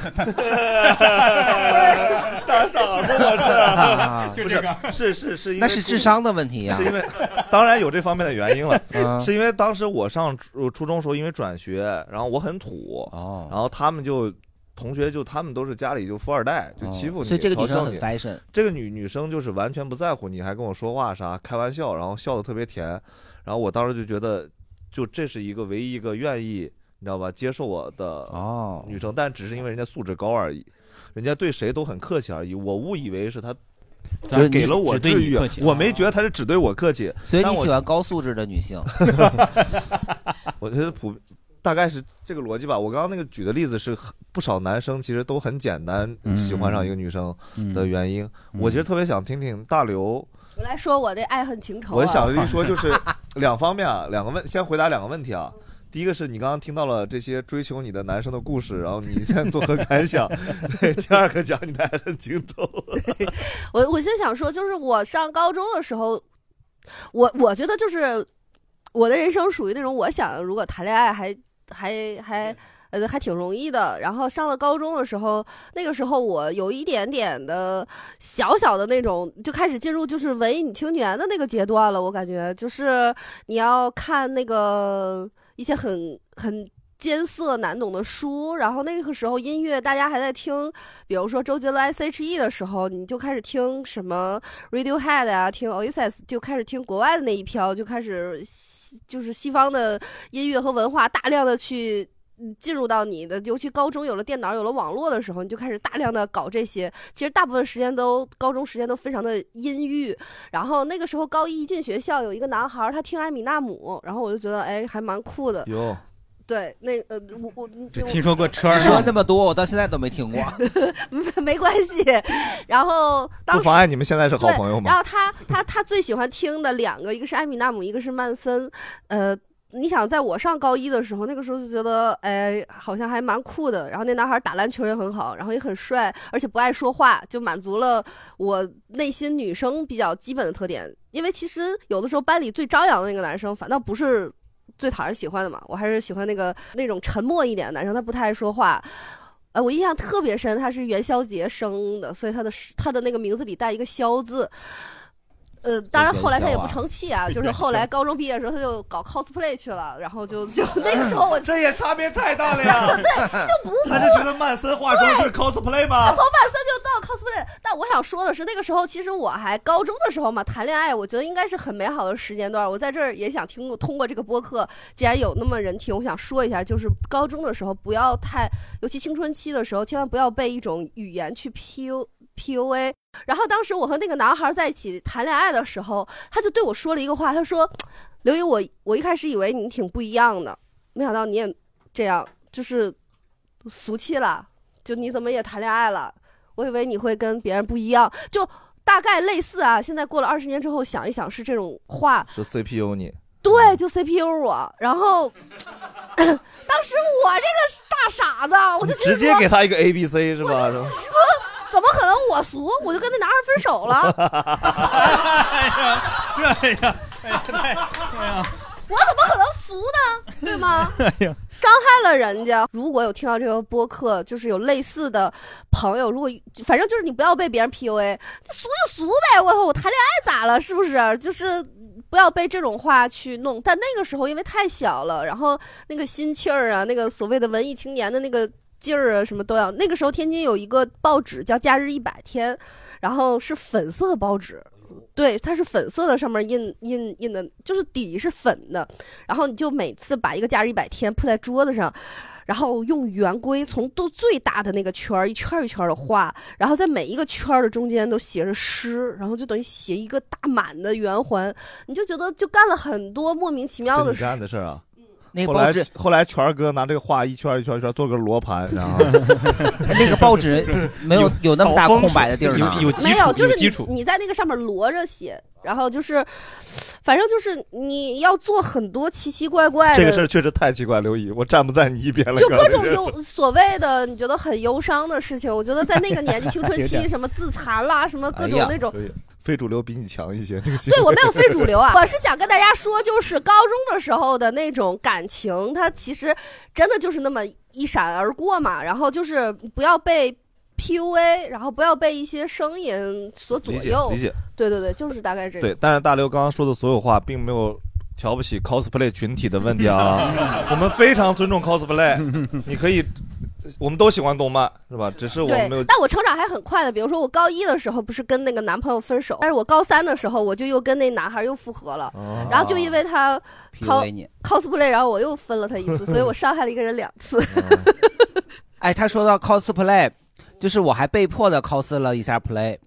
[SPEAKER 1] 大傻子， 我是，
[SPEAKER 5] 就这个，
[SPEAKER 1] 是是是因为
[SPEAKER 2] 那是
[SPEAKER 1] 初
[SPEAKER 2] 智商的问题呀、
[SPEAKER 1] 是因为当然有这方面的原因
[SPEAKER 2] 嗯
[SPEAKER 1] 了，是因为当时我上初呃初中时候因为转学，然后我很土，
[SPEAKER 2] 哦
[SPEAKER 1] 然后他们就同学就他们都是家里就富二代，就欺负你，
[SPEAKER 2] 哦所以这个女
[SPEAKER 1] 嘲
[SPEAKER 2] 生
[SPEAKER 1] 笑
[SPEAKER 2] 很
[SPEAKER 1] 你。
[SPEAKER 2] fashion。
[SPEAKER 1] 这个女女生就是完全不在乎你，还跟我说话啥，开玩笑，然后笑的特别甜，然后我当时就觉得，就这是一个唯一一个愿意你知道吧？接受我的
[SPEAKER 2] 哦
[SPEAKER 1] 女生，但只是因为人家素质高而已，人家对谁都很客气而已。我误以为是他，
[SPEAKER 2] 就
[SPEAKER 1] 就是
[SPEAKER 2] 你
[SPEAKER 1] 是给了我
[SPEAKER 2] 只对你
[SPEAKER 1] 治愈
[SPEAKER 2] 客气，啊
[SPEAKER 1] 我没觉得他是只对我客气。
[SPEAKER 2] 所以
[SPEAKER 1] 但
[SPEAKER 2] 你
[SPEAKER 1] 我
[SPEAKER 2] 喜欢高素质的女性？
[SPEAKER 1] 我觉得普大概是这个逻辑吧。我刚刚那个举的例子是很不少男生其实都很简单
[SPEAKER 9] 嗯
[SPEAKER 1] 喜欢上一个女生的原因。
[SPEAKER 9] 嗯
[SPEAKER 1] 我其实特别想听听大刘，
[SPEAKER 3] 我来说我的爱恨情仇、啊。
[SPEAKER 1] 我想一说就是 两方面啊，两个问，先回答两个问题啊。第一个是你刚刚听到了这些追求你的男生的故事，然后你现在作何 感想？对，第二个讲你的爱恨情仇。
[SPEAKER 3] 哦我我先想说，就是我上高中的时候，我我觉得就是我的人生属于那种，我想如果谈恋爱还还还呃还挺容易的。然后上了高中的时候，那个时候我有一点点的小小的那种，就开始进入就是文艺女青年的那个阶段了。我感觉就是你要看那个一些很很。艰涩难懂的书，然后那个时候音乐大家还在听，比如说周杰伦 S.H.E E 的时候，你就开始听什么 Radiohead 啊，听 Oasis，就开始听国外的那一飘，就开始西就是西方的音乐和文化大量的去。嗯进入到你的，尤其高中有了电脑、有了网络的时候，你就开始大量的搞这些。其实大部分时间都，高中时间都非常的阴郁。然后那个时候高一一进学校，有一个男孩儿他听艾米纳姆，然后我就觉得哎还蛮酷的。
[SPEAKER 1] 哟，
[SPEAKER 3] 对，那呃我我我
[SPEAKER 5] 说过车
[SPEAKER 2] 说那么多，我到现在都没听过。
[SPEAKER 3] 没 关系。然后当
[SPEAKER 1] 不
[SPEAKER 3] 时
[SPEAKER 1] 妨碍你们现在是好朋友
[SPEAKER 3] 对然
[SPEAKER 1] 吗？
[SPEAKER 3] 后他他他最喜欢听的两个，一个是艾米纳姆，一个是曼森。呃，你想，在我上高一的时候，那个时候就觉得，哎，好像还蛮酷的。然后那男孩打篮球也很好，然后也很帅，而且不爱说话，就满足了我内心女生比较基本的特点。因为其实有的时候班里最张扬的那个男生，反倒不是最讨人喜欢的嘛，我还是喜欢那个那种沉默一点的男生，他不太爱说话。呃，我印象特别深，他是元宵节生的，所以他的他的那个名字里带一个“宵”字。呃，当然后来他也不成器啊，就是后来高中毕业的时候他就搞 cosplay 去了，然后就就那个时候我
[SPEAKER 1] 这也差别太大了呀
[SPEAKER 3] 对，就不
[SPEAKER 1] 他是觉得曼森化妆是 cosplay
[SPEAKER 3] 他
[SPEAKER 1] 吗
[SPEAKER 3] 从？半三就到 cosplay，但我想说的是，那个时候其实我还高中的时候嘛，谈恋爱，我觉得应该是很美好的时间段。我在这儿也想听过通过这个播客，既然有那么人听，我想说一下，就是高中的时候不要太，尤其青春期的时候，千万不要被一种语言去 PU PUA。然后当时我和那个男孩在一起谈恋爱的时候，他就对我说了一个话，他说：“刘宇，我我一开始以为你挺不一样的，没想到你也这样，就是俗气了，就你怎么也谈恋爱了？我以为你会跟别人不一样，就大概类似啊。现在过了二十年之后，想一想是这种话，
[SPEAKER 1] 是 CPU 你。嗯
[SPEAKER 3] 对，就 CPU 我。然后 当时我这个大傻子，我就
[SPEAKER 1] 直接给他一个 A B C 是吧？
[SPEAKER 3] 说，啊怎么可能我俗？我就跟那男孩分手了。
[SPEAKER 5] 哎这样，哎呀，
[SPEAKER 3] 我怎么可能俗呢？对吗？伤害了人家。如果有听到这个播客，就是有类似的朋友，如果反正就是你不要被别人 PUA，俗就俗呗。我操，我谈恋爱咋了？是不是？就是不要被这种话去弄。但那个时候因为太小了，然后那个心气儿啊，那个所谓的文艺青年的那个。劲儿啊，什么都要。那个时候，天津有一个报纸叫《假日一百天》，然后是粉色的报纸，对，它是粉色的，上面印印印的，就是底是粉的，然后你就每次把一个假日一百天铺在桌子上。然后用圆规从都最大的那个圈儿一圈儿一圈儿的画，然后在每一个圈儿的中间都写着诗，然后就等于写一个大满的圆环，你就觉得就干了很多莫名其妙
[SPEAKER 1] 是
[SPEAKER 3] 的
[SPEAKER 1] 你
[SPEAKER 3] 事。
[SPEAKER 1] 干的事儿啊。
[SPEAKER 2] 那
[SPEAKER 3] 嗯
[SPEAKER 1] 后
[SPEAKER 2] 报
[SPEAKER 1] 来
[SPEAKER 2] 纸
[SPEAKER 1] 后来全儿哥拿这个画一圈儿一圈儿一圈儿做个罗盘，然后
[SPEAKER 2] 那个报纸 没有有那么大空白的地儿呢
[SPEAKER 3] 没有，就是你你在那个上面摞着写，然后就是，反正就是你要做很多奇奇怪怪的
[SPEAKER 1] 这个事儿确实太奇怪，刘姨，我站不在你一边了。
[SPEAKER 3] 就 各
[SPEAKER 1] 感
[SPEAKER 3] 种
[SPEAKER 1] 觉
[SPEAKER 3] 忧所谓的你觉得很忧伤的事情，我觉得在那个年纪青春
[SPEAKER 1] 有点
[SPEAKER 3] 期，什么自残啦，什么各种那种。
[SPEAKER 1] 哎呀对非主流比你强一些。这个
[SPEAKER 3] 对我没有非主流 啊，我是想跟大家说，就是高中的时候的那种感情，它其实真的就是那么一闪而过嘛。然后就是不要被 PUA，然后不要被一些声音所左
[SPEAKER 1] 理解
[SPEAKER 3] 右。
[SPEAKER 1] 理解
[SPEAKER 3] 对对对，就是大概这个。
[SPEAKER 1] 对，但是大刘刚刚说的所有话，并没有瞧 不起 cosplay 群体的问题啊。我们非常尊重 cosplay，你可以我们都喜欢动漫是吧？只是我们
[SPEAKER 3] 对
[SPEAKER 1] 没有，
[SPEAKER 3] 但我成长还很快的。比如说，我高一的时候不是跟那个男朋友分手，但是我高三的时候我就又跟那男孩又复合了，
[SPEAKER 2] 哦
[SPEAKER 3] 然后就因为他 cos
[SPEAKER 2] PUA 你
[SPEAKER 3] cosplay，然后我又分了他一次，所以我伤害了一个人两次。
[SPEAKER 2] 哎，他说到 cosplay，就是我还被迫的 cos 了一下 play，、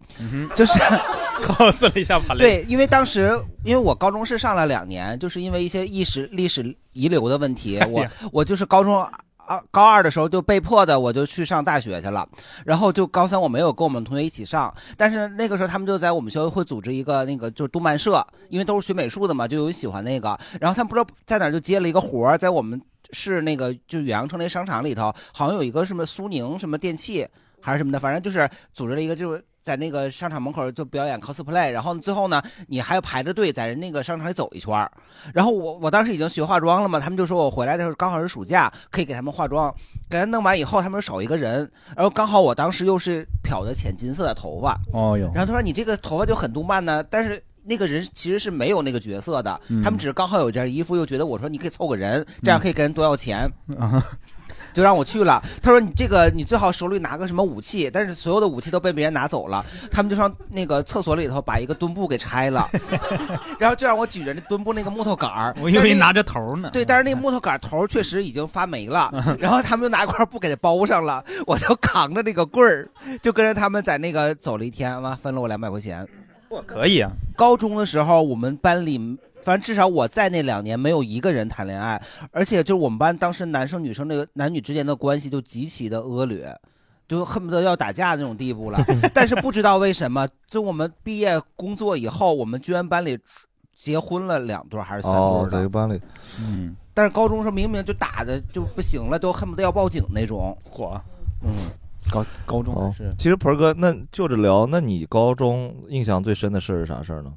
[SPEAKER 2] 就是
[SPEAKER 12] 嗯 cos 了一下 play。
[SPEAKER 2] 对，因为当时因为我高中是上了两年，就是因为一些历史历史遗留的问题，我、
[SPEAKER 12] 呀
[SPEAKER 2] 我就是高中啊高二的时候就被迫的我就去上大学去了，然后就高三我没有跟我们同学一起上，但是那个时候他们就在我们学校会组织一个那个就是动漫社，因为都是学美术的嘛，就有人喜欢那个，然后他们不知道在哪儿就接了一个活儿，在我们市那个就远洋城那商场里头，好像有一个什么苏宁什么电器还是什么的，反正就是组织了一个就是。在那个商场门口就表演 cosplay，然后最后呢，你还要排着队在人那个商场里走一圈儿然后我我当时已经学化妆了嘛，他们就说我回来的时候刚好是暑假，可以给他们化妆。给他弄完以后，他们说少一个人，然后刚好我当时又是漂的浅金色的头发，
[SPEAKER 5] 哦哟
[SPEAKER 2] 然后他说你这个头发就很动漫呢，但是那个人其实是没有那个角色的，
[SPEAKER 5] 嗯
[SPEAKER 2] 他们只是刚好有件衣服，又觉得我说你可以凑个人，这样可以跟人多要钱，
[SPEAKER 5] 啊，
[SPEAKER 2] 就让我去了。他说你这个你最好手里拿个什么武器，但是所有的武器都被别人拿走了，他们就上那个厕所里头把一个墩布给拆了，然后就让我举着那墩布那个木头杆儿，
[SPEAKER 5] 我以
[SPEAKER 2] 但是
[SPEAKER 5] 为
[SPEAKER 2] 那
[SPEAKER 5] 拿着头呢。
[SPEAKER 2] 对，但是那木头杆头儿确实已经发霉了，然后他们就拿一块布给它包上了，我就扛着那个棍儿，就跟着他们在那个走了一天，完分了我两百块钱。
[SPEAKER 5] 我可以啊。
[SPEAKER 2] 高中的时候，我们班里，反正至少我在那两年没有一个人谈恋爱，而且就是我们班当时男生女生那个 男女之间的关系就极其的恶劣。就恨不得要打架那种地 步了，但是不知道为什么，就我们毕业工作以后，我们居然班里结婚了两对儿还是三对
[SPEAKER 1] 哦
[SPEAKER 2] 儿，的
[SPEAKER 1] 在一个班里，
[SPEAKER 5] 嗯，
[SPEAKER 2] 但是高中时候明明就打的就不行了，都恨不得要报警那种。
[SPEAKER 5] 火，
[SPEAKER 2] 嗯，
[SPEAKER 5] 高高中还是
[SPEAKER 1] 哦其实盆儿哥，那就着聊，那你高中印象最深的事儿是啥事儿呢？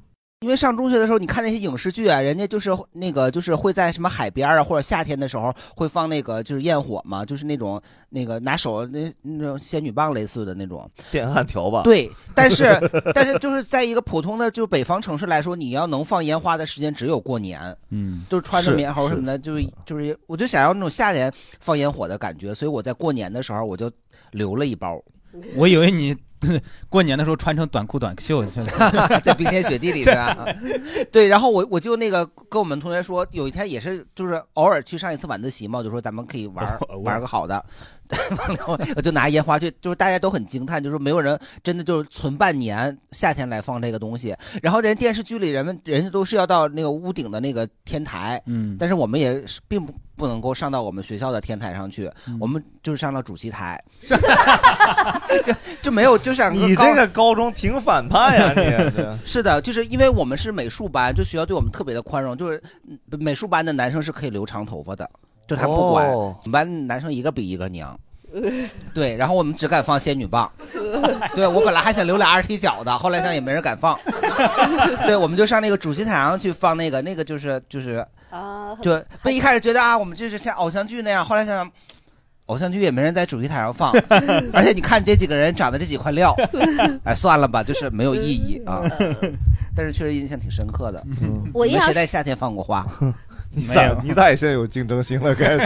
[SPEAKER 2] 因为上中学的时候，你看那些影视剧啊，人家就是那个就是会在什么海边啊，或者夏天的时候会放那个就是焰火嘛，就是那种那个拿手那那种仙女棒类似的那种
[SPEAKER 1] 电焊条吧
[SPEAKER 2] 对，但是但是就是在一个普通的就北方城市来说，你要能放烟花的时间只有过年。
[SPEAKER 5] 嗯
[SPEAKER 2] 就是穿着棉猴什么的，就是就是，我就想要那种夏天放烟火的感觉，所以我在过年的时候我就留了一包。
[SPEAKER 5] 我以为你 过年的时候穿成短裤短袖去
[SPEAKER 2] 了， 在冰天雪地里是 吧？嗯对，然后我我就那个跟我们同学说，有一天也是就是偶尔去上一次晚自习嘛，我就说咱们可以玩儿
[SPEAKER 5] 偶尔
[SPEAKER 2] 玩儿个好的， 完了以后我就拿烟花去，就是大家都很惊叹，就是没有人真的就是存半年夏天来放这个东西，然后人电视剧里人们人家都是要到那个屋顶的那个天台，
[SPEAKER 5] 嗯
[SPEAKER 2] 但是我们也是并不不能够上到我们学校的天台上去，
[SPEAKER 5] 嗯
[SPEAKER 2] 我们就是上到主席台， 就就没有就想
[SPEAKER 1] 你这个高中挺反 叛呀，你这
[SPEAKER 2] 是的，就是因为我们是美术班，就学校对我们特别的宽容，就是嗯美术班的男生是可以留长头发的，就他们不管。
[SPEAKER 1] 哦
[SPEAKER 2] 我们班男生一个比一个娘，
[SPEAKER 3] 呃
[SPEAKER 2] 对，然后我们只敢放仙女棒。 对我本来还想留俩二踢脚的，后来想也没人敢 放。对，我们就上那个主席台上去放那个，那个就是就是
[SPEAKER 3] 啊，
[SPEAKER 2] 就不一开始觉得啊，我们这是像偶像剧那样，后来想想，偶像剧也没人在主席台上 放，而且你看这几个人长的这几块料，哎，算了吧，就是没有意义啊。但是确实印象挺深刻的。
[SPEAKER 3] 嗯我印
[SPEAKER 2] 你们
[SPEAKER 3] 象
[SPEAKER 2] 谁在
[SPEAKER 3] 是
[SPEAKER 2] 夏天放过花？
[SPEAKER 1] 嗯 你咋 你咋也现在 有竞争心了？开始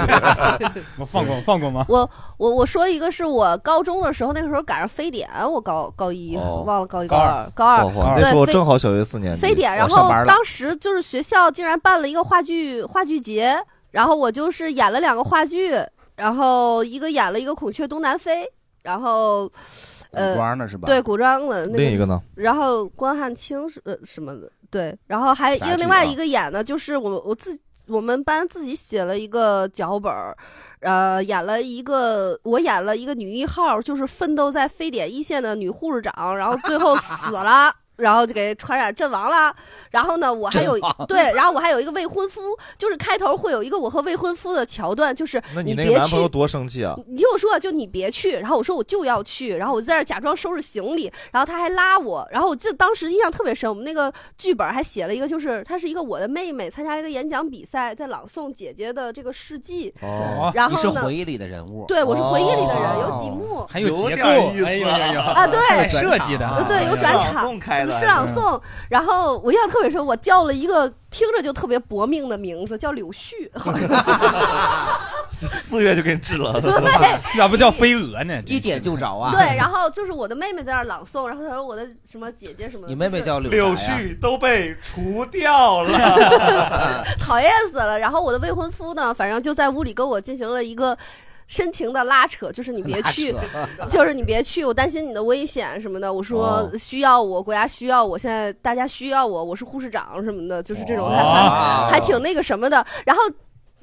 [SPEAKER 2] 我放过放过吗
[SPEAKER 3] 我我我说一个是我高中的时候，那个时候赶上非典，我高高一、
[SPEAKER 1] 哦
[SPEAKER 3] 忘了 高一
[SPEAKER 1] 高
[SPEAKER 3] 二
[SPEAKER 1] 二
[SPEAKER 3] 高二
[SPEAKER 1] 哇哇那
[SPEAKER 3] 对
[SPEAKER 1] 时候
[SPEAKER 3] 非
[SPEAKER 1] 正好小学四年级
[SPEAKER 3] 非典，
[SPEAKER 1] 我
[SPEAKER 3] 然
[SPEAKER 1] 上
[SPEAKER 3] 后
[SPEAKER 1] 班了
[SPEAKER 3] 当时就是学校竟然办了一个话剧话剧节，然后我就是演了两个话剧，然后一个演了一个《孔雀东南飞》，然后呃
[SPEAKER 2] 古装的是吧
[SPEAKER 3] 对，古装的。那
[SPEAKER 1] 另一个呢？
[SPEAKER 3] 然后关汉卿是呃什么的，对，然后还
[SPEAKER 1] 杂
[SPEAKER 3] 因为
[SPEAKER 1] 剧
[SPEAKER 3] 另外
[SPEAKER 1] 啊
[SPEAKER 3] 一个演的就是我我自我们班自己写了一个脚本儿。呃，演了一个，我演了一个女一号，就是奋斗在非典一线的女护士长，然后最后死了， 然后就给传染阵亡了。然后呢，我还有
[SPEAKER 1] 阵亡
[SPEAKER 3] 对，然后我还有一个未婚夫，就是开头会有一个我和未婚夫的桥段，就是
[SPEAKER 1] 那
[SPEAKER 3] 你
[SPEAKER 1] 你那
[SPEAKER 3] 别
[SPEAKER 1] 个男
[SPEAKER 3] 去
[SPEAKER 1] 朋友多生气啊！
[SPEAKER 3] 你听我说，就你别去。然后我说我就要去，然后我在那儿假装收拾行李，然后他还拉我。然后我记得当时印象特别深，我们那个剧本还写了一个，就是她是一个我的妹妹，参加一个演讲比赛，在朗诵姐姐的这个事迹。然
[SPEAKER 2] 哦你是
[SPEAKER 3] 后呢
[SPEAKER 2] 回？忆里的人物。
[SPEAKER 3] 对，我是回忆里的人，
[SPEAKER 2] 哦
[SPEAKER 3] 有几幕，
[SPEAKER 2] 还有结构
[SPEAKER 3] 点
[SPEAKER 2] 哎呦 哎呦
[SPEAKER 3] 啊，对，
[SPEAKER 2] 是设计的
[SPEAKER 3] 呃对，有
[SPEAKER 2] 是
[SPEAKER 3] 转
[SPEAKER 2] 朗
[SPEAKER 3] 场，
[SPEAKER 2] 诵开的嗯
[SPEAKER 3] 是朗诵。然后我印象特别深，我叫了一个听着就特别薄命的名字，叫柳絮，好像
[SPEAKER 1] 四月就给你治了，
[SPEAKER 3] 对
[SPEAKER 1] 咋不叫飞蛾
[SPEAKER 4] 呢？
[SPEAKER 2] 一点就着啊！
[SPEAKER 3] 对，然后就是我的妹妹在那儿朗诵，然后她说我的什么姐姐什么的，
[SPEAKER 2] 你妹妹
[SPEAKER 3] 就是
[SPEAKER 2] 叫
[SPEAKER 1] 柳
[SPEAKER 2] 啥呀
[SPEAKER 1] 絮都被除掉 了。
[SPEAKER 3] 讨厌死了。然后我的未婚夫呢，反正就在屋里跟我进行了一个深情的拉扯，就是你别去，就是你别去，我担心你的危险什么的。我说
[SPEAKER 17] 哦
[SPEAKER 3] 需要我，国家需要我，现在大家需要我，我是护士长什么的，就是这种还
[SPEAKER 17] 哦
[SPEAKER 6] 啊
[SPEAKER 3] 还还挺那个什么的。然后。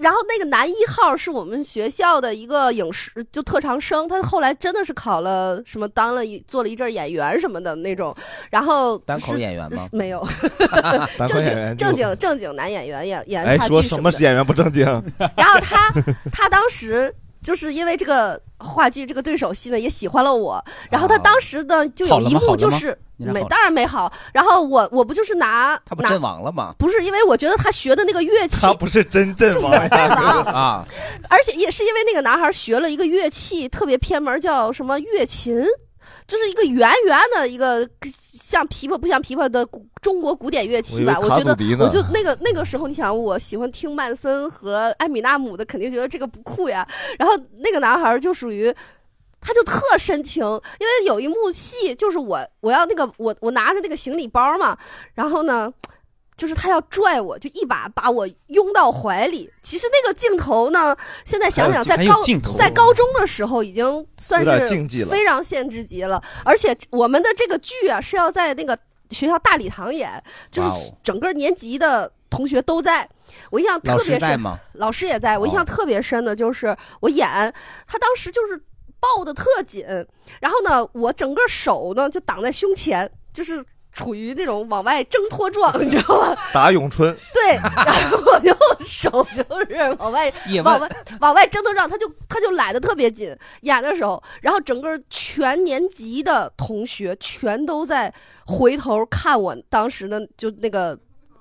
[SPEAKER 3] 然后那个男一号是我们学校的一个影视就特长生，他后来真的是考了什么当了一做了一阵儿演员什么的那种，然后
[SPEAKER 2] 单口
[SPEAKER 3] 是
[SPEAKER 2] 演员吗
[SPEAKER 3] 是没有，
[SPEAKER 1] 单口
[SPEAKER 3] 正
[SPEAKER 1] 演员
[SPEAKER 3] 经正
[SPEAKER 1] 就
[SPEAKER 3] 经正经男演员演演
[SPEAKER 1] 哎，
[SPEAKER 3] 话
[SPEAKER 1] 说
[SPEAKER 3] 剧什
[SPEAKER 1] 什
[SPEAKER 3] 么
[SPEAKER 1] 么
[SPEAKER 3] 的。
[SPEAKER 1] 演员不 正经？
[SPEAKER 3] 然后他他当时就是因为这个话剧这个对手戏呢，也喜欢了我。然后他当时呢就有一幕就
[SPEAKER 2] 啊好了
[SPEAKER 3] 是
[SPEAKER 2] 吗你俩
[SPEAKER 3] 没
[SPEAKER 2] 好了
[SPEAKER 3] 当然没好。然后我我不就是拿
[SPEAKER 2] 他不
[SPEAKER 3] 拿
[SPEAKER 2] 阵亡了吗？
[SPEAKER 3] 不是因为我觉得他学的那个乐器
[SPEAKER 1] 他不是真正王
[SPEAKER 3] 是真王
[SPEAKER 2] 啊！
[SPEAKER 3] 而且也是因为那个男孩学了一个乐器，特别偏门，叫什么乐琴，就是一个圆圆的一个像琵琶不像琵琶的古中国古典乐器吧。
[SPEAKER 17] 我以
[SPEAKER 3] 我
[SPEAKER 17] 为
[SPEAKER 3] 觉得
[SPEAKER 17] 卡祖笛，呢
[SPEAKER 3] 我就那个那个时候，你想我喜欢听曼森和艾米纳姆的，肯定觉得这个不酷呀。然后那个男孩就属于。他就特深情，因为有一幕戏就是我我要那个我我拿着那个行李包嘛，然后呢，就是他要拽我，就一把把我拥到怀里。其实那个镜头呢，现在想想，在
[SPEAKER 1] 还有
[SPEAKER 3] 高
[SPEAKER 1] 镜头啊
[SPEAKER 3] 在高中的时候已经算
[SPEAKER 1] 有点
[SPEAKER 3] 是
[SPEAKER 1] 竞技了
[SPEAKER 3] 非常限制级了。而且我们的这个剧啊是要在那个学校大礼堂演， 就是
[SPEAKER 2] 哇哦
[SPEAKER 3] 整个年级的同学都在。我印象特别
[SPEAKER 2] 老师在
[SPEAKER 3] 深
[SPEAKER 2] 吗，哦
[SPEAKER 3] 老师也在。我印象特别深的就是我演，他当时就是抱的特紧，然后呢，我整个手呢就挡在胸前，就是处于那种往外挣脱状，你知道吗？
[SPEAKER 1] 打咏春，
[SPEAKER 3] 对，然后我就手就是往外
[SPEAKER 1] 野
[SPEAKER 3] 往
[SPEAKER 1] 蛮
[SPEAKER 3] 外往外挣脱让他就他就揽得特别紧，演的时候，然后整个全年级的同学全都在回头看我当时的就那个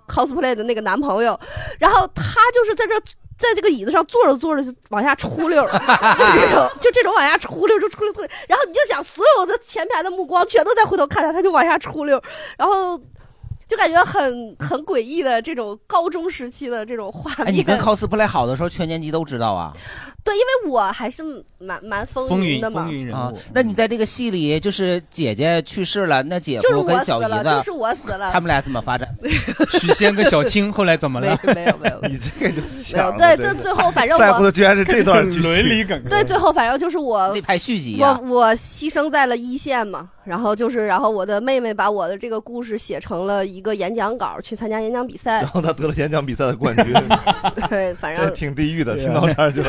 [SPEAKER 3] cosplay 的那个男朋友，然后他就是在这儿。在这个椅子上坐着坐着就往下出溜 儿，就这种就这种往下出溜儿就出溜儿出溜儿，然后你就想所有的前排的目光全都在回头看他，他就往下出溜儿，然后就感觉很很诡异的这种高中时期的这种画面。
[SPEAKER 2] 哎，你跟 cosplay 好的时候，全年级都知道啊。
[SPEAKER 3] 对，因为我还是蛮蛮风云的嘛，
[SPEAKER 2] 啊。那你在这个戏里，就是姐姐去世了，那姐
[SPEAKER 3] 就是
[SPEAKER 2] 夫跟
[SPEAKER 3] 我死
[SPEAKER 2] 小姨
[SPEAKER 3] 了，
[SPEAKER 2] 子，
[SPEAKER 3] 就是我死了。
[SPEAKER 2] 他们俩怎么发展？
[SPEAKER 5] 许仙跟小青后来怎么了？
[SPEAKER 3] 没有没有，
[SPEAKER 1] 你这个就
[SPEAKER 3] 没有对，就最后反正我
[SPEAKER 5] 伦理梗。
[SPEAKER 3] 对，最后反正就是我
[SPEAKER 2] 那拍续集啊呀
[SPEAKER 3] 我我牺牲在了一线嘛，然后就是，然后我的妹妹把我的这个故事写成了一个演讲稿，去参加演讲比赛
[SPEAKER 1] 然。后他得了演讲比赛的冠军，
[SPEAKER 3] 对，反
[SPEAKER 1] 这
[SPEAKER 3] 正
[SPEAKER 1] 挺地狱的。
[SPEAKER 2] 对啊
[SPEAKER 1] 听到这 儿就，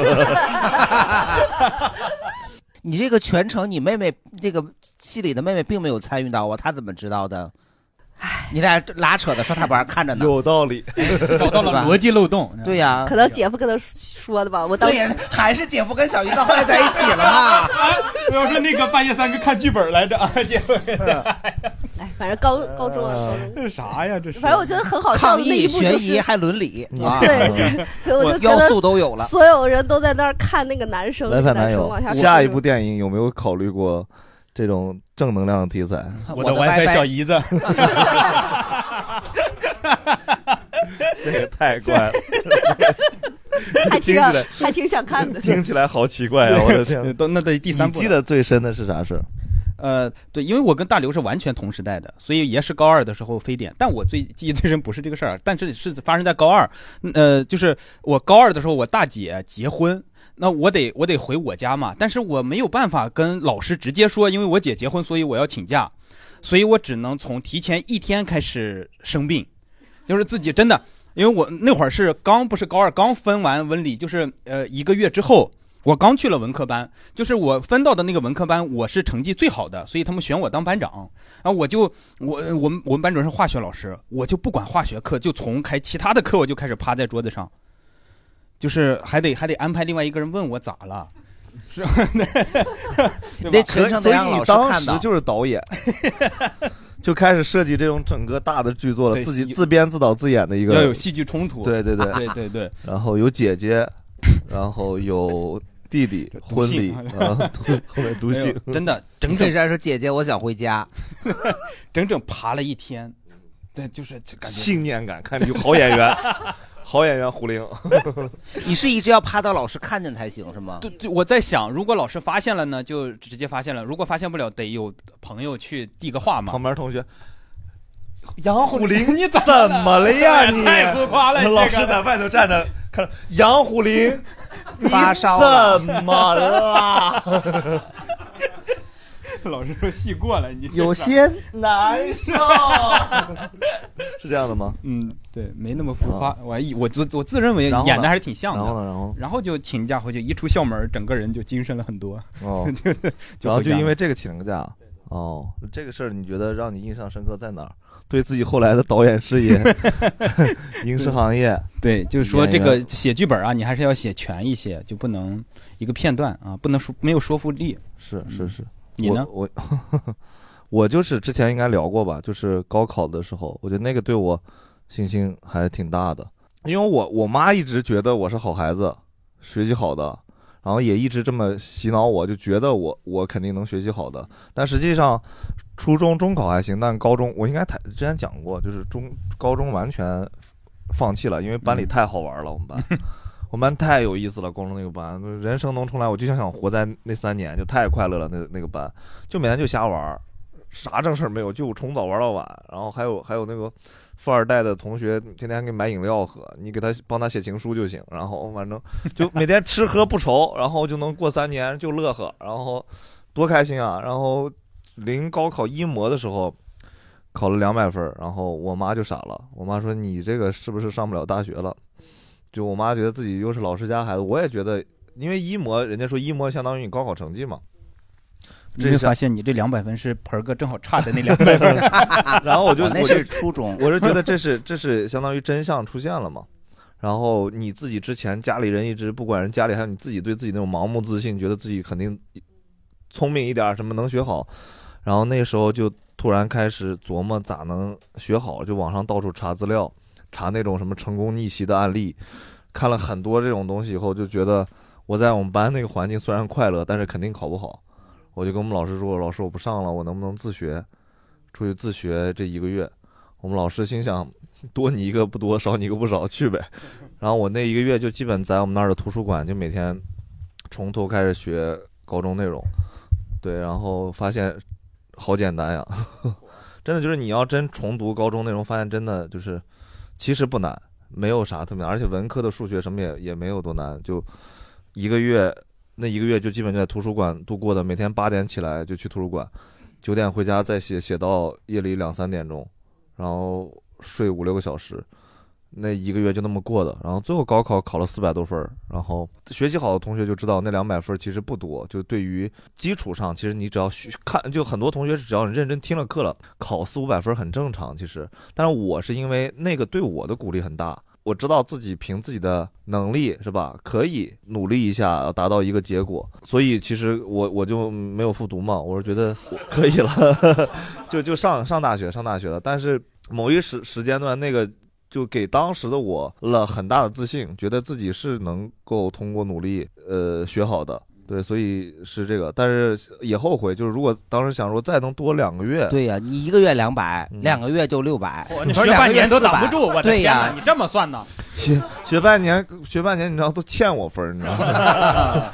[SPEAKER 2] 你这个全程，你妹妹这个戏里的妹妹并没有参与到啊，她怎么知道的？你俩拉扯的说她不玩看着呢，
[SPEAKER 1] 有道理，
[SPEAKER 5] 找到了逻辑漏洞。
[SPEAKER 2] 对呀、
[SPEAKER 3] 可能姐夫跟他说的吧，我当
[SPEAKER 2] 对呀
[SPEAKER 3] 时
[SPEAKER 2] 还是姐夫跟小姨子后来在一起了嘛。
[SPEAKER 4] 我要说那个半夜三更看剧本 来着， 啊，姐夫，
[SPEAKER 3] 反正高高中啊，高中
[SPEAKER 4] 这是啥呀？这是
[SPEAKER 3] 反正我觉得很好笑
[SPEAKER 2] 抗
[SPEAKER 3] 的那一
[SPEAKER 2] 议、
[SPEAKER 3] 幕就
[SPEAKER 2] 悬疑
[SPEAKER 3] 是，
[SPEAKER 2] 还伦理
[SPEAKER 5] 嗯
[SPEAKER 2] 啊，
[SPEAKER 3] 对， 我就觉
[SPEAKER 2] 要
[SPEAKER 3] 得
[SPEAKER 2] 素都有了。
[SPEAKER 3] 所有人都在那儿看那个男生，
[SPEAKER 1] 来
[SPEAKER 3] 那
[SPEAKER 1] 犯
[SPEAKER 3] 个
[SPEAKER 1] 男
[SPEAKER 3] 男生
[SPEAKER 1] 友
[SPEAKER 3] 往下。出
[SPEAKER 1] 下一部电影有没有考虑过这种正能量的题材？
[SPEAKER 4] 我的 WiFi 小姨 子，
[SPEAKER 1] 这个太怪 了，
[SPEAKER 3] 还挺
[SPEAKER 1] 听起来
[SPEAKER 3] 还挺想看的，
[SPEAKER 1] 听起来好奇怪啊！我的天，
[SPEAKER 5] 都那得第三
[SPEAKER 1] 你
[SPEAKER 5] 部
[SPEAKER 1] 记得最深的是啥事儿？
[SPEAKER 5] 呃，对，因为我跟大刘是完全同时代的，所以也是高二的时候非典。但我最记忆最深不是这个事儿，但是是发生在高二。嗯呃，就是我高二的时候，我大姐结婚，那我得我得回我家嘛，但是我没有办法跟老师直接说，因为我姐结婚，所以我要请假，所以我只能从提前一天开始生病。就是自己真的，因为我那会儿是刚不是高二刚分完文理，就是呃一个月之后，我刚去了文科班，就是我分到的那个文科班，我是成绩最好的，所以他们选我当班长，然后我就我我们我们班主任是化学老师，我就不管化学课，就从开其他的课我就开始趴在桌子上，就是还得还得安排另外一个人问我咋了。是， 对吧？
[SPEAKER 1] 所以所以你当时就是导 演，就开始设计这种整个大的剧作了，
[SPEAKER 5] 对
[SPEAKER 1] 自己
[SPEAKER 5] 有
[SPEAKER 1] 自编自导自演的一个，
[SPEAKER 5] 要有戏剧冲突
[SPEAKER 1] 对对对
[SPEAKER 5] 对对对。
[SPEAKER 1] 然后有姐姐，然后有弟弟，婚礼啊，后面读戏，
[SPEAKER 5] 真的 整
[SPEAKER 2] 可以
[SPEAKER 5] 整
[SPEAKER 2] 说姐姐，我想回家，
[SPEAKER 1] 嗯
[SPEAKER 5] 整整爬了一天，对，就是就感觉
[SPEAKER 1] 信念感，看你有好演员，好演员胡玲，
[SPEAKER 2] 你是一直要趴到老师看见才行是吗？
[SPEAKER 5] 对对，我在想，如果老师发现了呢，就直接发现了；如果发现不了，得有朋友去递个话嘛。旁
[SPEAKER 1] 边同 学，杨虎林，
[SPEAKER 5] 你
[SPEAKER 1] 怎么了呀你？
[SPEAKER 5] 哎太浮夸了你这个
[SPEAKER 1] 老师在外头站着看杨虎林， 你
[SPEAKER 2] 发烧了
[SPEAKER 1] 怎么 了？
[SPEAKER 4] 老师说戏过了，你这
[SPEAKER 2] 有
[SPEAKER 4] 事儿
[SPEAKER 2] 些 难受。
[SPEAKER 1] 是这样的吗？
[SPEAKER 5] 嗯， 对，没那么浮夸。我还以我自我自认为演的还是挺像的。
[SPEAKER 1] 哦然后呢？然后
[SPEAKER 5] 然后就请假回去，一出校门，整个人就精神了很多。
[SPEAKER 1] 哦
[SPEAKER 5] 就
[SPEAKER 1] 然后
[SPEAKER 5] 回
[SPEAKER 1] 就
[SPEAKER 5] 家
[SPEAKER 1] 因
[SPEAKER 5] 了
[SPEAKER 1] 为这个请了个假。哦，这个事儿你觉得让你印象深刻在哪儿？对自己后来的导演 事业、影视行业，
[SPEAKER 5] 对，就是说这
[SPEAKER 1] 演
[SPEAKER 5] 个
[SPEAKER 1] 员
[SPEAKER 5] 写剧本啊，你还是要写全一些，就不能一个片段啊，不能说没有说服力。
[SPEAKER 1] 是是是，
[SPEAKER 5] 你呢？
[SPEAKER 1] 我我 我就是之前应该聊过吧，就是高考的时候，我觉得那个对我信心还是挺大的，因为我我妈一直觉得我是好孩子，学习好的，然后也一直这么洗脑我，就觉得我我肯定能学习好的，但实际上初中中考还行，但高中我应该太之前讲过，就是中高中完全放弃了，因为班里太好玩了，我们班。我们班太有意思了，高中那个班，人生能重来，我就想想活在那三年，就太快乐了。那那个班，就每天就瞎玩儿，啥正事儿没有，就从早玩到晚。然后还有还有那个富二代的同学，天天给你买饮料喝，你给他帮他写情书就行。然后反正就每天吃喝不愁，然后就能过三年，就乐呵，然后多开心啊！然后临高考一模的时候，考了两百分儿，然后我妈就傻了，我妈说你这个是不是上不了大学了？就我妈觉得自己又是老师家孩子，我也觉得，因为一模人家说一模相当于你高考成绩嘛，
[SPEAKER 5] 你会
[SPEAKER 1] 这下，
[SPEAKER 5] 发现你这两百分是盆儿哥正好差的那 两百分
[SPEAKER 1] 然后我就
[SPEAKER 5] 哦
[SPEAKER 1] 我就我是觉得这
[SPEAKER 5] 是。
[SPEAKER 1] 是这是相当于真相出现了嘛。然后你自己之前家里人一直不管人家里，还有你自己对自己那种盲目自信，觉得自己肯定聪明一点儿，什么能学好。然后那时候就突然开始琢磨咋能学好，就网上到处查资料，查那种什么成功逆袭的案例，看了很多这种东西以后，就觉得我在我们班那个环境虽然快乐，但是肯定考不好。我就跟我们老师说：“老师，我不上了，我能不能自学？出去自学这一个月？”我们老师心想：“多你一个不多，少你一个不少，去呗。”然后我那一个月就基本在我们那儿的图书馆，就每天从头开始学高中内容。对，然后发现好简单呀， 真的就是你要真重读高中内容，发现真的就是其实不难，没有啥特别难，而且文科的数学什么也也没有多难，就一个月那一个月就基本就在图书馆度过的，每天八点起来就去图书馆，九点回家再写，写到夜里两三点钟，然后睡五六个小时，那一个月就那么过的。然后最后高考考了四百多分儿，然后学习好的同学就知道那两百分儿其实不多，就对于基础上，其实你只要学看，就很多同学只要你认真听了课了，考四五百分儿很正常。其实，但是我是因为那个对我的鼓励很大。我知道自己凭自己的能力是吧，可以努力一下达到一个结果，所以其实我我就没有复读嘛，我是觉得我可以了， 就就上上大学上大学了。但是某一时时间段，那个就给当时的我了很大的自信，觉得自己是能够通过努力呃学好的。对，所以是这个，但是也后悔，就是如果当时想说再能多两个月，嗯
[SPEAKER 2] 对呀、你一个月两百、两个月就六百，
[SPEAKER 5] 你
[SPEAKER 2] 说
[SPEAKER 5] 学
[SPEAKER 2] 两
[SPEAKER 5] 半
[SPEAKER 2] 个月
[SPEAKER 5] 年都
[SPEAKER 2] 400
[SPEAKER 5] 挡不住，我的
[SPEAKER 2] 对
[SPEAKER 5] 天
[SPEAKER 2] 呀、
[SPEAKER 5] 哪！你这么算呢？
[SPEAKER 1] 学学半年，学半年，你知道都欠我分儿，你知道吗？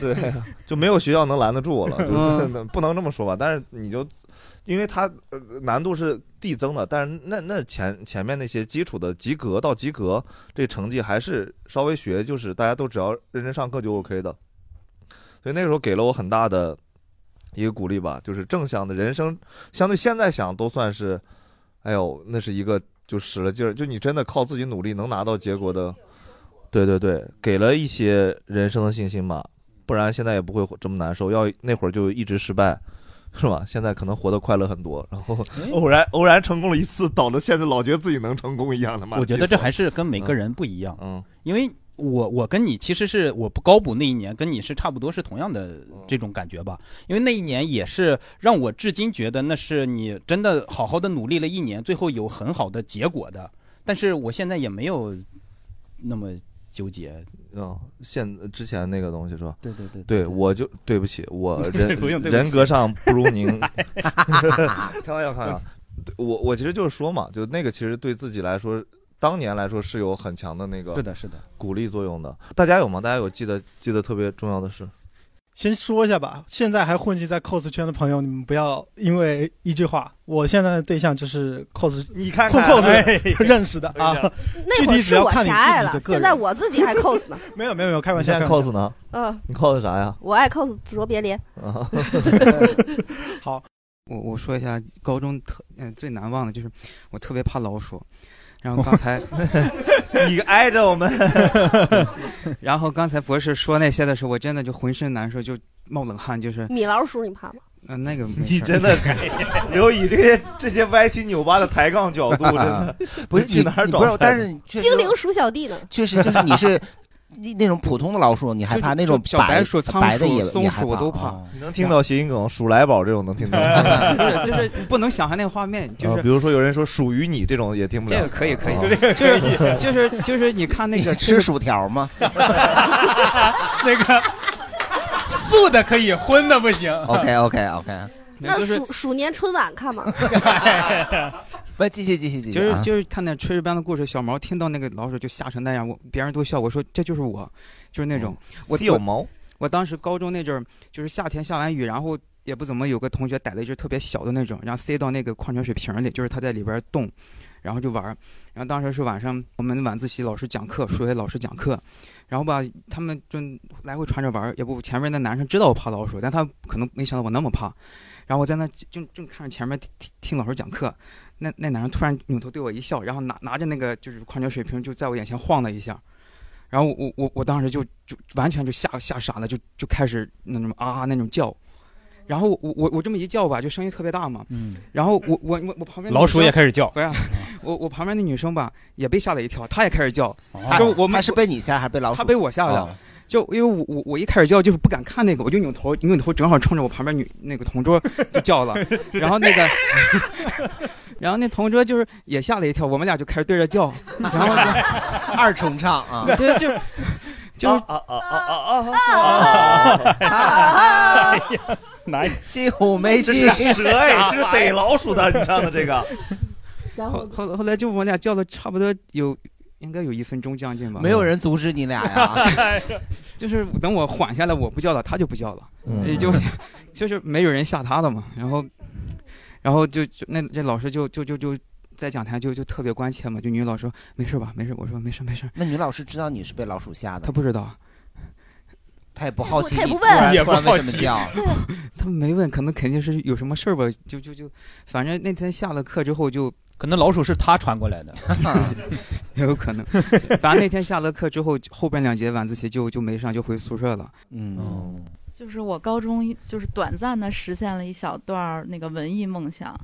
[SPEAKER 1] 对，就没有学校能拦得住我了，就是
[SPEAKER 11] 嗯
[SPEAKER 1] 不能这么说吧。但是你就，因为它呃难度是递增的，但是那那前前面那些基础的及格到及格，这成绩还是稍微学，就是大家都只要认真上课就 OK 的。所以那个时候给了我很大的一个鼓励吧，就是正向的人生，相对现在想都算是，哎呦，那是一个就使了劲儿，就你真的靠自己努力能拿到结果的，对对对，给了一些人生的信心吧，不然现在也不会这么难受。要那会儿就一直失败。是吧？现在可能活得快乐很多，然后
[SPEAKER 4] 哎
[SPEAKER 1] 偶然偶然成功了一次，倒的现在老觉得自己能成功一样的嘛。
[SPEAKER 5] 我觉得这还是跟每个人不一样，
[SPEAKER 1] 嗯，
[SPEAKER 5] 因为我我跟你其实是我不高补那一年跟你是差不多是同样的
[SPEAKER 1] 嗯
[SPEAKER 5] 这种感觉吧，因为那一年也是让我至今觉得那是你真的好好的努力了一年，最后有很好的结果的，但是我现在也没有那么纠结，
[SPEAKER 1] 嗯，现之前那个东西是吧？
[SPEAKER 5] 对对对
[SPEAKER 1] 对，我就对不起，我人
[SPEAKER 5] 不用对不起
[SPEAKER 1] 人格上不如您。 开玩笑，开玩笑。对我我其实就是说嘛，就那个其实对自己来说，当年来说是有很强的那个
[SPEAKER 5] 是的是的
[SPEAKER 1] 鼓励作用的。大家有吗？大家有记得记得特别重要的事？
[SPEAKER 16] 先说一下吧，现在还混迹在 cos 圈的朋友，你们不要因为一句话，我现在的对象就是 cos，
[SPEAKER 1] 你
[SPEAKER 16] 看
[SPEAKER 1] 看
[SPEAKER 16] 混 cos
[SPEAKER 1] 哎
[SPEAKER 16] 认识的啊，具
[SPEAKER 3] 那会儿
[SPEAKER 16] 体只
[SPEAKER 3] 是
[SPEAKER 16] 要
[SPEAKER 3] 我
[SPEAKER 16] 看你
[SPEAKER 3] 狭隘了
[SPEAKER 16] 自己的，个
[SPEAKER 3] 现
[SPEAKER 16] 人。
[SPEAKER 3] 在我自己还 cos 呢。
[SPEAKER 16] 没有没有没有，开玩
[SPEAKER 1] 你
[SPEAKER 16] 笑，
[SPEAKER 1] 现在
[SPEAKER 16] 开玩
[SPEAKER 1] cos
[SPEAKER 16] 笑
[SPEAKER 1] 呢？
[SPEAKER 3] 嗯
[SPEAKER 1] 你 cos 啥呀？
[SPEAKER 3] 我爱 cos 卓别 林。
[SPEAKER 1] 啊，
[SPEAKER 16] 好，
[SPEAKER 7] 我我说一下高中特嗯、最难忘的就是我特别怕老鼠，然后刚才
[SPEAKER 1] 你挨着我们，
[SPEAKER 7] 然后刚才博士说那些的时候，我真的就浑身难受，就冒冷汗，就是
[SPEAKER 3] 米老鼠你怕吗？
[SPEAKER 7] 嗯、那个没
[SPEAKER 1] 你
[SPEAKER 7] 事儿
[SPEAKER 1] 真的 刘以这些这些歪七扭八的抬杠角度，真的
[SPEAKER 2] 不是
[SPEAKER 1] 你去哪儿
[SPEAKER 2] 你
[SPEAKER 1] 找
[SPEAKER 2] 不
[SPEAKER 1] 来
[SPEAKER 2] 是
[SPEAKER 1] 的？
[SPEAKER 2] 但是你确实
[SPEAKER 3] 精灵鼠小弟呢？
[SPEAKER 2] 确实就是你是那那种普通的老鼠，你害怕那种
[SPEAKER 7] 就小白
[SPEAKER 2] 白
[SPEAKER 7] 鼠、仓
[SPEAKER 2] 白的
[SPEAKER 7] 鼠、
[SPEAKER 2] 也
[SPEAKER 7] 松鼠我都怕。
[SPEAKER 2] 哦
[SPEAKER 1] 能听到谐音梗“鼠来宝”这种能听到吗？
[SPEAKER 7] 不是，就是你不能想象那个画面，就
[SPEAKER 1] 啊
[SPEAKER 7] 是
[SPEAKER 1] 比如说有人说“属于你”这种也听不了。
[SPEAKER 7] 这个可以可以
[SPEAKER 1] 啊，
[SPEAKER 7] 就是 就是就是你看那个
[SPEAKER 2] 吃薯条 吗？
[SPEAKER 4] 那个素的可以，
[SPEAKER 2] 嗯
[SPEAKER 4] 荤的不行。
[SPEAKER 2] OK OK OK，
[SPEAKER 3] 那
[SPEAKER 7] 就是
[SPEAKER 3] 鼠鼠年春晚看吗？
[SPEAKER 2] 不继续继续继续，
[SPEAKER 7] 就是
[SPEAKER 2] 啊
[SPEAKER 7] 就是看那《炊事班的故事》，小毛听到那个老鼠就吓成那样，我别人都笑，我说这就是我，就是那种
[SPEAKER 1] 嗯
[SPEAKER 7] 我
[SPEAKER 1] 稀有
[SPEAKER 7] 我
[SPEAKER 1] 毛
[SPEAKER 7] 我当时高中那阵儿，就是夏天下完雨，然后也不怎么有个同学逮了一只特别小的那种，然后塞到那个矿泉水瓶里，就是它在里边冻，然后就玩儿。然后当时是晚上，我们晚自习老师讲课，数学老师讲课，然后吧，他们就来回传着玩儿。也不，前面那男生知道我怕老鼠，但他可能没想到我那么怕。然后我在那正正看着前面听听听老师讲课，那那男生突然扭头对我一笑，然后拿拿着那个就是矿泉水瓶就在我眼前晃了一下，然后我我我当时就就完全就吓吓傻了，就就开始那种啊那种叫，然后我我我这么一叫吧，就声音特别大嘛，
[SPEAKER 5] 嗯，
[SPEAKER 7] 然后我我我我旁边
[SPEAKER 4] 老鼠也开始叫
[SPEAKER 7] 不是，我我旁边那女生吧也被吓了一跳，她也开始叫
[SPEAKER 2] 哦，
[SPEAKER 7] 就我们
[SPEAKER 2] 她是被你吓还是被老鼠
[SPEAKER 7] 她被我吓
[SPEAKER 2] 哦
[SPEAKER 7] 的。就因为我我我一开始叫就是不敢看那个，我就扭头扭扭头，正好冲着我旁边女那个同桌就叫了，然后那个，然后那同桌就是也吓了一跳，我们俩就开始对着叫，然后就
[SPEAKER 2] 二重唱啊
[SPEAKER 7] 对，就就是
[SPEAKER 1] 啊啊啊啊
[SPEAKER 2] 啊！
[SPEAKER 4] 哪
[SPEAKER 2] 西湖没
[SPEAKER 1] 这
[SPEAKER 2] 记
[SPEAKER 1] 是蛇哎，这是逮老鼠的，你唱 的这 个。
[SPEAKER 3] 然
[SPEAKER 7] 后后来后来就我俩叫了差不多有应该有一分钟将近吧，
[SPEAKER 2] 没有人阻止你俩呀
[SPEAKER 7] 就是 等我缓下来，我不叫了，他就不叫了，
[SPEAKER 2] 嗯
[SPEAKER 7] 也就 就是没有人吓他了嘛。然后，然后就就那这老师就就就就在讲台就就特别关切嘛，就女老师说没事吧，没事，我说没事没事，
[SPEAKER 2] 那女老师知道你是被老鼠吓的，
[SPEAKER 7] 她不知道，
[SPEAKER 2] 她也不好奇，
[SPEAKER 3] 她也不
[SPEAKER 2] 你突然
[SPEAKER 3] 问也啊
[SPEAKER 2] 突然
[SPEAKER 3] 不
[SPEAKER 2] 为
[SPEAKER 3] 好
[SPEAKER 2] 什么
[SPEAKER 3] 奇
[SPEAKER 2] 叫？
[SPEAKER 7] 啊他们没问，可能肯定是有什么事儿吧，就就就，反正那天下了课之后就，
[SPEAKER 5] 可能老鼠是他传过来的，
[SPEAKER 7] 也 有可能。反正那天下了课之后，后边两节晚自习就就没上，就回宿舍了。
[SPEAKER 3] 哦
[SPEAKER 2] 嗯，
[SPEAKER 17] 就是我高中就是短暂的实现了一小段儿那个文艺梦想，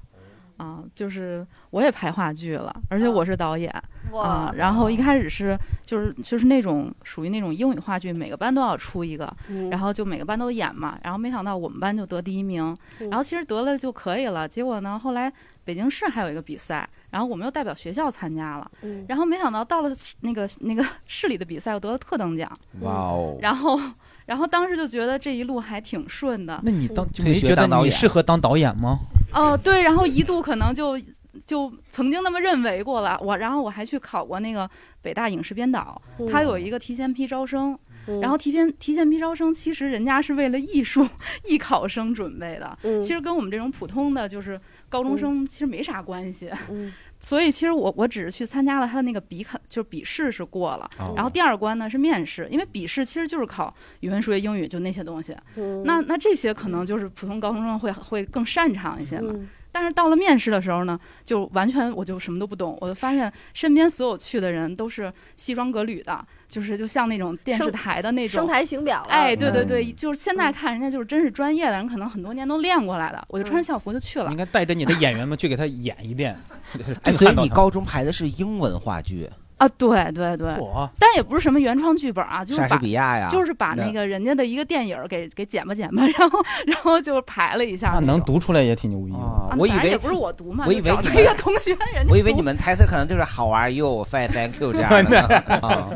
[SPEAKER 3] 嗯
[SPEAKER 17] 啊，就是我也拍话剧了，而且我是导演，
[SPEAKER 3] 哇
[SPEAKER 17] 啊，然后一开始是就是就是那种属于那种英语话剧，每个班都要出一个，
[SPEAKER 3] 嗯
[SPEAKER 17] 然后就每个班都演嘛，然后没想到我们班就得第一名，
[SPEAKER 3] 嗯
[SPEAKER 17] 然后其实得了就可以了，结果呢后来北京市还有一个比赛，然后我们又代表学校参加了，
[SPEAKER 3] 嗯
[SPEAKER 17] 然后没想到到了那个那个市里的比赛，我得了特等奖，
[SPEAKER 2] 哇哦
[SPEAKER 17] 然后，然后当时就觉得这一路还挺顺的。
[SPEAKER 5] 那你当就
[SPEAKER 2] 退
[SPEAKER 5] 没
[SPEAKER 2] 学
[SPEAKER 5] 觉得
[SPEAKER 2] 当导
[SPEAKER 5] 你
[SPEAKER 2] 演
[SPEAKER 5] 适合当导 演吗？
[SPEAKER 17] 哦、对，然后一度可能就就曾经那么认为过了。我，然后我还去考过那个北大影视编导，他有一个提前批招生。然后提前提前批招生，其实人家是为了艺术 艺考生准备的，
[SPEAKER 3] 嗯
[SPEAKER 17] 其实跟我们这种普通的就是高中生其实没啥关系。所以其实我我只是去参加了他的那个笔考，就是笔试是过了，
[SPEAKER 3] 哦
[SPEAKER 17] 然后第二关呢是面试，因为笔试其实就是考语文、数学、英语就那些东西。
[SPEAKER 3] 嗯
[SPEAKER 17] 那那这些可能就是普通高中生会会更擅长一些嘛。
[SPEAKER 3] 嗯
[SPEAKER 17] 但是到了面试的时候呢，就完全我就什么都不懂，我就发现身边所有去的人都是西装革履的，就是就像那种电视
[SPEAKER 3] 生
[SPEAKER 17] 台的那种
[SPEAKER 3] 生台型表了嗯
[SPEAKER 17] 哎，对对
[SPEAKER 2] 嗯
[SPEAKER 17] 对，就是现在看人家就是真是专业的人，可能很多年都练过来的，我就
[SPEAKER 3] 嗯
[SPEAKER 17] 穿着校服就去了
[SPEAKER 5] 你应。该带着你的演员们去给他演一遍。
[SPEAKER 2] 哎，
[SPEAKER 5] 震
[SPEAKER 2] 所以
[SPEAKER 5] 撼到
[SPEAKER 2] 你
[SPEAKER 5] 他
[SPEAKER 2] 高中排的是英文话剧，
[SPEAKER 17] 啊，对对对
[SPEAKER 5] 嚯，
[SPEAKER 17] 但也不是什么原创剧本啊，就是
[SPEAKER 2] 莎
[SPEAKER 17] 把
[SPEAKER 2] 士比亚呀
[SPEAKER 17] 就是把
[SPEAKER 2] 那
[SPEAKER 17] 那个人家的一个电影儿给给剪吧剪吧， 然后然后就排了一下
[SPEAKER 5] 那
[SPEAKER 17] 那
[SPEAKER 5] 能
[SPEAKER 17] 种。
[SPEAKER 5] 读出来也挺
[SPEAKER 2] 哦
[SPEAKER 5] 牛逼啊
[SPEAKER 17] 啊
[SPEAKER 2] 我以
[SPEAKER 17] 反正
[SPEAKER 2] 为
[SPEAKER 17] 也不是我读嘛，
[SPEAKER 2] 我
[SPEAKER 17] 就
[SPEAKER 2] 以为
[SPEAKER 17] 找
[SPEAKER 2] 你
[SPEAKER 17] 了
[SPEAKER 2] 们
[SPEAKER 17] 一个同 学，人家
[SPEAKER 2] 我以为
[SPEAKER 17] 读
[SPEAKER 2] 你们台词可能就是 How are you? Fine, thank you 这样的啊。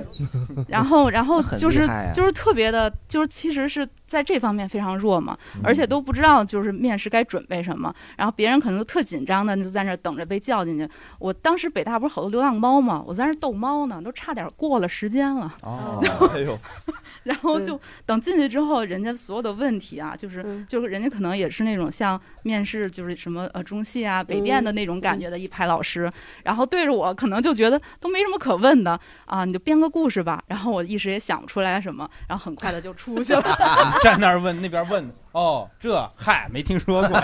[SPEAKER 17] 然后，然后
[SPEAKER 2] 很
[SPEAKER 17] 就是、
[SPEAKER 2] 厉害啊
[SPEAKER 17] 就是特别的，就是其实是在这方面非常弱嘛，
[SPEAKER 2] 嗯
[SPEAKER 17] 而且都不知道就是面试该准备什么，然后别人可能就特紧张的就在那儿等着被叫进去。我当时北大不是好多流浪猫嘛，我在那儿逗猫呢，都差点过了时间了。
[SPEAKER 1] 哦，哎呦，
[SPEAKER 17] 然后就等进去之后，人家所有的问题啊，就是就是人家可能也是那种像面试就是什么呃中戏啊、北电的那种感觉的一排老师，然后对着我可能就觉得都没什么可问的啊，你就编个故事吧。然后我一时也想不出来什么，然后很快的就出去了。
[SPEAKER 5] 站那儿问那边问，哦，这嗨没听说过，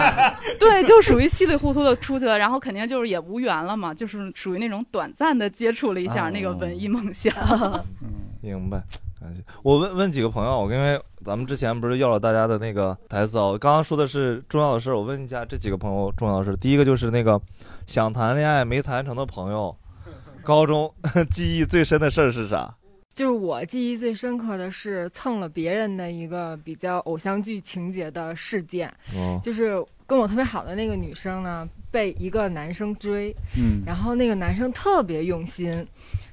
[SPEAKER 17] 对，就属于稀里糊涂的出去了，然后肯定就是也无缘了嘛，就是属于那种短暂的接触了一下那个文艺梦想。
[SPEAKER 1] 明白。感谢我问问几个朋友，我因为咱们之前不是要了大家的那个台词啊，我刚刚说的是重要的事儿，我问一下这几个朋友重要的事儿。第一个就是那个想谈恋爱没谈成的朋友，高中 记忆最深的事儿是啥？
[SPEAKER 19] 就是我记忆最深刻的是蹭了别人的一个比较偶像剧情节的事件，
[SPEAKER 1] 哦
[SPEAKER 19] 就是跟我特别好的那个女生呢，被一个男生追，
[SPEAKER 20] 嗯
[SPEAKER 19] 然后那个男生特别用心，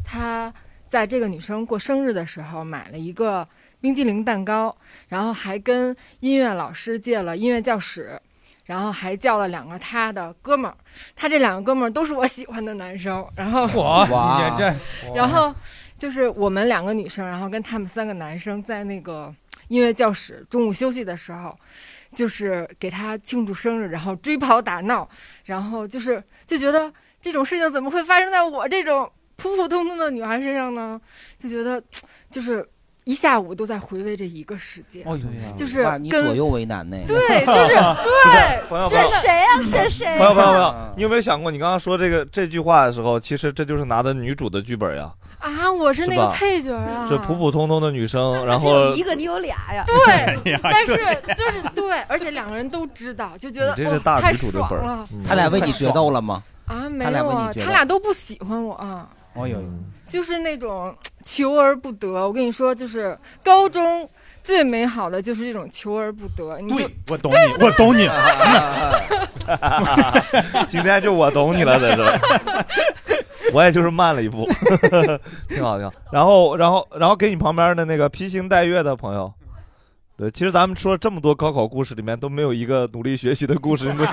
[SPEAKER 19] 他在这个女生过生日的时候买了一个冰激凌蛋糕，然后还跟音乐老师借了音乐教室，然后还叫了两个他的哥们儿，他这两个哥们儿都是我喜欢的男生，然后
[SPEAKER 5] 我你这，
[SPEAKER 19] 然后就是我们两个女生，然后跟他们三个男生在那个音乐教室中午休息的时候，就是给他庆祝生日，然后追跑打闹，然后就是就觉得这种事情怎么会发生在我这种普普通通的女孩身上呢？就觉得就是一下午都在回味这一个事件。
[SPEAKER 2] 哎呦
[SPEAKER 19] 就是
[SPEAKER 2] 你
[SPEAKER 19] 跟
[SPEAKER 2] 左右为难呢。
[SPEAKER 19] 哦对，就是对，
[SPEAKER 1] 朋友
[SPEAKER 19] 真
[SPEAKER 1] 朋
[SPEAKER 19] 的
[SPEAKER 1] 友
[SPEAKER 8] 谁呀、是谁、
[SPEAKER 1] 朋友朋友朋友，你有没有想过，你刚刚说这个这句话的时候，其实这就是拿的女主的剧本呀，
[SPEAKER 19] 啊，我是那
[SPEAKER 1] 是
[SPEAKER 19] 个
[SPEAKER 1] 吧
[SPEAKER 19] 配角啊，
[SPEAKER 1] 是普普通通的女生，然
[SPEAKER 19] 只
[SPEAKER 1] 后
[SPEAKER 19] 有
[SPEAKER 8] 一个你有俩呀？
[SPEAKER 19] 对
[SPEAKER 2] 哎
[SPEAKER 1] 呀，
[SPEAKER 19] 但是就是对，而且两个人都知道，就觉得
[SPEAKER 2] 你这是
[SPEAKER 19] 哦
[SPEAKER 2] 大
[SPEAKER 19] 太
[SPEAKER 2] 女主的
[SPEAKER 19] 爽
[SPEAKER 2] 本儿
[SPEAKER 19] 了
[SPEAKER 2] 他俩为你决斗了吗？
[SPEAKER 19] 啊，没
[SPEAKER 2] 他俩
[SPEAKER 19] 有
[SPEAKER 2] 为你
[SPEAKER 19] 啊，
[SPEAKER 2] 决斗
[SPEAKER 19] 他俩都不喜欢我啊，
[SPEAKER 2] 哎呦，
[SPEAKER 19] 就是那种求而不得。我跟你说，就是高中最美好的就是这种求而不得。你就
[SPEAKER 21] 对，我懂你，我懂你。
[SPEAKER 1] 今天就我懂你了，在这儿，我也就是慢了一步， 挺好挺好。然后然后然后给你旁边的那个披星戴月的朋友，对，其实咱们说这么多高考故事里面都没有一个努力学习的故事，你们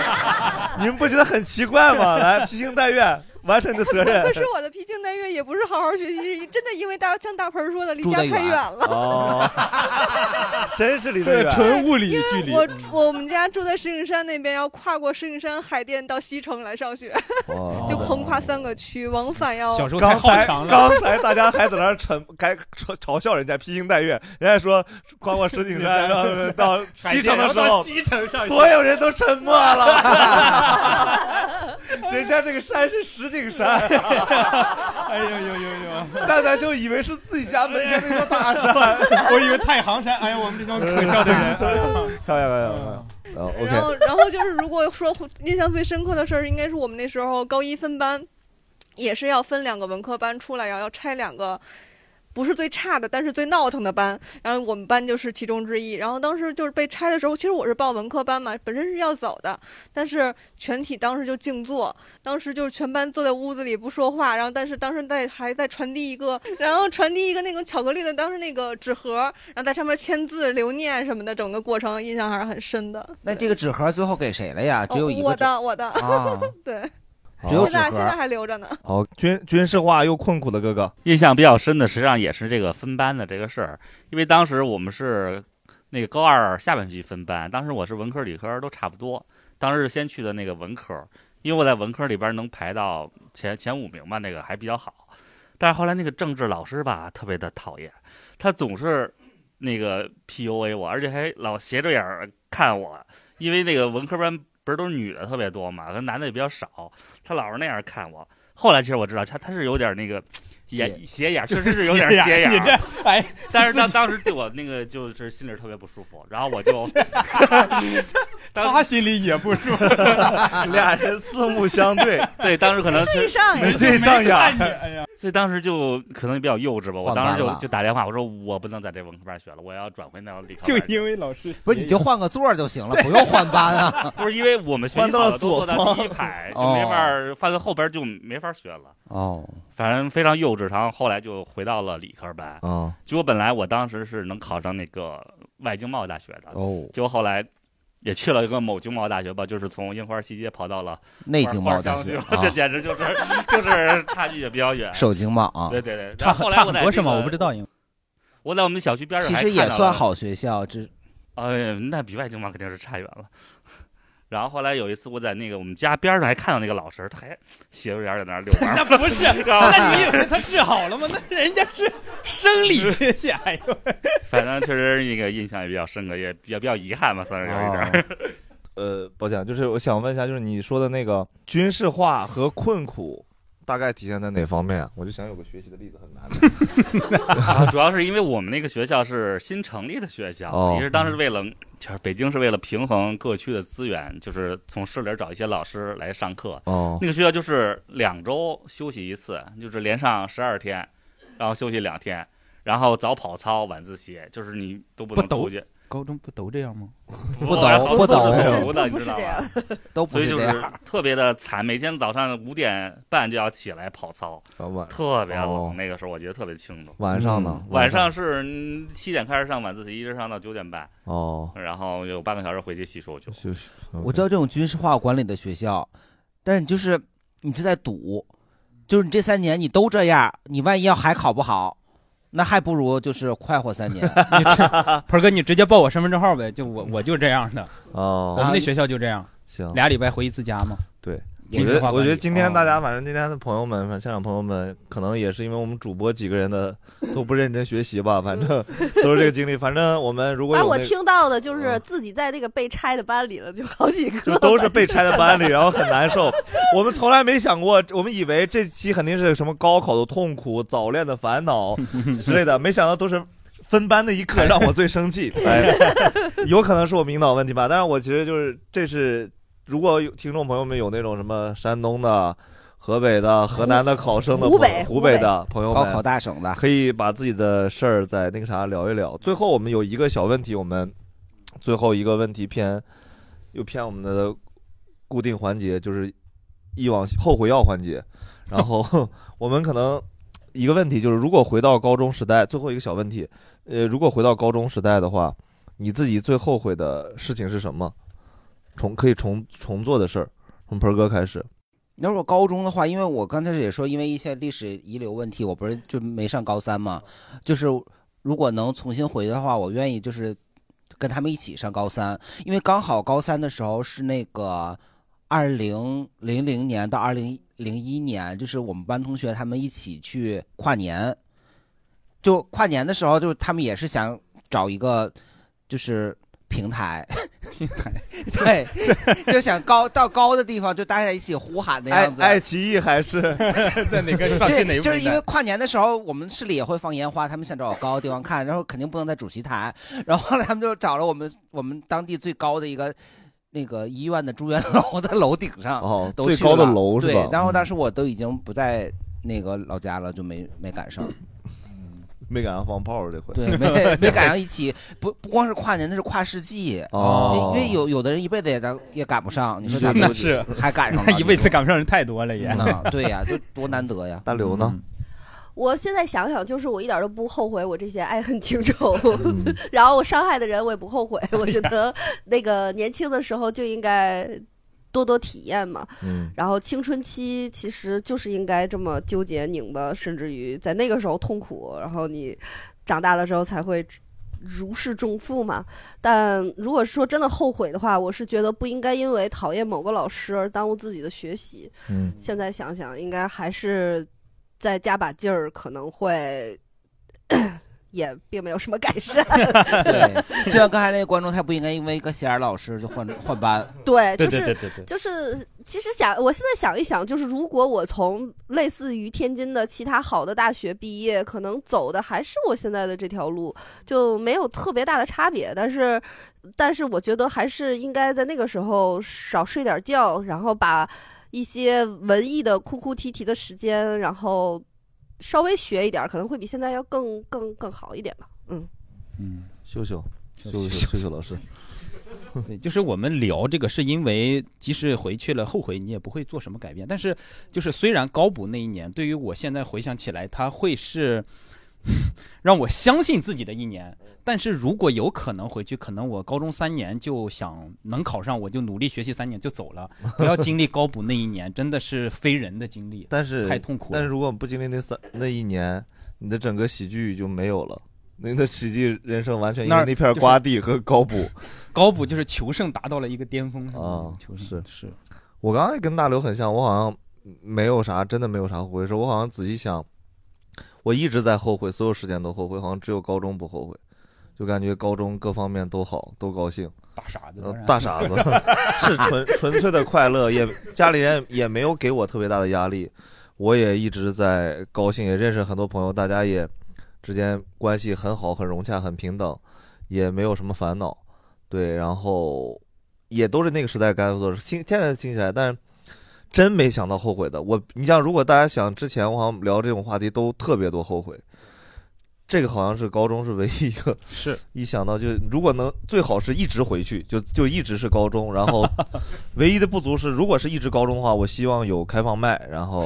[SPEAKER 1] 你们不觉得很奇怪吗？来，披星戴月，完成你的责任。
[SPEAKER 6] 可是我的披星戴月也不是好好学习，是真的因为大像大盆儿说的，离家太远了。
[SPEAKER 1] 哦，真是离得远，
[SPEAKER 21] 纯物理距
[SPEAKER 6] 我 我们家住在石景山那边，然后跨过石景山海淀到西城来上学，
[SPEAKER 1] 哇
[SPEAKER 6] 就横跨三个区，往返要。
[SPEAKER 1] 哦刚才刚才大家还在那儿沉， 还嘲嘲笑人家披星戴月，人家说跨过石景山然后到西城的 时
[SPEAKER 5] 哎
[SPEAKER 1] 候，
[SPEAKER 21] 西城上学
[SPEAKER 1] 所有人都沉默 了。人家这个山是石景山，
[SPEAKER 5] 哎呦呦呦呦，
[SPEAKER 1] 蛋蛋就以为是自己家门前那座大山
[SPEAKER 5] ，我以为太行山，哎呀，我们这帮可笑的人，哎呀
[SPEAKER 1] 开玩笑，开玩笑。然后
[SPEAKER 6] 然后
[SPEAKER 1] OK，，
[SPEAKER 6] 然后就是如果说 印象最深刻的事儿，应该是我们那时候高一分班，也是要分两个文科班出来，要要拆两个。不是最差的，但是最闹腾的班，然后我们班就是其中之一。然后当时就是被拆的时候，其实我是报文科班嘛，本身是要走的，但是全体当时就静坐，当时就是全班坐在屋子里不说话，然后但是当时在还在传递一个，然后传递一个那种巧克力的当时那个纸盒，然后在上面签字留念什么的，整个过程印象还是很深的。
[SPEAKER 2] 那这个纸盒最后给谁了呀？只有一个
[SPEAKER 6] 哦我
[SPEAKER 2] 纸。
[SPEAKER 6] 的我的，
[SPEAKER 2] 啊
[SPEAKER 6] 对，
[SPEAKER 1] 只有
[SPEAKER 6] 现在
[SPEAKER 1] 纸盒
[SPEAKER 6] 现在还留着呢。
[SPEAKER 1] 好，军军事化又困苦的哥哥，
[SPEAKER 18] 印象比较深的，实际上也是这个分班的这个事儿，因为当时我们是那个高二下半学期分班，当时我是文科理科都差不多，当时是先去的那个文科，因为我在文科里边能排到前前五名吧，那个还比较好。但是后来那个政治老师吧，特别的讨厌，他总是那个 PUA 我，而且还老斜着眼儿看我，因为那个文科班不是都是女的特别多嘛，跟男的也比较少，他老是那样看我。后来其实我知道他他是有点那个眼斜眼，确实 是有点斜
[SPEAKER 5] 你
[SPEAKER 18] 眼。啊
[SPEAKER 5] 这哎，
[SPEAKER 18] 但是他 当时对我那个就是心里特别不舒服，然后 我就
[SPEAKER 5] 他心里也不 舒服，
[SPEAKER 1] 俩人四目相对，
[SPEAKER 18] 对，当时可能
[SPEAKER 6] 对上呀
[SPEAKER 18] 没
[SPEAKER 6] 没
[SPEAKER 18] 对
[SPEAKER 6] 对
[SPEAKER 18] 上
[SPEAKER 6] 上
[SPEAKER 18] 呀
[SPEAKER 6] 呀，
[SPEAKER 18] 哎呀，所以当时就可能比较幼稚吧，我
[SPEAKER 2] 换班
[SPEAKER 18] 当时就
[SPEAKER 2] 了
[SPEAKER 18] 就打电话，我说我不能在这文科班学了，我要转回那理科班。
[SPEAKER 5] 就因为老师
[SPEAKER 2] 不是你就换个座儿就行了，不用换班啊。
[SPEAKER 18] 不是因为我们学
[SPEAKER 2] 换
[SPEAKER 18] 习
[SPEAKER 2] 到
[SPEAKER 18] 好
[SPEAKER 2] 了
[SPEAKER 18] 的都
[SPEAKER 2] 左
[SPEAKER 18] 坐到
[SPEAKER 2] 方
[SPEAKER 18] 第一排，就
[SPEAKER 2] 哦
[SPEAKER 18] 没法儿放在后边就没法儿学了。
[SPEAKER 2] 哦，
[SPEAKER 18] 反正非常幼稚，然后后来就回到了理科班。
[SPEAKER 1] 哦，
[SPEAKER 18] 结果本来我当时是能考上那个外经贸大学的，
[SPEAKER 2] 哦
[SPEAKER 18] 结果后来也去了一个某经贸大学吧，就是从樱花西街跑到了
[SPEAKER 2] 内
[SPEAKER 18] 花
[SPEAKER 2] 经贸
[SPEAKER 18] 花
[SPEAKER 2] 大
[SPEAKER 18] 商
[SPEAKER 2] 学
[SPEAKER 18] 去了
[SPEAKER 2] 啊
[SPEAKER 18] 这简直就是 就是差距也比较远。
[SPEAKER 2] 首经贸啊
[SPEAKER 18] 对对对，
[SPEAKER 2] 差
[SPEAKER 18] 然后后来
[SPEAKER 2] 差
[SPEAKER 18] 我
[SPEAKER 2] 很
[SPEAKER 18] 在
[SPEAKER 2] 多
[SPEAKER 18] 这
[SPEAKER 2] 是吗
[SPEAKER 18] 个
[SPEAKER 2] 我不知道因为
[SPEAKER 18] 我在我们小区边上
[SPEAKER 2] 其
[SPEAKER 18] 还
[SPEAKER 2] 实也
[SPEAKER 18] 看到
[SPEAKER 2] 算
[SPEAKER 18] 了
[SPEAKER 2] 好学校，这
[SPEAKER 18] 哎，那比外经贸肯定是差远了。然后后来有一次，我在那个我们家边上还看到那个老师，他还斜着眼儿在那儿遛 弯儿。，
[SPEAKER 4] 那不是
[SPEAKER 18] 然后
[SPEAKER 4] 那你以为他治好了吗？那人家是生理缺陷，哎呦，
[SPEAKER 18] 反正确实那个印象也比较深刻，也也比较遗憾吧，算是有一点儿。
[SPEAKER 1] 呃，啊抱歉，就是我想问一下，就是你说的那个军事化和困苦，大概体现在哪方面啊？我就想有个学习的例子，很难。
[SPEAKER 18] 啊，主要是因为我们那个学校是新成立的学校，
[SPEAKER 1] 哦
[SPEAKER 18] 也是当时为了，就是北京是为了平衡各区的资源，就是从市里找一些老师来上课。
[SPEAKER 1] 哦
[SPEAKER 18] 那个学校就是两周休息一次，就是连上十二天，然后休息两天，然后早跑操、晚自习，就是你都不能
[SPEAKER 5] 抖
[SPEAKER 18] 出去。
[SPEAKER 5] 高中不都这样吗？
[SPEAKER 18] 不抖不不抖好多都是走读的不是你知道这样
[SPEAKER 5] 样，
[SPEAKER 2] 都
[SPEAKER 18] 所以就是特别的惨，每天早上五点半就要起来跑操，特别冷。那个时候我觉得特别清楚。
[SPEAKER 1] 晚上呢
[SPEAKER 18] 嗯
[SPEAKER 1] 晚
[SPEAKER 18] 晚
[SPEAKER 1] 上
[SPEAKER 18] 上哦是嗯七点开始上晚自习，一直上到九点半，
[SPEAKER 1] 哦，
[SPEAKER 18] 然后有半个小时回去洗手去。
[SPEAKER 1] 休息。
[SPEAKER 2] 我知道这种军事化管理的学校，但是你就是你是在赌，就是你这三年你都这样，你万一要还考不好，那还不如就是快活三 年。
[SPEAKER 5] 鹏哥，你直接报我身份证号呗，就我我就这样的。
[SPEAKER 1] 哦
[SPEAKER 5] 我们那学校就这样，
[SPEAKER 1] 行
[SPEAKER 5] 俩礼拜回一次家嘛。
[SPEAKER 1] 对，我
[SPEAKER 5] 军
[SPEAKER 1] 觉
[SPEAKER 5] 事
[SPEAKER 1] 得
[SPEAKER 5] 化管理啊
[SPEAKER 1] 我觉得今天大家，反正今天的朋友们，反正现场朋友们，可能也是因为我们主播几个人的都不认真学习吧，反正都是这个经历。反正我们如果有
[SPEAKER 3] 而啊我
[SPEAKER 1] 那个嗯
[SPEAKER 3] 听到的就是自己在那个被拆的班里了，就好几 个
[SPEAKER 1] 就都是被拆的班里，然后很难受。 我们从来没想过，我们以为这期肯定是什么高考的痛苦、早恋的 烦恼之类的，没想到都是分班的一刻让我最 生气。哎， 有可能是我们引导问题吧，但是我其实就是这是，如果有听众朋友们有那种什么山东的。河北的、河南的考生的
[SPEAKER 2] 湖
[SPEAKER 1] 朋友
[SPEAKER 2] 北
[SPEAKER 1] 湖
[SPEAKER 2] 湖北
[SPEAKER 1] 的朋友们，
[SPEAKER 2] 高考大省的
[SPEAKER 1] 可以把自己的事儿在那个啥聊一聊。最后我们有一个小问题，我们最后一个问题偏又偏我们的固定环节，就是忆往后悔药环节。然后 我们可能一个问题就是，如果回到高中时代，最后一个小问题，呃，如果回到高中时代的话，你自己最后悔的事情是什么？重可以重重做的事儿，从盆儿哥开始。
[SPEAKER 2] 你要说高中的话，因为我刚才也说，因为一些历史遗留问题，我不是就没上高三嘛。就是如果能重新回的话，我愿意就是跟他们一起上高三，因为刚好高三的时候是那个二零零零年到二零零一年，就是我们班同学他们一起去跨年，就跨年的时候，就是他们也是想找一个就是平台，平台 对，就想高到高的地方，就大家一起呼喊的
[SPEAKER 1] 爱
[SPEAKER 2] 样子。啊
[SPEAKER 1] 爱奇艺还是
[SPEAKER 5] 在哪个
[SPEAKER 2] 对，就是因为跨年的时候，我们市里也会放烟花，他们想找高的地方看，然后肯定不能在主席台，然后后来他们就找了我们我们当地最高的一个那个医院的住院楼的楼顶 上，
[SPEAKER 1] 哦
[SPEAKER 2] 都
[SPEAKER 1] 最
[SPEAKER 2] 去
[SPEAKER 1] 高的
[SPEAKER 2] 了
[SPEAKER 1] 楼是吧
[SPEAKER 2] 对，然
[SPEAKER 5] 嗯
[SPEAKER 2] 后当时我都已经不在那个老家了，就没没赶
[SPEAKER 5] 嗯
[SPEAKER 2] 上。
[SPEAKER 1] 没赶上放炮儿这回，
[SPEAKER 2] 对， 没没赶上一起，不不光是跨年，那是跨世纪
[SPEAKER 1] 哦
[SPEAKER 2] 因为有有的人一辈子也赶也赶不上，你说咱
[SPEAKER 5] 那
[SPEAKER 2] 们
[SPEAKER 5] 是
[SPEAKER 2] 还赶上了，
[SPEAKER 5] 那 一辈子赶不上人太多了也。
[SPEAKER 2] 啊，对呀，就多难得呀。
[SPEAKER 1] 大刘呢？
[SPEAKER 3] 我现在想想，就是我一点都不后悔我这些爱恨情仇， 然后我伤害的人我也不后悔。我觉得那个年轻的时候就应该多多体验嘛。
[SPEAKER 1] 嗯
[SPEAKER 3] 然后青春期其实就是应该这么纠结拧巴，甚至于在那个时候痛苦，然后你长大了之后才会如释重负嘛。但如果说真的后悔的话，我是觉得不应该因为讨厌某个老师而耽误自己的学习。
[SPEAKER 1] 嗯
[SPEAKER 3] 现在想想，应该还是再加把劲儿，可能会 也并没有什么改善。
[SPEAKER 2] 对，就像刚才那个观众，他不应该因为一个显眼老师就换换班。
[SPEAKER 3] 对，就是就是，其实想，我现在想一想，就是如果我从类似于天津的其他好的大学毕业，可能走的还是我现在的这条路，就没有特别大的差别。但是，但是我觉得还是应该在那个时候少睡点觉，然后把一些文艺的哭哭啼啼的时间，然后稍微学一点儿，可能会比现在要更更更好一点吧。嗯，
[SPEAKER 1] 嗯，秀秀，秀
[SPEAKER 5] 秀
[SPEAKER 1] 秀，秀秀老师，
[SPEAKER 5] 对，就是我们聊这个，是因为即使回去了后悔，你也不会做什么改变。但是，就是虽然高补那一年，对于我现在回想起来，它会是， 让我相信自己的一年。但是如果有可能回去，可能我高中三年就想能考上，我就努力学习三年就走了，不要经历高补那一年，真的是非人的经历，
[SPEAKER 1] 但是
[SPEAKER 5] 太痛苦了。
[SPEAKER 1] 但是如果不经历那三那一年，你的整个喜剧就没有了，你的喜剧人生完全因
[SPEAKER 5] 那
[SPEAKER 1] 为
[SPEAKER 5] 儿
[SPEAKER 1] 那片
[SPEAKER 5] 就是
[SPEAKER 1] 瓜地和 高补。
[SPEAKER 5] 高补就是求胜达到了一个巅峰啊，求胜
[SPEAKER 1] 是
[SPEAKER 5] 是。
[SPEAKER 1] 我刚才跟大刘很像，我好像没有啥，真的没有啥后悔的事。我好像仔细想，我一直在后悔，所有事情都后悔，好像只有高中不后悔，就感觉高中各方面都好，都高兴。
[SPEAKER 5] 大傻子
[SPEAKER 1] 呃
[SPEAKER 5] 当然
[SPEAKER 1] 大傻子 是纯纯粹的快乐，也家里人也没有给我特别大的压力，我也一直在高兴，也认识很多朋友，大家也之间关系很好，很融洽，很平等，也没有什么烦恼。对，然后也都是那个时代该做的事。现现在听起来，但是真没想到后悔的。我，你像如果大家想之前，我好像聊这种话题都特别多后悔。这个好像是高中是唯一一个，
[SPEAKER 5] 是
[SPEAKER 1] 一想到就如果能最好是一直回去，就就一直是高中，然后唯一的不足是，如果是一直高中的话，我希望有开放麦，然 后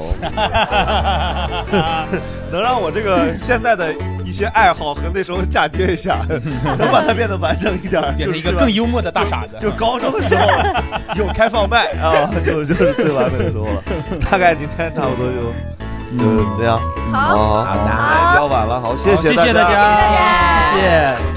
[SPEAKER 1] 能让我这个现在的一些爱好和那时候嫁 接一下，能把它变得完整一点，
[SPEAKER 5] 变成一个
[SPEAKER 1] 就是
[SPEAKER 5] 更幽默的大傻子
[SPEAKER 1] 就就高中的时候有开放麦啊，就就是最完美的多了。大概今天差不多就就是这样。
[SPEAKER 3] 好
[SPEAKER 1] 哎好好的，要晚了，好，谢
[SPEAKER 5] 好谢
[SPEAKER 1] 大
[SPEAKER 5] 谢大家谢谢